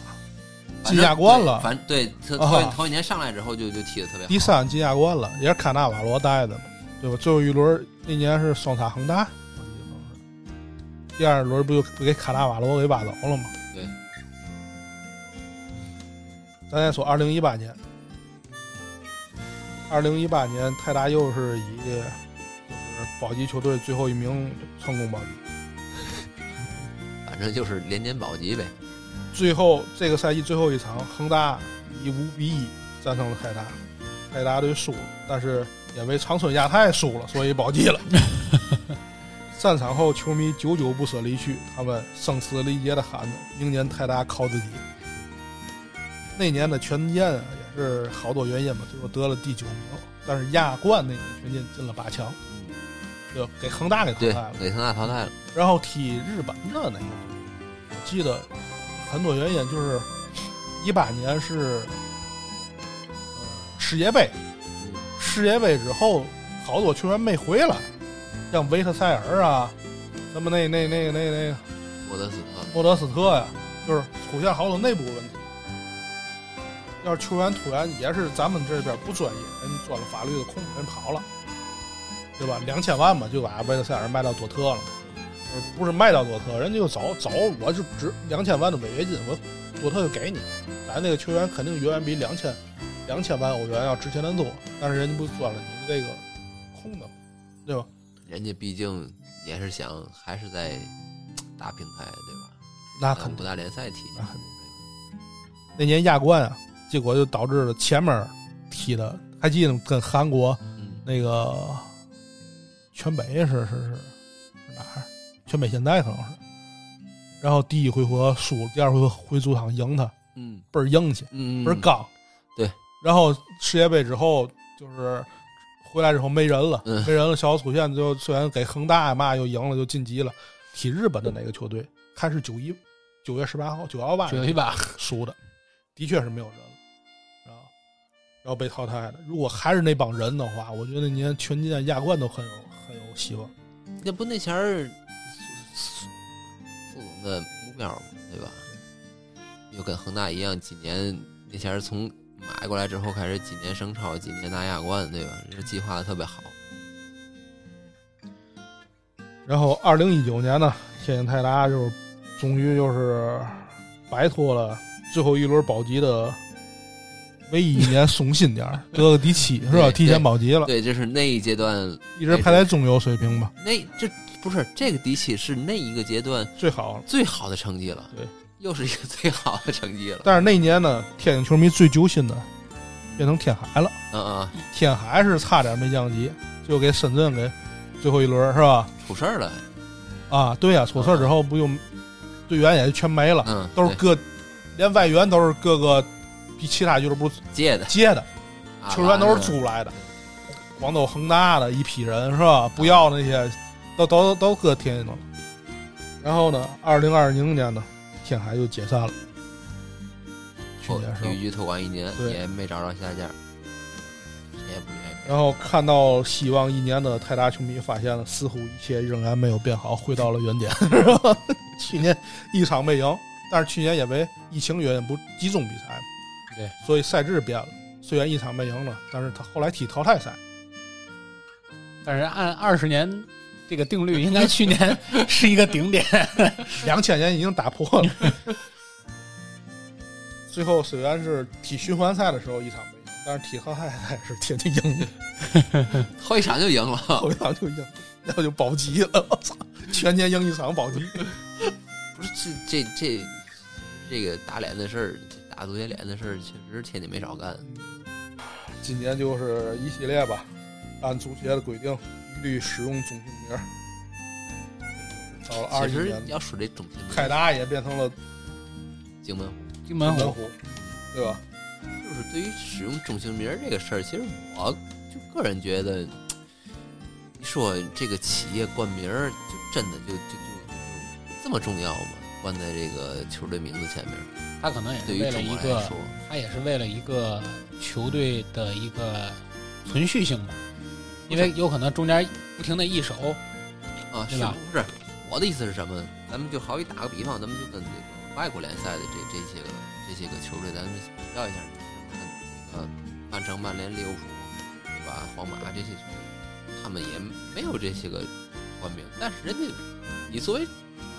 [SPEAKER 3] 反
[SPEAKER 1] 进
[SPEAKER 3] 正
[SPEAKER 1] 亚冠了
[SPEAKER 3] 对反正对他
[SPEAKER 1] 啊
[SPEAKER 3] 头一头一年上来之后就就踢得特别好。
[SPEAKER 1] 第三进亚冠了，也是卡纳瓦罗带的嘛，对吧？最后一轮那年是双塔恒大，我记得好像是第二轮不就不给卡纳瓦罗给挖走了吗？
[SPEAKER 3] 对。
[SPEAKER 1] 咱再说二零一八年，二零一八年泰达又是以就是保级球队最后一名成功保级，
[SPEAKER 3] 反正就是连年保级呗。
[SPEAKER 1] 最后这个赛季最后一场，恒大以五比一战胜了泰达，泰达队输了，但是因为长春亚泰输了，所以保级了。散场后，球迷久久不舍离去，他们声嘶力竭的喊着：“明年泰达靠自己。”那年的权健啊也是好多原因吧，最后得了第九名，但是亚冠那年权健进了八强，就给恒大给淘
[SPEAKER 3] 对
[SPEAKER 1] 汰了，。
[SPEAKER 3] 给恒大淘汰了。
[SPEAKER 1] 然后踢日本的那个，我记得很多原因就是一八年是呃世界杯，
[SPEAKER 3] 嗯，
[SPEAKER 1] 世界杯之后好多球员没回来，像维特塞尔啊，什么那那那那那
[SPEAKER 3] 博德斯特
[SPEAKER 1] 莫德斯特呀、就是出现好多内部问题。要是球员突然也是咱们这边不专业，人钻了法律的空子，人跑了，对吧？两千万嘛，就把维特塞尔卖到多特了，就是不是卖到多特，人家就找找，我就只两千万的违约金，我多特就给你。咱那个球员肯定远远比两千两千万欧元要值钱的多，但是人家不钻了你的这个空子吗，对吧？
[SPEAKER 3] 人家毕竟也是想还是在嘖大平台对
[SPEAKER 1] 嗯
[SPEAKER 3] 吧？
[SPEAKER 1] 那
[SPEAKER 3] 啊
[SPEAKER 1] 肯定。
[SPEAKER 3] 五大联赛踢。
[SPEAKER 1] 那肯那年亚冠啊，结果就导致了前面踢的，还记得跟韩国
[SPEAKER 3] 嗯，
[SPEAKER 1] 那个全北是是是是哪儿？全北现代可能是。然后第一回合输了，第二回合回主场赢他，
[SPEAKER 3] 嗯
[SPEAKER 1] 倍儿硬气，
[SPEAKER 3] 嗯，
[SPEAKER 1] 倍儿刚。
[SPEAKER 3] 对，
[SPEAKER 1] 然后世界杯之后就是回来之后没人了，
[SPEAKER 3] 嗯
[SPEAKER 1] 没人了，小组出线就虽然给恒大啊嘛又赢了，就晋级了，踢日本的哪个球队？看是九一九月十八号九幺八
[SPEAKER 2] 九一八，
[SPEAKER 1] 输的，的确是没有人了，然后然后被淘汰了。如果还是那帮人的话，我觉得那年全金亚冠都很有很有希望。
[SPEAKER 3] 那不那前儿苏苏总的目标嘛，对吧？又跟恒大一样，几年那前儿从买过来之后开始，几年升超，几年拿亚冠，对吧？这计划的特别好。
[SPEAKER 1] 然后二零一九年呢，天津泰达就是终于就是摆脱了最后一轮保级的唯一一年松心 点儿，德克迪奇是吧？
[SPEAKER 3] 对
[SPEAKER 1] 提前保级了，
[SPEAKER 3] 对，这是那一阶段，
[SPEAKER 1] 一直排在中游水平吧，
[SPEAKER 3] 那这不是这个底气是那一个阶段
[SPEAKER 1] 最好了。
[SPEAKER 3] 最好的成绩了，
[SPEAKER 1] 对，
[SPEAKER 3] 又是一个最好的成绩了。
[SPEAKER 1] 但是那一年呢，天津球迷最揪心的变成天海了，
[SPEAKER 3] 嗯嗯，
[SPEAKER 1] 天海是差点没降级，就给深圳给最后一轮是吧？
[SPEAKER 3] 出事儿了，
[SPEAKER 1] 啊，对呀、出事儿之后不就队员也全没了，
[SPEAKER 3] 嗯，
[SPEAKER 1] 啊都是
[SPEAKER 3] 对
[SPEAKER 1] 各连外援都是各个比其他俱乐部
[SPEAKER 3] 借的，
[SPEAKER 1] 借的。
[SPEAKER 3] 啊
[SPEAKER 1] 球员都是，租来的，广州恒大的一批人是吧？不要那些，都都都搁天津了。然后呢，二零二零年呢，天海就解散了。去
[SPEAKER 3] 后
[SPEAKER 1] 年时候
[SPEAKER 3] 旅，居托管一年
[SPEAKER 1] 对
[SPEAKER 3] 也没找着下家，谁也不愿意。
[SPEAKER 1] 然后看到希望一年的泰达球迷发现了，似乎一切仍然没有变好，回到了原点， 是吧？去年一场没赢，但是去年因为疫情原因不集中比赛嘛，
[SPEAKER 2] 对，
[SPEAKER 1] 所以赛制变了。虽然一场没赢了，但是他后来踢淘汰赛，
[SPEAKER 2] 但是按二十年这个定律，应该去 年是一个顶点。
[SPEAKER 1] 两千年已经打破了。最后虽然是踢循环赛的时候一场没赢，但是踢淘汰赛是天天赢 了，
[SPEAKER 3] 后一场就赢了，
[SPEAKER 1] 后一场就赢，然后就保级了。我操，全年赢一场保级。
[SPEAKER 3] 不是这这这这个打脸的事儿，这打足球脸的事儿，确实天津没少干。
[SPEAKER 1] 今年就是一系列吧，按足协的规定，一律使用中性名儿。到了二
[SPEAKER 3] 其
[SPEAKER 1] 一
[SPEAKER 3] 实
[SPEAKER 1] 年，
[SPEAKER 3] 要说这中心，
[SPEAKER 1] 泰达也变成了
[SPEAKER 3] 京门户
[SPEAKER 2] 金门
[SPEAKER 1] 门
[SPEAKER 2] 虎，
[SPEAKER 1] 户，对吧？
[SPEAKER 3] 就是对于使用中性名儿这个事儿，其实我就个人觉得，你说这个企业冠名儿，就真的就就就就这么重要吗？冠在这个球队名字前面，
[SPEAKER 2] 他可能也
[SPEAKER 3] 对
[SPEAKER 2] 是
[SPEAKER 3] 于
[SPEAKER 2] 为了
[SPEAKER 3] 中
[SPEAKER 2] 一
[SPEAKER 3] 国来
[SPEAKER 2] 个
[SPEAKER 3] 说，
[SPEAKER 2] 他也是为了一个球队的一个存续性吧，因为有可能中间不停的易手，
[SPEAKER 3] 啊，
[SPEAKER 2] 对
[SPEAKER 3] 是
[SPEAKER 2] 吧
[SPEAKER 3] 不是？我的意思是什么？咱们就好比打个比方，咱们就跟这个外国联赛的这这些个这些个球队，咱们比较一下，看这个曼城、曼联、利物浦，对吧？皇马这些球队，他们也没有这些个冠名，但是人家，你作为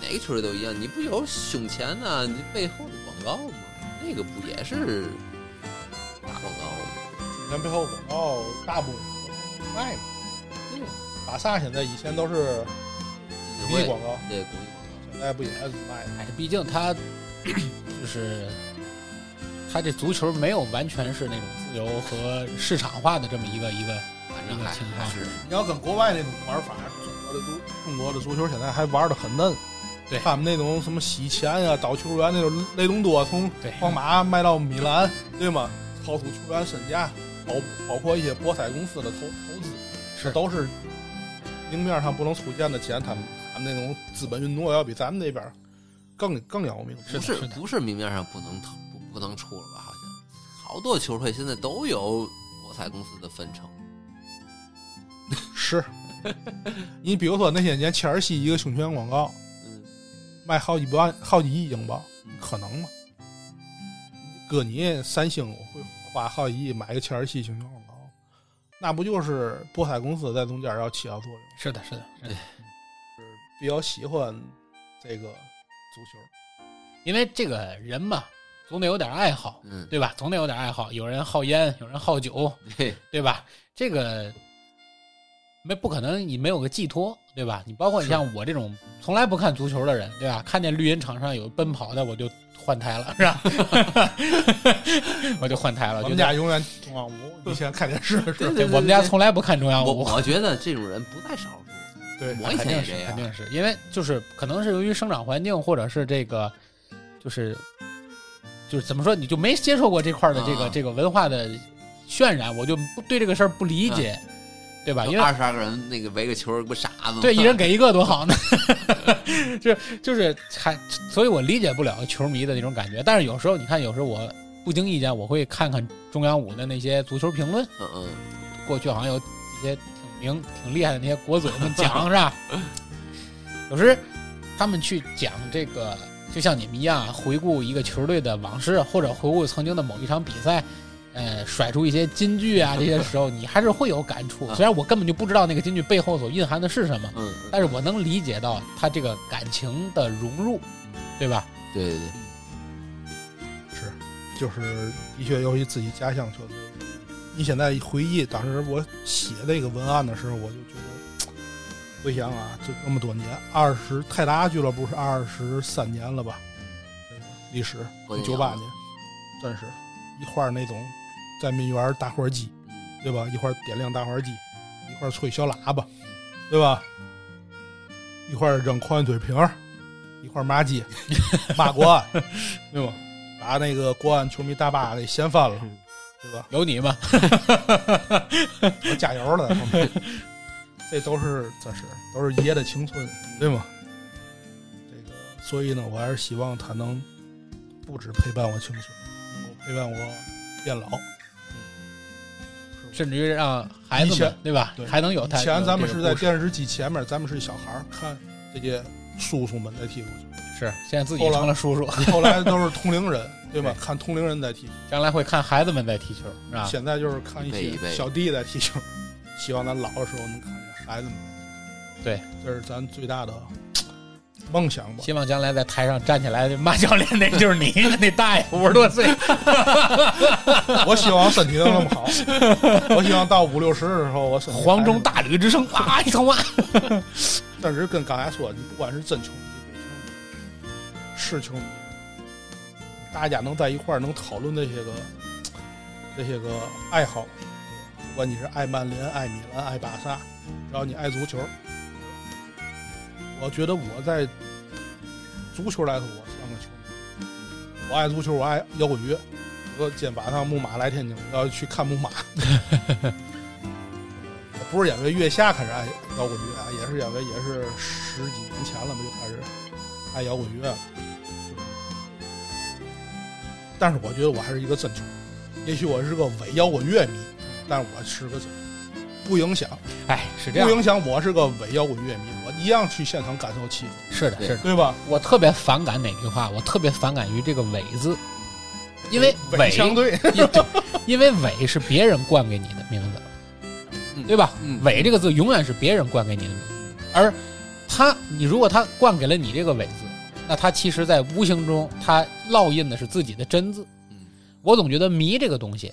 [SPEAKER 3] 哪个球队都一样，你不有胸前呐、你背后的广告吗？那个不也是打广告吗？
[SPEAKER 1] 今年背后广告大部分都不卖嘛。
[SPEAKER 3] 对呀，
[SPEAKER 1] 巴萨现在以前都是
[SPEAKER 3] 基金
[SPEAKER 1] 公益
[SPEAKER 3] 会
[SPEAKER 1] 广告，
[SPEAKER 3] 对公益广
[SPEAKER 1] 现在不也是卖吗？
[SPEAKER 2] 哎，毕竟他 就是他这足球没有完全是那种自由和市场化的这么一个一个
[SPEAKER 3] 告，反正还
[SPEAKER 2] 情
[SPEAKER 3] 还
[SPEAKER 2] 况
[SPEAKER 3] 是
[SPEAKER 1] 你要跟国外那种玩法，中国的足中国的足球现在还玩的很嫩。
[SPEAKER 2] 对
[SPEAKER 1] 他们那种什么洗钱呀、倒球员那种，雷东多从
[SPEAKER 2] 对
[SPEAKER 1] 皇马卖到米兰，对吗？超出球员身价，包包括一些博彩公司的投投资，
[SPEAKER 2] 是
[SPEAKER 1] 都是明面上不能出现的钱。他们他们那种资本运作要比咱们那边更更要命。
[SPEAKER 2] 是
[SPEAKER 3] 不
[SPEAKER 2] 的
[SPEAKER 3] 是
[SPEAKER 2] 是的
[SPEAKER 3] 不是明面上不能投不不能出了吧？好像好多球会现在都有博彩公司的分成，
[SPEAKER 1] 是， 你比如说那些年切尔西一个胸前广告
[SPEAKER 3] 嗯，
[SPEAKER 1] 卖好几万、好几亿英镑，可能吗？搁你三星，我会花好几亿买个切尔西胸前广告，那不就是博彩公司在中间要起到作用？
[SPEAKER 2] 是的，是的，是的，
[SPEAKER 1] 比较喜欢这个足球，
[SPEAKER 2] 因为这个人嘛，总得有点爱好，
[SPEAKER 3] 嗯，
[SPEAKER 2] 对吧？总得有点爱好，有人好烟，有人好酒，
[SPEAKER 3] 对，
[SPEAKER 2] 对吧？这个没不可能，你没有个寄托，对吧？你包括你
[SPEAKER 1] 是
[SPEAKER 2] 像我这种从来不看足球的人，对吧？看见绿茵场上有奔跑的，我就换台了，是吧？ 我就换
[SPEAKER 3] 啊
[SPEAKER 2] 台了。
[SPEAKER 1] 我
[SPEAKER 2] 就
[SPEAKER 1] 们家永远中央五，以前看电视的 时候，
[SPEAKER 2] 对我们家从来不看中央
[SPEAKER 3] 我
[SPEAKER 2] 五。
[SPEAKER 3] 我觉得这种人不在少数，
[SPEAKER 1] 对，
[SPEAKER 3] 我以
[SPEAKER 2] 肯
[SPEAKER 3] 前也
[SPEAKER 2] 定是
[SPEAKER 3] 这，
[SPEAKER 2] 肯
[SPEAKER 3] 样，
[SPEAKER 2] 定是因为就是可能是由于生长环境，或者是这个，就是就是怎么说，你就没接受过这块儿的这个、
[SPEAKER 3] 啊
[SPEAKER 2] 这个文化的渲染，我就不对这个事儿不理解，对吧？啊因为
[SPEAKER 4] 二十二个人那个围个球儿，不傻子吗？
[SPEAKER 2] 对 一人给一个多好呢， 就就是还，所以我理解不了球迷的那种感觉。但是有时候你看，有时候我不经意间我会看看中央五的那些足球评论，
[SPEAKER 3] 嗯嗯，
[SPEAKER 2] 过去好像有一些挺明挺厉害的那些国嘴 们讲是吧？有时他们去讲这个，就像你们一样回顾一个球队的往事，或者回顾曾经的某一场比赛，呃，甩出一些金句啊，这些时候你还是会有感触。
[SPEAKER 1] 啊
[SPEAKER 2] 虽然我根本就不知道那个金句背后所蕴含的是什么，
[SPEAKER 3] 嗯，
[SPEAKER 2] 但是我能理解到他这个感情的融入，
[SPEAKER 1] 嗯
[SPEAKER 2] 对吧？
[SPEAKER 3] 对对对，
[SPEAKER 1] 是，就是的确，尤其自己家乡球队，你现在一回忆当时我写那个文案的时候，我就觉得，回想啊，就这么多年，二十泰达俱乐部是二十三年了吧，这个历史
[SPEAKER 3] 多年
[SPEAKER 1] 九八年，真是一块儿那种在民园打火机，对吧？一块儿点亮打火机，一块儿吹小喇叭，对吧？一块儿扔矿泉水瓶儿，一块儿骂街，骂国安，对吧？把那个国安球迷大巴给掀翻了，对吧？
[SPEAKER 2] 有你吗？
[SPEAKER 1] 我加油了，后面这都是这是都是爷的青春，对吗？这个，所以呢，我还是希望他能不止陪伴我青春，能够陪伴我变老。
[SPEAKER 2] 甚至于让孩子
[SPEAKER 1] 以
[SPEAKER 2] 们
[SPEAKER 1] 前
[SPEAKER 2] 对吧，
[SPEAKER 1] 对
[SPEAKER 2] 还能有他
[SPEAKER 1] 以
[SPEAKER 2] 有这
[SPEAKER 1] 前
[SPEAKER 2] 个故事。
[SPEAKER 1] 咱们是在电视机前面，咱们是小孩儿看这些叔叔们在踢足球，
[SPEAKER 2] 是现在自己
[SPEAKER 1] 后来
[SPEAKER 2] 成了叔叔，
[SPEAKER 1] 后来都是同龄人，对吧？看同龄人在踢球，
[SPEAKER 2] 将来会看孩子们在踢球，是吧？
[SPEAKER 1] 现在就是看一
[SPEAKER 3] 一辈一
[SPEAKER 1] 些
[SPEAKER 3] 辈
[SPEAKER 1] 小弟在踢球。希望咱老的时候能看见孩子们在踢
[SPEAKER 2] 对
[SPEAKER 1] 球，这是咱最大的梦想吧。
[SPEAKER 2] 希望将来在台上站起来骂教练那就是你，那 大爷 五十多岁，
[SPEAKER 1] 我希望身体能那么好，我希望到五六十的时候，我身体
[SPEAKER 2] 黄忠大吕之声啊，一通骂。
[SPEAKER 1] 还是。但是跟刚才说，你不管是真球迷、伪球迷、是球迷，大家能在一块儿能讨论这些个这些个爱好，不管你是爱曼联、爱米兰、爱巴萨，只要你爱足球，我觉得我在足球来说，我算个球迷。我爱足球，我爱摇滚乐。我今晚上木马来天津，我要去看木马。 我不是因为月下开始爱摇滚乐啊，也是因为也是十几年前了嘛，就开始爱摇滚乐了。但是我觉得我还是一个真球迷，也许我是个伪摇滚乐迷，但我是个真不影响，
[SPEAKER 2] 哎，是这
[SPEAKER 1] 不
[SPEAKER 2] 样，
[SPEAKER 1] 影响我是个伪摇滚乐迷，我一样去现场感受气氛，
[SPEAKER 2] 是的，
[SPEAKER 3] 对
[SPEAKER 2] 是的。
[SPEAKER 1] 对吧？
[SPEAKER 2] 我特别反感哪句话？我特别反感于这个“伪”字，因为“伪
[SPEAKER 1] 伪”相对，
[SPEAKER 2] 因 因为“伪”是别人冠给你的名字，
[SPEAKER 4] 嗯
[SPEAKER 2] 对吧？“
[SPEAKER 4] 嗯
[SPEAKER 2] 伪”这个字永远是别人冠给你的名字，而他，你如果他冠给了你这个“伪”字，那他其实在无形中他烙印的是自己的真字。
[SPEAKER 4] 嗯
[SPEAKER 2] 我总觉得迷这个东西，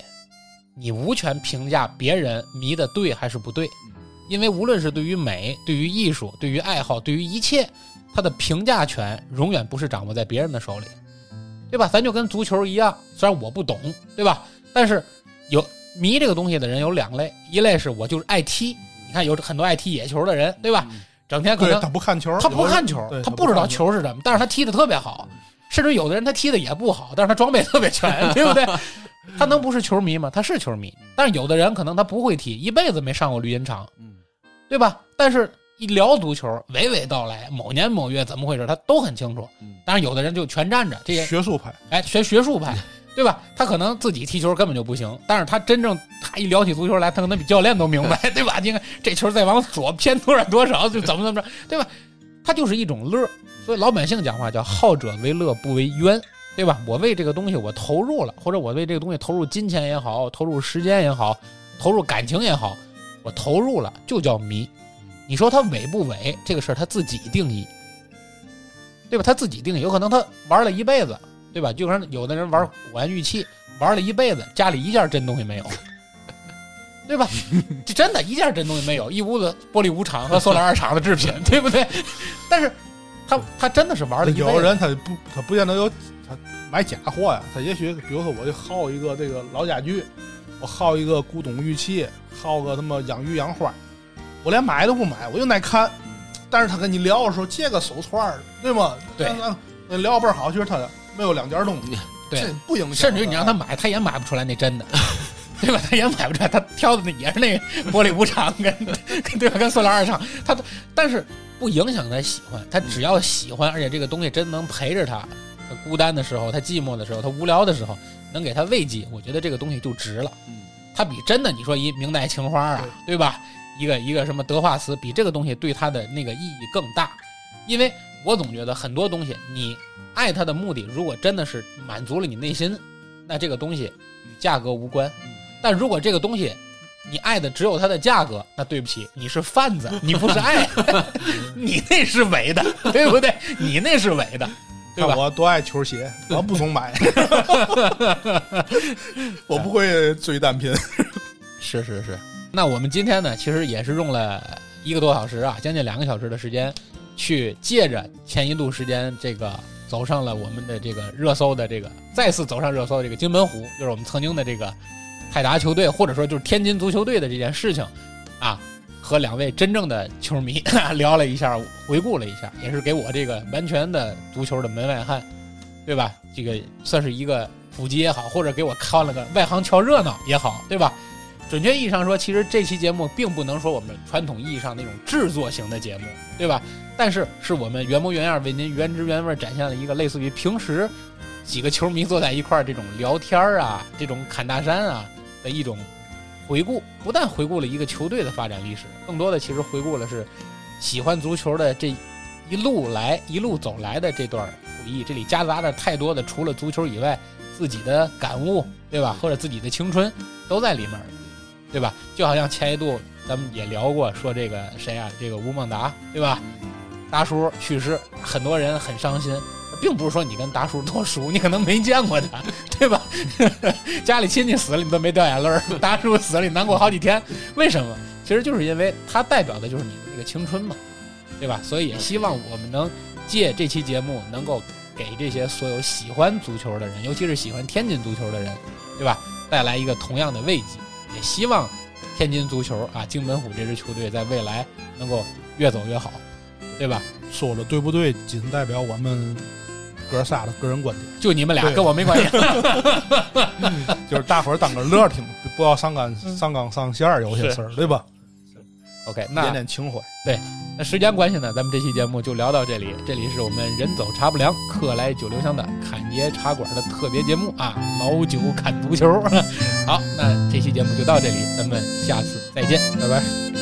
[SPEAKER 2] 你无权评价别人迷的对还是不对，
[SPEAKER 3] 嗯
[SPEAKER 2] 因为无论是对于美、对于艺术、对于爱好、对于一切，它的评价权永远不是掌握在别人的手里，对吧？咱就跟足球一样，虽然我不懂，对吧？但是有迷这个东西的人有两类，一类是我就是爱踢，你看有很多爱踢野球的人，对
[SPEAKER 3] 嗯
[SPEAKER 2] 吧？整天可
[SPEAKER 1] 对
[SPEAKER 2] 能
[SPEAKER 1] 他不看球，
[SPEAKER 2] 他不看球
[SPEAKER 1] 有的，对
[SPEAKER 2] 他
[SPEAKER 1] 他
[SPEAKER 2] 不知道球是什么，但是他踢的特别好，甚至有的人他踢的也不好，但是他装备特别全，对不对？他能不是球迷吗？他是球迷，但是有的人可能他不会踢，一辈子没上过绿茵场，
[SPEAKER 4] 嗯
[SPEAKER 2] 对吧？但是一聊足球，娓娓道来，某年某月怎么回事，他都很清楚
[SPEAKER 4] 嗯。
[SPEAKER 2] 当然，有的人就全站着，这也
[SPEAKER 1] 学术派，
[SPEAKER 2] 哎学学术派，对吧？他可能自己踢球根本就不行，但是他真正他一聊起足球来，他可能比教练都明白，对吧？你看这球再往左偏多少多少，就怎么怎么着，对吧？他就是一种乐，所以老百姓讲话叫好者为乐不为冤，对吧？我为这个东西我投入了，或者我为这个东西投入金钱也好，投入时间也好，投入感情也好，我投入了就叫迷。你说他伪不伪这个事儿他自己定义，对吧？他自己定义，有可能他玩了一辈子，对吧？就跟有的人玩古玩玉器玩了一辈子，家里一件真东西没有，对吧？这真的一件真东西没有，一屋子玻璃五厂和塑料二厂的制品，对不对？ 但是他他真的是玩了一辈子，
[SPEAKER 1] 有人他不他不见得有他买假货呀，他也许比如说我就好一个这个老家具，我好一个古董玉器，好个他妈养鱼养花，我连买都不买，我就爱看。但是他跟你聊的时候，借个手串儿，对吗？
[SPEAKER 2] 对
[SPEAKER 1] 咱，咱聊倍儿好，其实他没有两件东西，
[SPEAKER 2] 对
[SPEAKER 1] 这不影响。
[SPEAKER 2] 甚至于你让他买，他也买不出来那真的。对吧？他也买不出来，他挑的那也是那玻璃五厂跟跟对吧？跟塑料二厂，他都但是不影响他喜欢，他只要喜欢，而且这个东西真能陪着他，他孤单的时候，他寂寞的时候，他无聊的时候，能给他慰藉，我觉得这个东西就值了。
[SPEAKER 4] 嗯，
[SPEAKER 2] 它比真的你说一明代情花啊，对吧？一个一个什么德化词，比这个东西对它的那个意义更大，因为我总觉得很多东西，你爱它的目的，如果真的是满足了你内心，那这个东西与价格无关
[SPEAKER 4] 嗯。
[SPEAKER 2] 但如果这个东西你爱的只有它的价格，那对不起，你是贩子，你不是爱， 你那是伪的，对不对？你那是伪的，对
[SPEAKER 1] 看
[SPEAKER 2] 吧？
[SPEAKER 1] 我多爱球鞋，我不总买，我不会追单 品。
[SPEAKER 2] 是是是。那我们今天呢，其实也是用了一个多小时啊，将近两个小时的时间，去借着前一度时间，这个走上了我们的这个热搜的这个再次走上热搜的这个金门湖，就是我们曾经的这个泰达球队，或者说就是天津足球队的这件事情啊，和两位真正的球迷 聊了一下，回顾了一下，也是给我这个完全的足球的门外汉，对吧？这个算是一个普及也好，或者给我看了个外行瞧热闹也好，对吧？准确意义上说，其实这期节目并不能说我们传统意义上那种制作型的节目，对吧？但是是我们原模原样为您原汁原味展现了一个类似于平时几个球迷坐在一块儿这种聊天儿啊、这种侃大山啊的一种回顾。不但回顾了一个球队的发展历史，更多的其实回顾了是喜欢足球的这一路来一路走来的这段回忆。这里夹杂着太多的除了足球以外自己的感悟，对吧？或者自己的青春都在里面儿。对吧？就好像前一度咱们也聊过，说这个谁啊，这个吴孟达，对吧？达叔去世，很多人很伤心，并不是说你跟达叔多熟，你可能没见过他，对吧？ 家里亲戚死了你都没掉眼泪儿， 达叔死了你难过好几天，为什么？其实就是因为它代表的就是你的这个青春嘛，对吧？所以也希望我们能借这期节目，能够给这些所有喜欢足球的人，尤其是喜欢天津足球的人，对吧？带来一个同样的慰藉。也希望天津足球啊，金门虎这支球队在未来能够越走越好，对吧？
[SPEAKER 1] 说了对不对，仅代表我们哥仨的个人观点，
[SPEAKER 2] 就你们俩
[SPEAKER 1] 对
[SPEAKER 2] 跟我没关系，
[SPEAKER 1] 就是大伙儿当个乐儿听，不要上纲上纲上线儿，有些
[SPEAKER 2] 嗯是
[SPEAKER 1] 事儿对吧？
[SPEAKER 2] OK，
[SPEAKER 1] 点
[SPEAKER 2] 那
[SPEAKER 1] 点情怀。
[SPEAKER 2] 那时间关系呢，咱们这期节目就聊到这里。这里是我们人走茶不凉，客来酒留香的侃爷茶馆的特别节目啊，老 酒侃足球。好，那这期节目就到这里，咱们下次再见，拜拜。